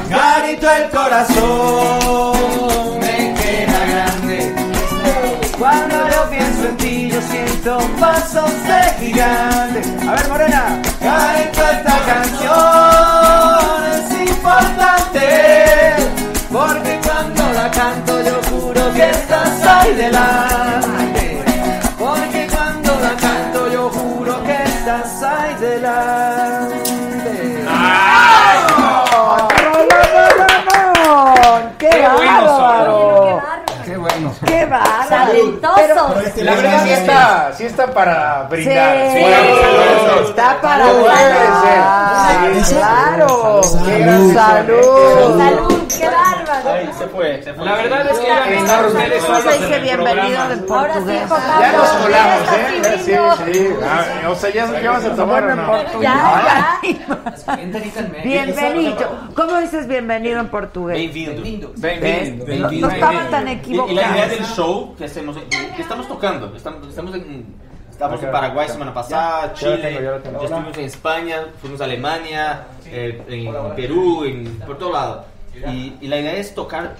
Carito el corazón me queda grande. Cuando yo pienso en ti, yo siento pasos de gigante. A ver, Morena. Carito, esta canción es importante. Porque cuando la canto, yo juro que estás ahí delante. Porque cuando la canto, yo juro que estás ahí delante. ¡Ramón! ¡Qué, Qué bueno bárbaro! Qué bueno. ¡Qué bárbaro! La verdad este sí está, sí está para brindar. Sí, Sí, sí, está para eh, brindar. Claro. Salud. Salud. ¡Qué bárbaro! Ay, se fue, se fue. La verdad es que Ya, eran está, ustedes Pues ustedes solos solos en el programa. portugués. Ya nos colamos, ¿eh? Sí, sí. Ah, O sea, ya, ya vas a tomar o no. Bienvenido. ¿Cómo dices bienvenido en portugués? Bem-vindo. Bem-vindo. No estaba tan Y- Y la idea equivocado. del show que hacemos, que estamos tocando, estamos, estamos en- Estamos en Paraguay semana pasada, Chile, ya estuvimos en España, fuimos a Alemania, eh, en Perú, en- por todo lado. Y, y la idea es tocar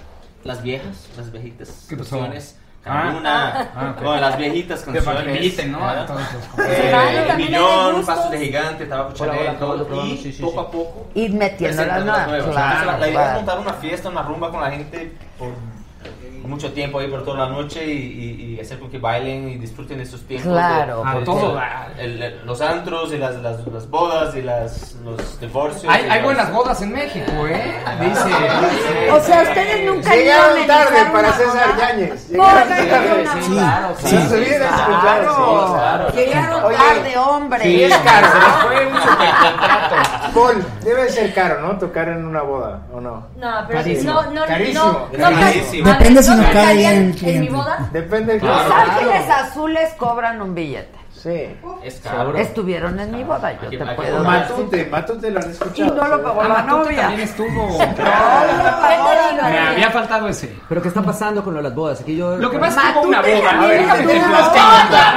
las viejas, las viejitas ¿Qué pasó? canciones. Ah. Carmuna, Ah, ok. bueno, las viejitas Que para canciones. que inviten, ¿no? A todos los Eh, compañeros. el También hay Millón, gustos. Pasos de Gigante, Trabajo Hola, hola, Chanel, acabo de todo. probarlo, Y sí, sí, poco sí. a poco. Ir metiendo las presentan las nuevas, nuevas. Entonces, claro, la, la idea claro. es montar una fiesta, una rumba con la gente por mucho tiempo ahí por toda la noche y, y- y hacer con que bailen y disfruten de esos tiempos. Claro, De- A de- todo de- dar. el- el- los antros y las, las, las bodas y las, los divorcios. Hay, y hay las- buenas bodas en México, ¿eh? Dice. O sea, ustedes nunca Llegaron iban a tarde organizar para una César boda. Yáñez. Llegaron Porque tarde. sí, Sí, claro, sí, se sí. hubieran escuchado, sí, claro. Llegaron Oye, tarde, hombre. sí, Claro, Claro. fue un supercontrato. Paul, debe ser caro, ¿no? Tocar en una boda, ¿o no? No, pero Carísimo. no, no, no, Carísimo. no, no, Carísimo. a ver, Depende si ¿no nos cae cantarían bien el en mi cliente. boda. Depende del Los cliente. Ángeles Azules cobran un billete. Sí. Es caro. Estuvieron en mi boda, yo te puedo decir. Matute, Matute lo han Y escuchado. Ah, no lo pagó la novia. Me había faltado ese. Pero ¿qué está pasando con lo de las bodas? Aquí yo... Lo que pasa es que hubo una Matute boda. A también ver, déjame estuvo te en la platico. boda.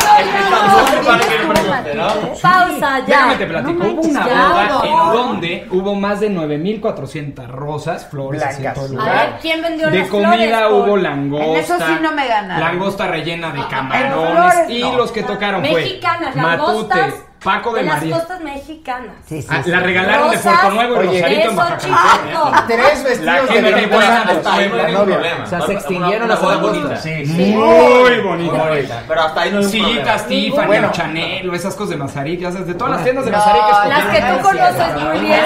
Pausa, ya. Déjame te platico. No Hubo manches, una ya, boda no. en donde hubo más de 9.400 rosas, flores, así en todo el A lugar. ver, ¿quién vendió de las comida flores, hubo Paul? langosta. En eso sí no me ganaron. Langosta rellena de En camarones. flores, y no. los que tocaron Mexicanas, fue Matute, langostas. Paco de, de las María. costas mexicanas. Ah, la regalaron de Rosas, Puerto Nuevo y oye, Rosarito en eso, Baja chico. ¿eh? California. Ah, tres La vestidos gente de de Nuevo Puebla, Santos, hasta ahí no no hay hay ningún novia. problema. O sea, Va- se una- extinguieron una las boda apuestas. bonita. Sí, Sí. sí. Muy Muy bonita. bonita. Pero hasta ahí no hay ningún Sillitas problema. Tiffany, Bueno. o Chanel, o esas cosas de Mazarik, ya sabes, de todas las tiendas de No, Mazarik. las que tú conoces muy bien.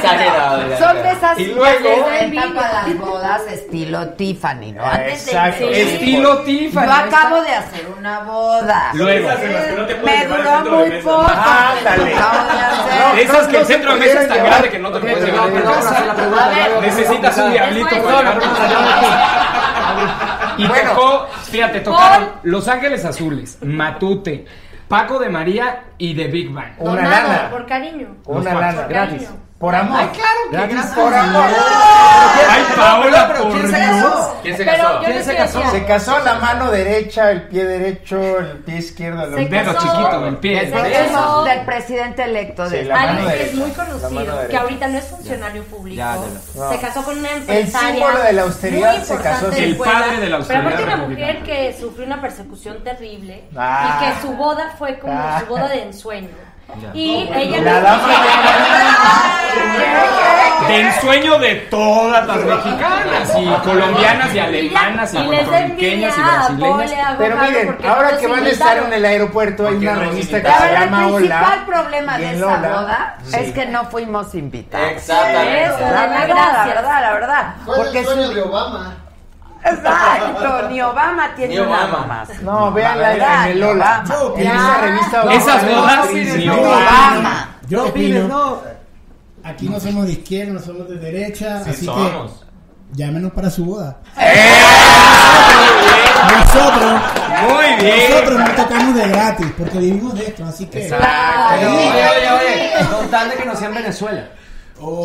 Son de esas Y sillas que luego- se inventan para las bodas estilo Tiffany, ¿no? Antes de- Exacto. Sí. Estilo Tiffany. Yo acabo de hacer una boda. Luego. Esas en las que no te puedes Me llevar al duró centro de muy mesa. poco. Ándale. Acabo de hacer. De esas que el centro de mesa es tan grande que Pues no te Pues puedes llevar a tu casa. Necesitas un diablito para llevar Y tocó, fíjate, tocaron Los Ángeles Azules, Matute, Paco de María y The Big Bang. Donado, Por cariño. Los Por cuatro. cariño. Gratis. Por amor. Ay, claro que Gratis gratis. por amor. Ay, Paola, por ¿Quién se Pero casó? yo ¿Quién les se quiero casó? decir- Se casó la mano derecha, el pie derecho, el pie izquierdo, el Se dedo casó. chiquito, el pie. Desde que somos del presidente electo de Sí, este la mano país. Alguien que es muy La mano conocido, derecha. que ahorita no es funcionario público. Ya, ya, ya. Se No. casó con una El empresaria. símbolo de la austeridad muy se importante casó de así. El Puebla. padre de la Pero aparte, austeridad una mujer que sufrió una persecución terrible Ah. y que su boda fue como Ah. su boda de ensueño. Ya. Y ella. La dama De ensueño de todas las mexicanas y colombianas y alemanas y Y les da envidia puertorriqueñas y a Paul brasileñas. y a Pero Gonzalo miren, porque no ahora los que van a estar invitaron. en el aeropuerto hay una no los revista que invitaron? se A ver, llama el principal Hola. problema y de en esa Lola, boda sí. es que no fuimos invitados. Exactamente. Eso, la Exactamente. verdad, la verdad, la verdad. Fue el Porque sueño su- de Obama. Exacto, ni Obama tiene Ni una Obama. mamá. No, véanla en el Lola. Yo En esa No, revista no, Hola. no, Sí, no, no. no. Yo No opines, opino. Aquí no somos de izquierda, no somos de derecha, Sí, así somos. que llámenos para su boda. ¡Eh! Nosotros, Muy bien. nosotros no tocamos de gratis porque vivimos de esto, así que. Oye, Sí. oye, oye, con tal de que no sea en Venezuela.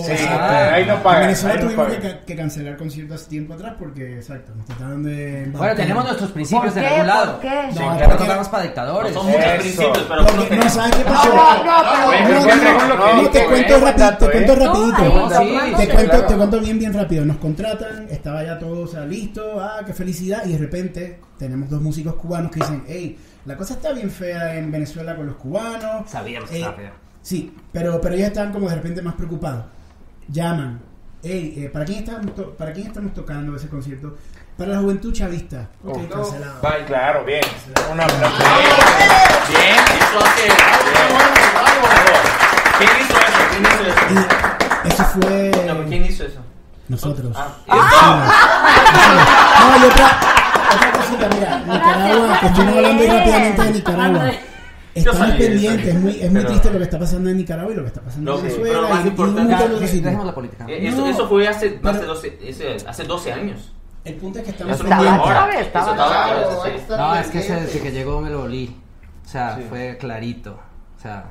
Sí, Ah. ahí no Oh, En Venezuela tuvimos que, ca- que cancelar conciertos tiempo atrás porque, exacto, nos trataron de. Bueno, tenemos nuestros principios ¿Por en qué? algún lado. ¿Por qué? Sí, No, claro, porque- no estamos para dictadores. No son muchos Eso. principios, pero Porque no saben qué pasó. Ah, No, no, pero- No, no, no, no, te cuento rapidito, te cuento rapidito. ¿eh? No, ahí, Te sí, cuento, claro. te cuento bien, bien rápido. Nos contratan, estaba ya todo, o sea, listo, ah, qué felicidad. Y de repente tenemos dos músicos cubanos que dicen, hey, la cosa está bien fea en Venezuela con los cubanos. Sabíamos que Eh, estaba fea. Sí, pero, pero ellos estaban como de repente más preocupados. Llaman, hey, eh, ¿para, quién estamos to- ¿para quién estamos tocando ese concierto? Para la juventud chavista. Oh. Ok, cancelado. Bye, claro, bien. Un aplauso. Bien, eso hace. ¿Quién hizo eso? ¿Quién hizo eso? Eso fue ¿Quién hizo eso? nosotros. No, y otra, otra cosita, mira, Nicaragua, que estamos hablando ahí rápidamente de Nicaragua. Estamos pendientes, es muy, es muy triste lo que está pasando en Nicaragua y lo que está pasando No, en sí, Venezuela. pero lo más y- y un importante montón de otros sitios. Eh, Eso, No, eso fue hace más de 12, ese- hace 12 años. El punto es que estamos Estaba ahora. grave, Eso estaba estaba grave. ahora, sí. No, es que ese, desde que llegó me lo olí. O sea, fue clarito. O sea,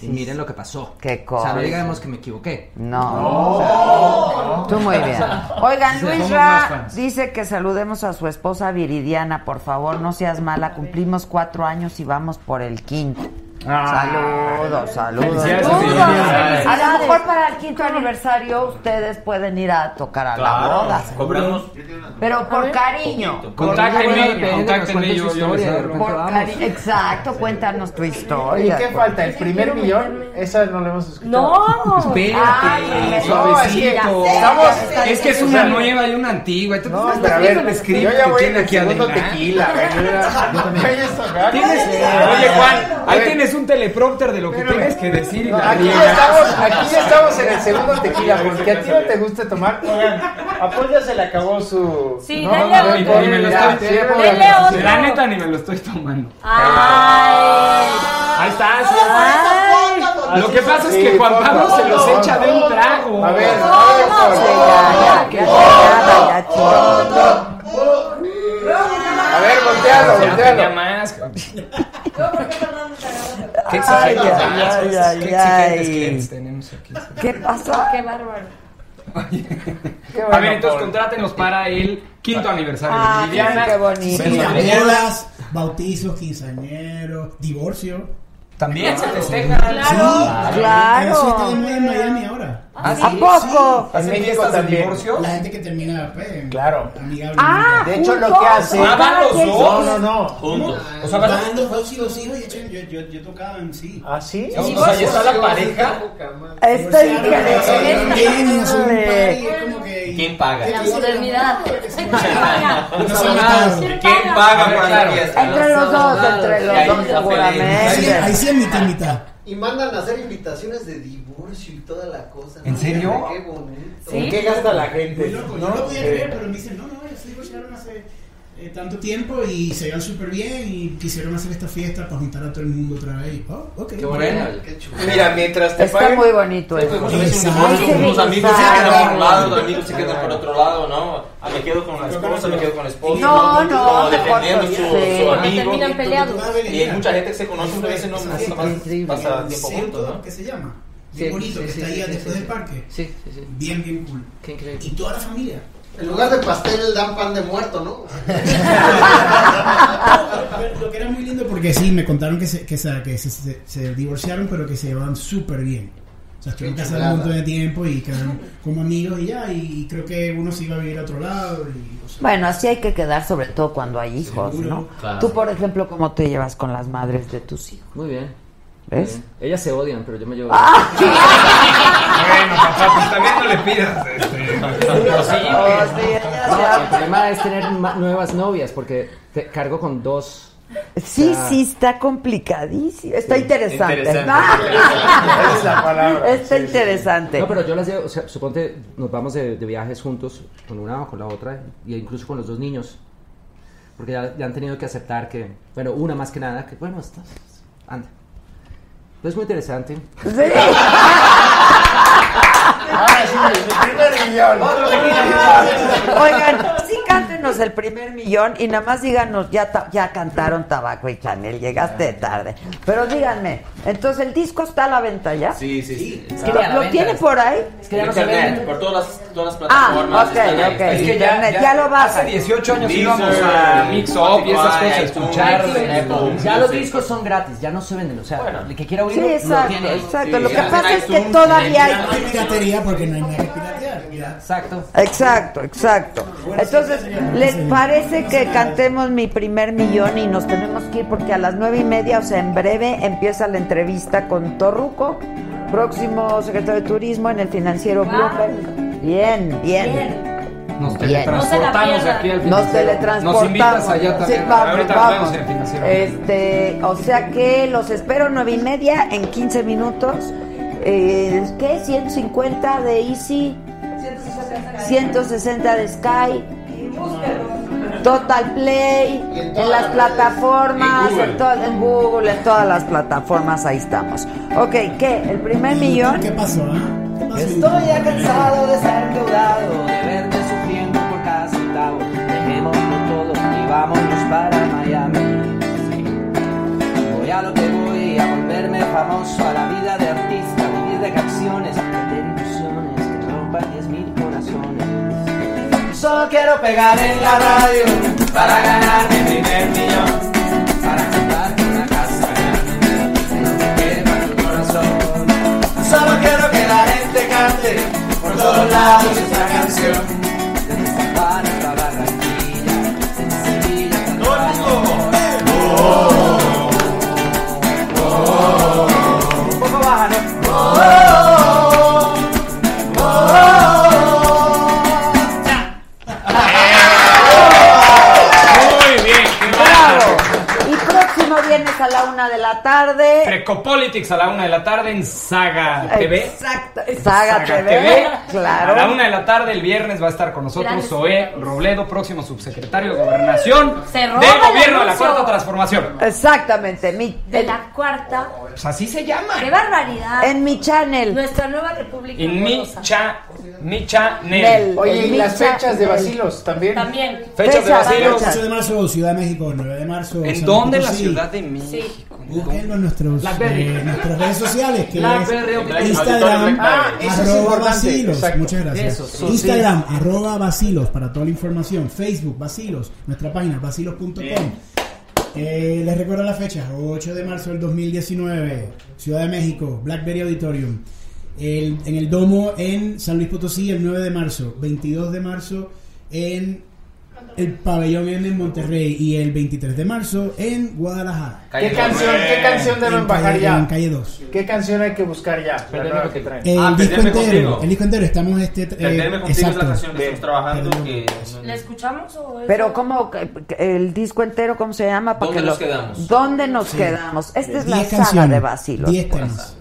y miren lo que pasó. Qué O sea, cosa. no digamos que me equivoqué. No. O sea, Tú Oh. muy bien. Oigan, Sí, Luis somos más Ra fans. dice que saludemos a su esposa Viridiana, por favor, no seas mala, cumplimos cuatro años y vamos por el quinto. Ah. saludos, saludos. Felicidades, Saludos. felicidades. A lo mejor para el quinto aniversario ustedes pueden ir a tocar a la Claro, boda. cobramos. Pero por cariño. Contáctenme, contáctenme, yo, yo les hablo. Por cari- Exacto, cuéntanos tu ¿Y historia. qué falta? ¿El primer millón? Esa no la hemos escuchado. No. Espérate. Ay, me- no, es que Ya sé, estamos... ya sé. Es que es O sea, una nueva... y una antigua. y tú No, estás pero a viendo ver, el script yo ya que voy tiene en el aquí segundo adelante. tequila, güey, yo ya- yo también. Tienes- Oye, Juan, a ahí ver. tienes un teleprompter de lo que tienes que decir. y la Aquí ya, riegas. estamos, aquí ya estamos en el segundo tequila, porque a ti no te gusta tomar. Oigan, a Paul ya se le acabó su. Sí, no, dale a otro. ver, Paul, Ni me lo ya, estoy- sí, Paul, Dele ya. otro. La neta ni me lo estoy tomando. Ahí está. Así Lo que es, pasa es sí, que Juan por Pablo se los favor. echa de un trago. A ver, Ya, ya, ya, ya, ya, chido. a ver, voltealo, Ya tenía voltealo. más. cabrón. Qué Ay, exigentes, ay, ay, ay, ay, qué ay. exigentes clientes tenemos aquí. ¿Qué pasó? Qué bárbaro. A ver, entonces contrátenos para el quinto aniversario. Ah, Liliana, qué bonito. Besos. Bodas, bautizos, quinceañeros, divorcio. También se festeja. Sí, Claro. claro. Eso está Claro. de moda en Miami ahora. ¿Ah, sí? ¿A poco? Sí. En México fiestas de también. divorcio? La gente que termina pues, Claro. amigable. Ah, De hecho, lo que hace. Ah, van los No, dos. Ah, no, no. Juntos. O sea, van- los dos hijos, sí, oye, yo, yo, yo, yo tocaba en sí. ¿Ah, sí? Sí, O sea, ya está la sí, pareja. Está Vienen a hacer un party, increíble. es como que- ¿Quién paga? ¿Qué La quisieron? modernidad. ¿Quién paga? No Los son abogados. matados. ¿Quién paga por la fiesta? Entre los dos, entre Y los ahí dos, está Ahí sí- seguramente. Ahí sí es mitad y mitad. Y mandan a hacer invitaciones de divorcio y toda la cosa. ¿En serio? Qué bonito. ¿En qué gasta la gente? Muy loco, yo ¿No? no lo podía Eh, creer, pero me dicen, no, no, esos hijos llegaron hace eh, tanto tiempo y se llevan súper bien y quisieron hacer esta fiesta para juntar a todo el mundo otra vez. Oh, ok. Qué bueno. Mira, mientras te Está paguen- muy bonito eso. Muchas veces un Ay, divorcio, qué unos amigos se bizarro. quedan por un lado, los amigos se quedan por otro lado, ¿no? Ah, me quedo con la esposa, me quedo con el esposo. No, no, mejor Como defendiendo su, sí. su Ah, amigo. terminan peleados. Y hay mucha gente que se conoce, muchas veces no nunca más pasa tiempo juntos, ¿no? ¿Qué se llama? Sí, Bien sí, bonito, que sí, está ahí sí, sí, después sí, del sí. parque. Sí, sí, sí. Bien, bien cool. Qué increíble. Y toda la familia. En lugar de pastel dan pan de muerto, ¿no? Lo que era muy lindo porque sí, me contaron que se, que se, que se, se- se divorciaron, pero que se llevan súper bien. O sea, estuvieron Qué casados un chulada. montón de tiempo y quedaron como amigos y ya, y creo que uno se iba a vivir a otro lado. Y, o sea, Bueno, así hay que quedar, sobre todo cuando hay hijos, Seguro. ¿no? Claro. Tú, por ejemplo, ¿cómo te llevas con las madres de tus hijos? Muy bien. ¿Ves? Muy bien. Ellas se odian, pero yo me llevo. Bueno, papá, pues también no le pidas. Este, No, el problema es tener ma- nuevas novias porque te cargo con dos. Sí, Ah. sí, está complicadísimo. Está interesante. Interesante. Ah. Esa es la palabra. Está interesante. No, pero yo las llevo, o sea, suponte nos vamos de, de viajes juntos con una o con la otra y incluso con los dos niños. Porque ya, ya han tenido que aceptar que, bueno, una más que nada, que bueno, está, anda. Pero es muy interesante. Ah, sí, mi primer millón. Oigan, sí cántenos el primer millón y nada más díganos, ya, ta- ya cantaron Tabaco y Chanel, llegaste Ah. tarde. Pero díganme, entonces el disco está a la venta ya. Sí, sí, sí. Es que ¿Lo, lo tiene por ahí? Internet, por todas las, todas las Ah, plataformas. ok, están ahí. ok. Internet, ya, lo Hace bajan. 18 años Deezer, íbamos a Mix Up y esas cosas, a escuchar. Ya los discos son gratis, ya no se venden. O sea, el que quiera Sí, oírlo, lo exacto, tiene. exacto. Sí, lo que ya. pasa es que todavía hay piratería porque no hay nada que piratear. Exacto. Exacto, exacto. Entonces, ¿les parece que cantemos mi primer millón y nos tenemos que ir? Porque a las nueve y media, o sea, en breve, empieza la entrevista con Torruco, próximo secretario de Turismo en el financiero Wow. Bloomberg. Bien, bien. Nos Bien. teletransportamos de aquí al financiero. Nos teletransportamos. Nos invitas allá también. Sí, vamos, Ahorita vamos. hablamos del financiero. Este, o sea que los espero nueve y media en 15 minutos. Eh, ¿Qué? 150 de Easy, 160 de Sky. Total Play, en, las plataformas, en, to- en Google, en todas las plataformas, ahí estamos. Ok, ¿qué? ¿El primer millón? ¿Qué pasó? Estoy ya cansado de estar endeudado, de verme sufriendo por cada centavo. Dejémoslo todo y vámonos para Miami. Voy a lo que voy, a volverme famoso a la vida quiero pegar en la radio para ganar mi primer millón. Solo quiero que la gente cante por todos lados esta canción. Un poco baja, ¿no? Oh, oh, oh, Muy bien, ¡Bravo! Y próximo viernes a la una de la tarde. Precopolitics a la una de la tarde en Saga TV. Exacto. Saga, TV. Claro. A la una de la tarde, el viernes, va a estar con nosotros Grandes Zoé Robledo, próximo subsecretario de Gobernación Se del roba el Gobierno de la anuncio. Cuarta Transformación. Exactamente, mi, De la cuarta. Pues así se llama. ¡Qué barbaridad! En mi channel. Nuestra nueva república. En mi, amorosa. cha, mi chanel. Oye, y las fechas de vacilos también. También. Fechas de vacilos. 8 de marzo, Ciudad de México, 9 de marzo. ¿En San dónde? Luis La Potosí. Ciudad de México. Búsquenlo en nuestros, Blackberry. eh, nuestras redes sociales, que Blackberry, es Blackberry. Instagram, Ah, eso es arroba importante, vacilos. exacto. Muchas gracias. Eso, sí. Instagram, arroba vacilos para toda la información. Facebook, vacilos. Nuestra página, vacilos.com. Bien. Eh, les recuerdo la fecha, 8 de marzo del 2019, Ciudad de México, Blackberry Auditorium. El- en el Domo en San Luis Potosí el 9 de marzo, 22 de marzo en el Pabellón M en Monterrey y el 23 de marzo en Guadalajara. ¿Qué canción, ¿Qué canción deben En bajar calle- ya? En calle 2. ¿Qué canción hay que buscar ya? La nueva que traen. El disco entero, el disco entero, estamos este... eh, Perderme contigo es exacto. la canción que estamos trabajando. Que ¿La escuchamos o es- Pero cómo que- el disco entero cómo se llama ¿Dónde nos quedamos? ¿Dónde nos Sí. quedamos? Esta es la Diez saga canciones, de vacilos. diez pues. temas.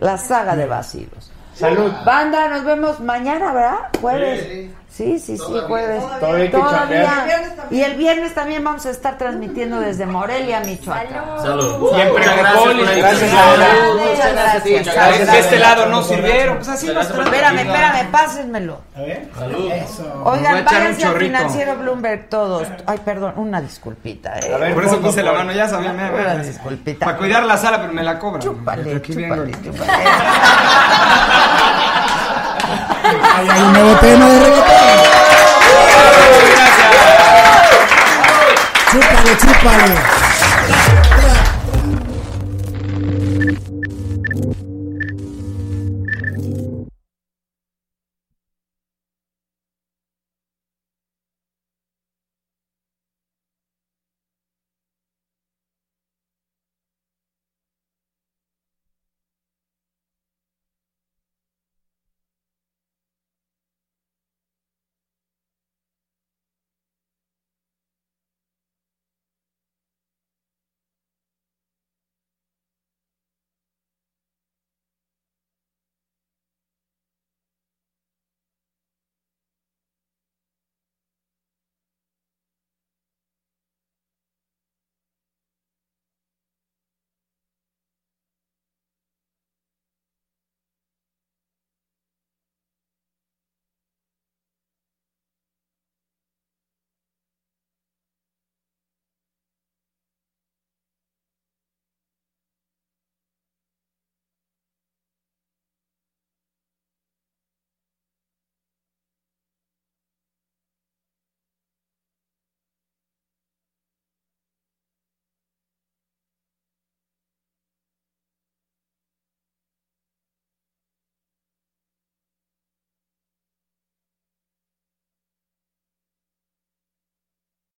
La saga de vacilos. Salud. Banda, nos vemos mañana, ¿verdad? Jueves. Sí. Sí, sí, sí, jueves. Todavía hay que chambear. Y el viernes también vamos a estar transmitiendo desde Morelia, Michoacán. Salud. Muchas Siempre con gracias por la Poli. invitación. Salud. Muchas Muchas gracias, gracias. muchas gracias. De este lado no sirvieron. Pues así nos Espérame, tratan. espérame, espérame, pásenmelo. Salud. Oigan, Nos va a echar un váyanse al chorrito. financiero Bloomberg todos. Ay, perdón, una disculpita. eh. Por eso puse la mano, ya sabía. mira, mira, Para cuidar la sala, pero me la cobran. Aquí vengo. Ahí hay un nuevo tema de reggaetón. Chúpale, chúpale.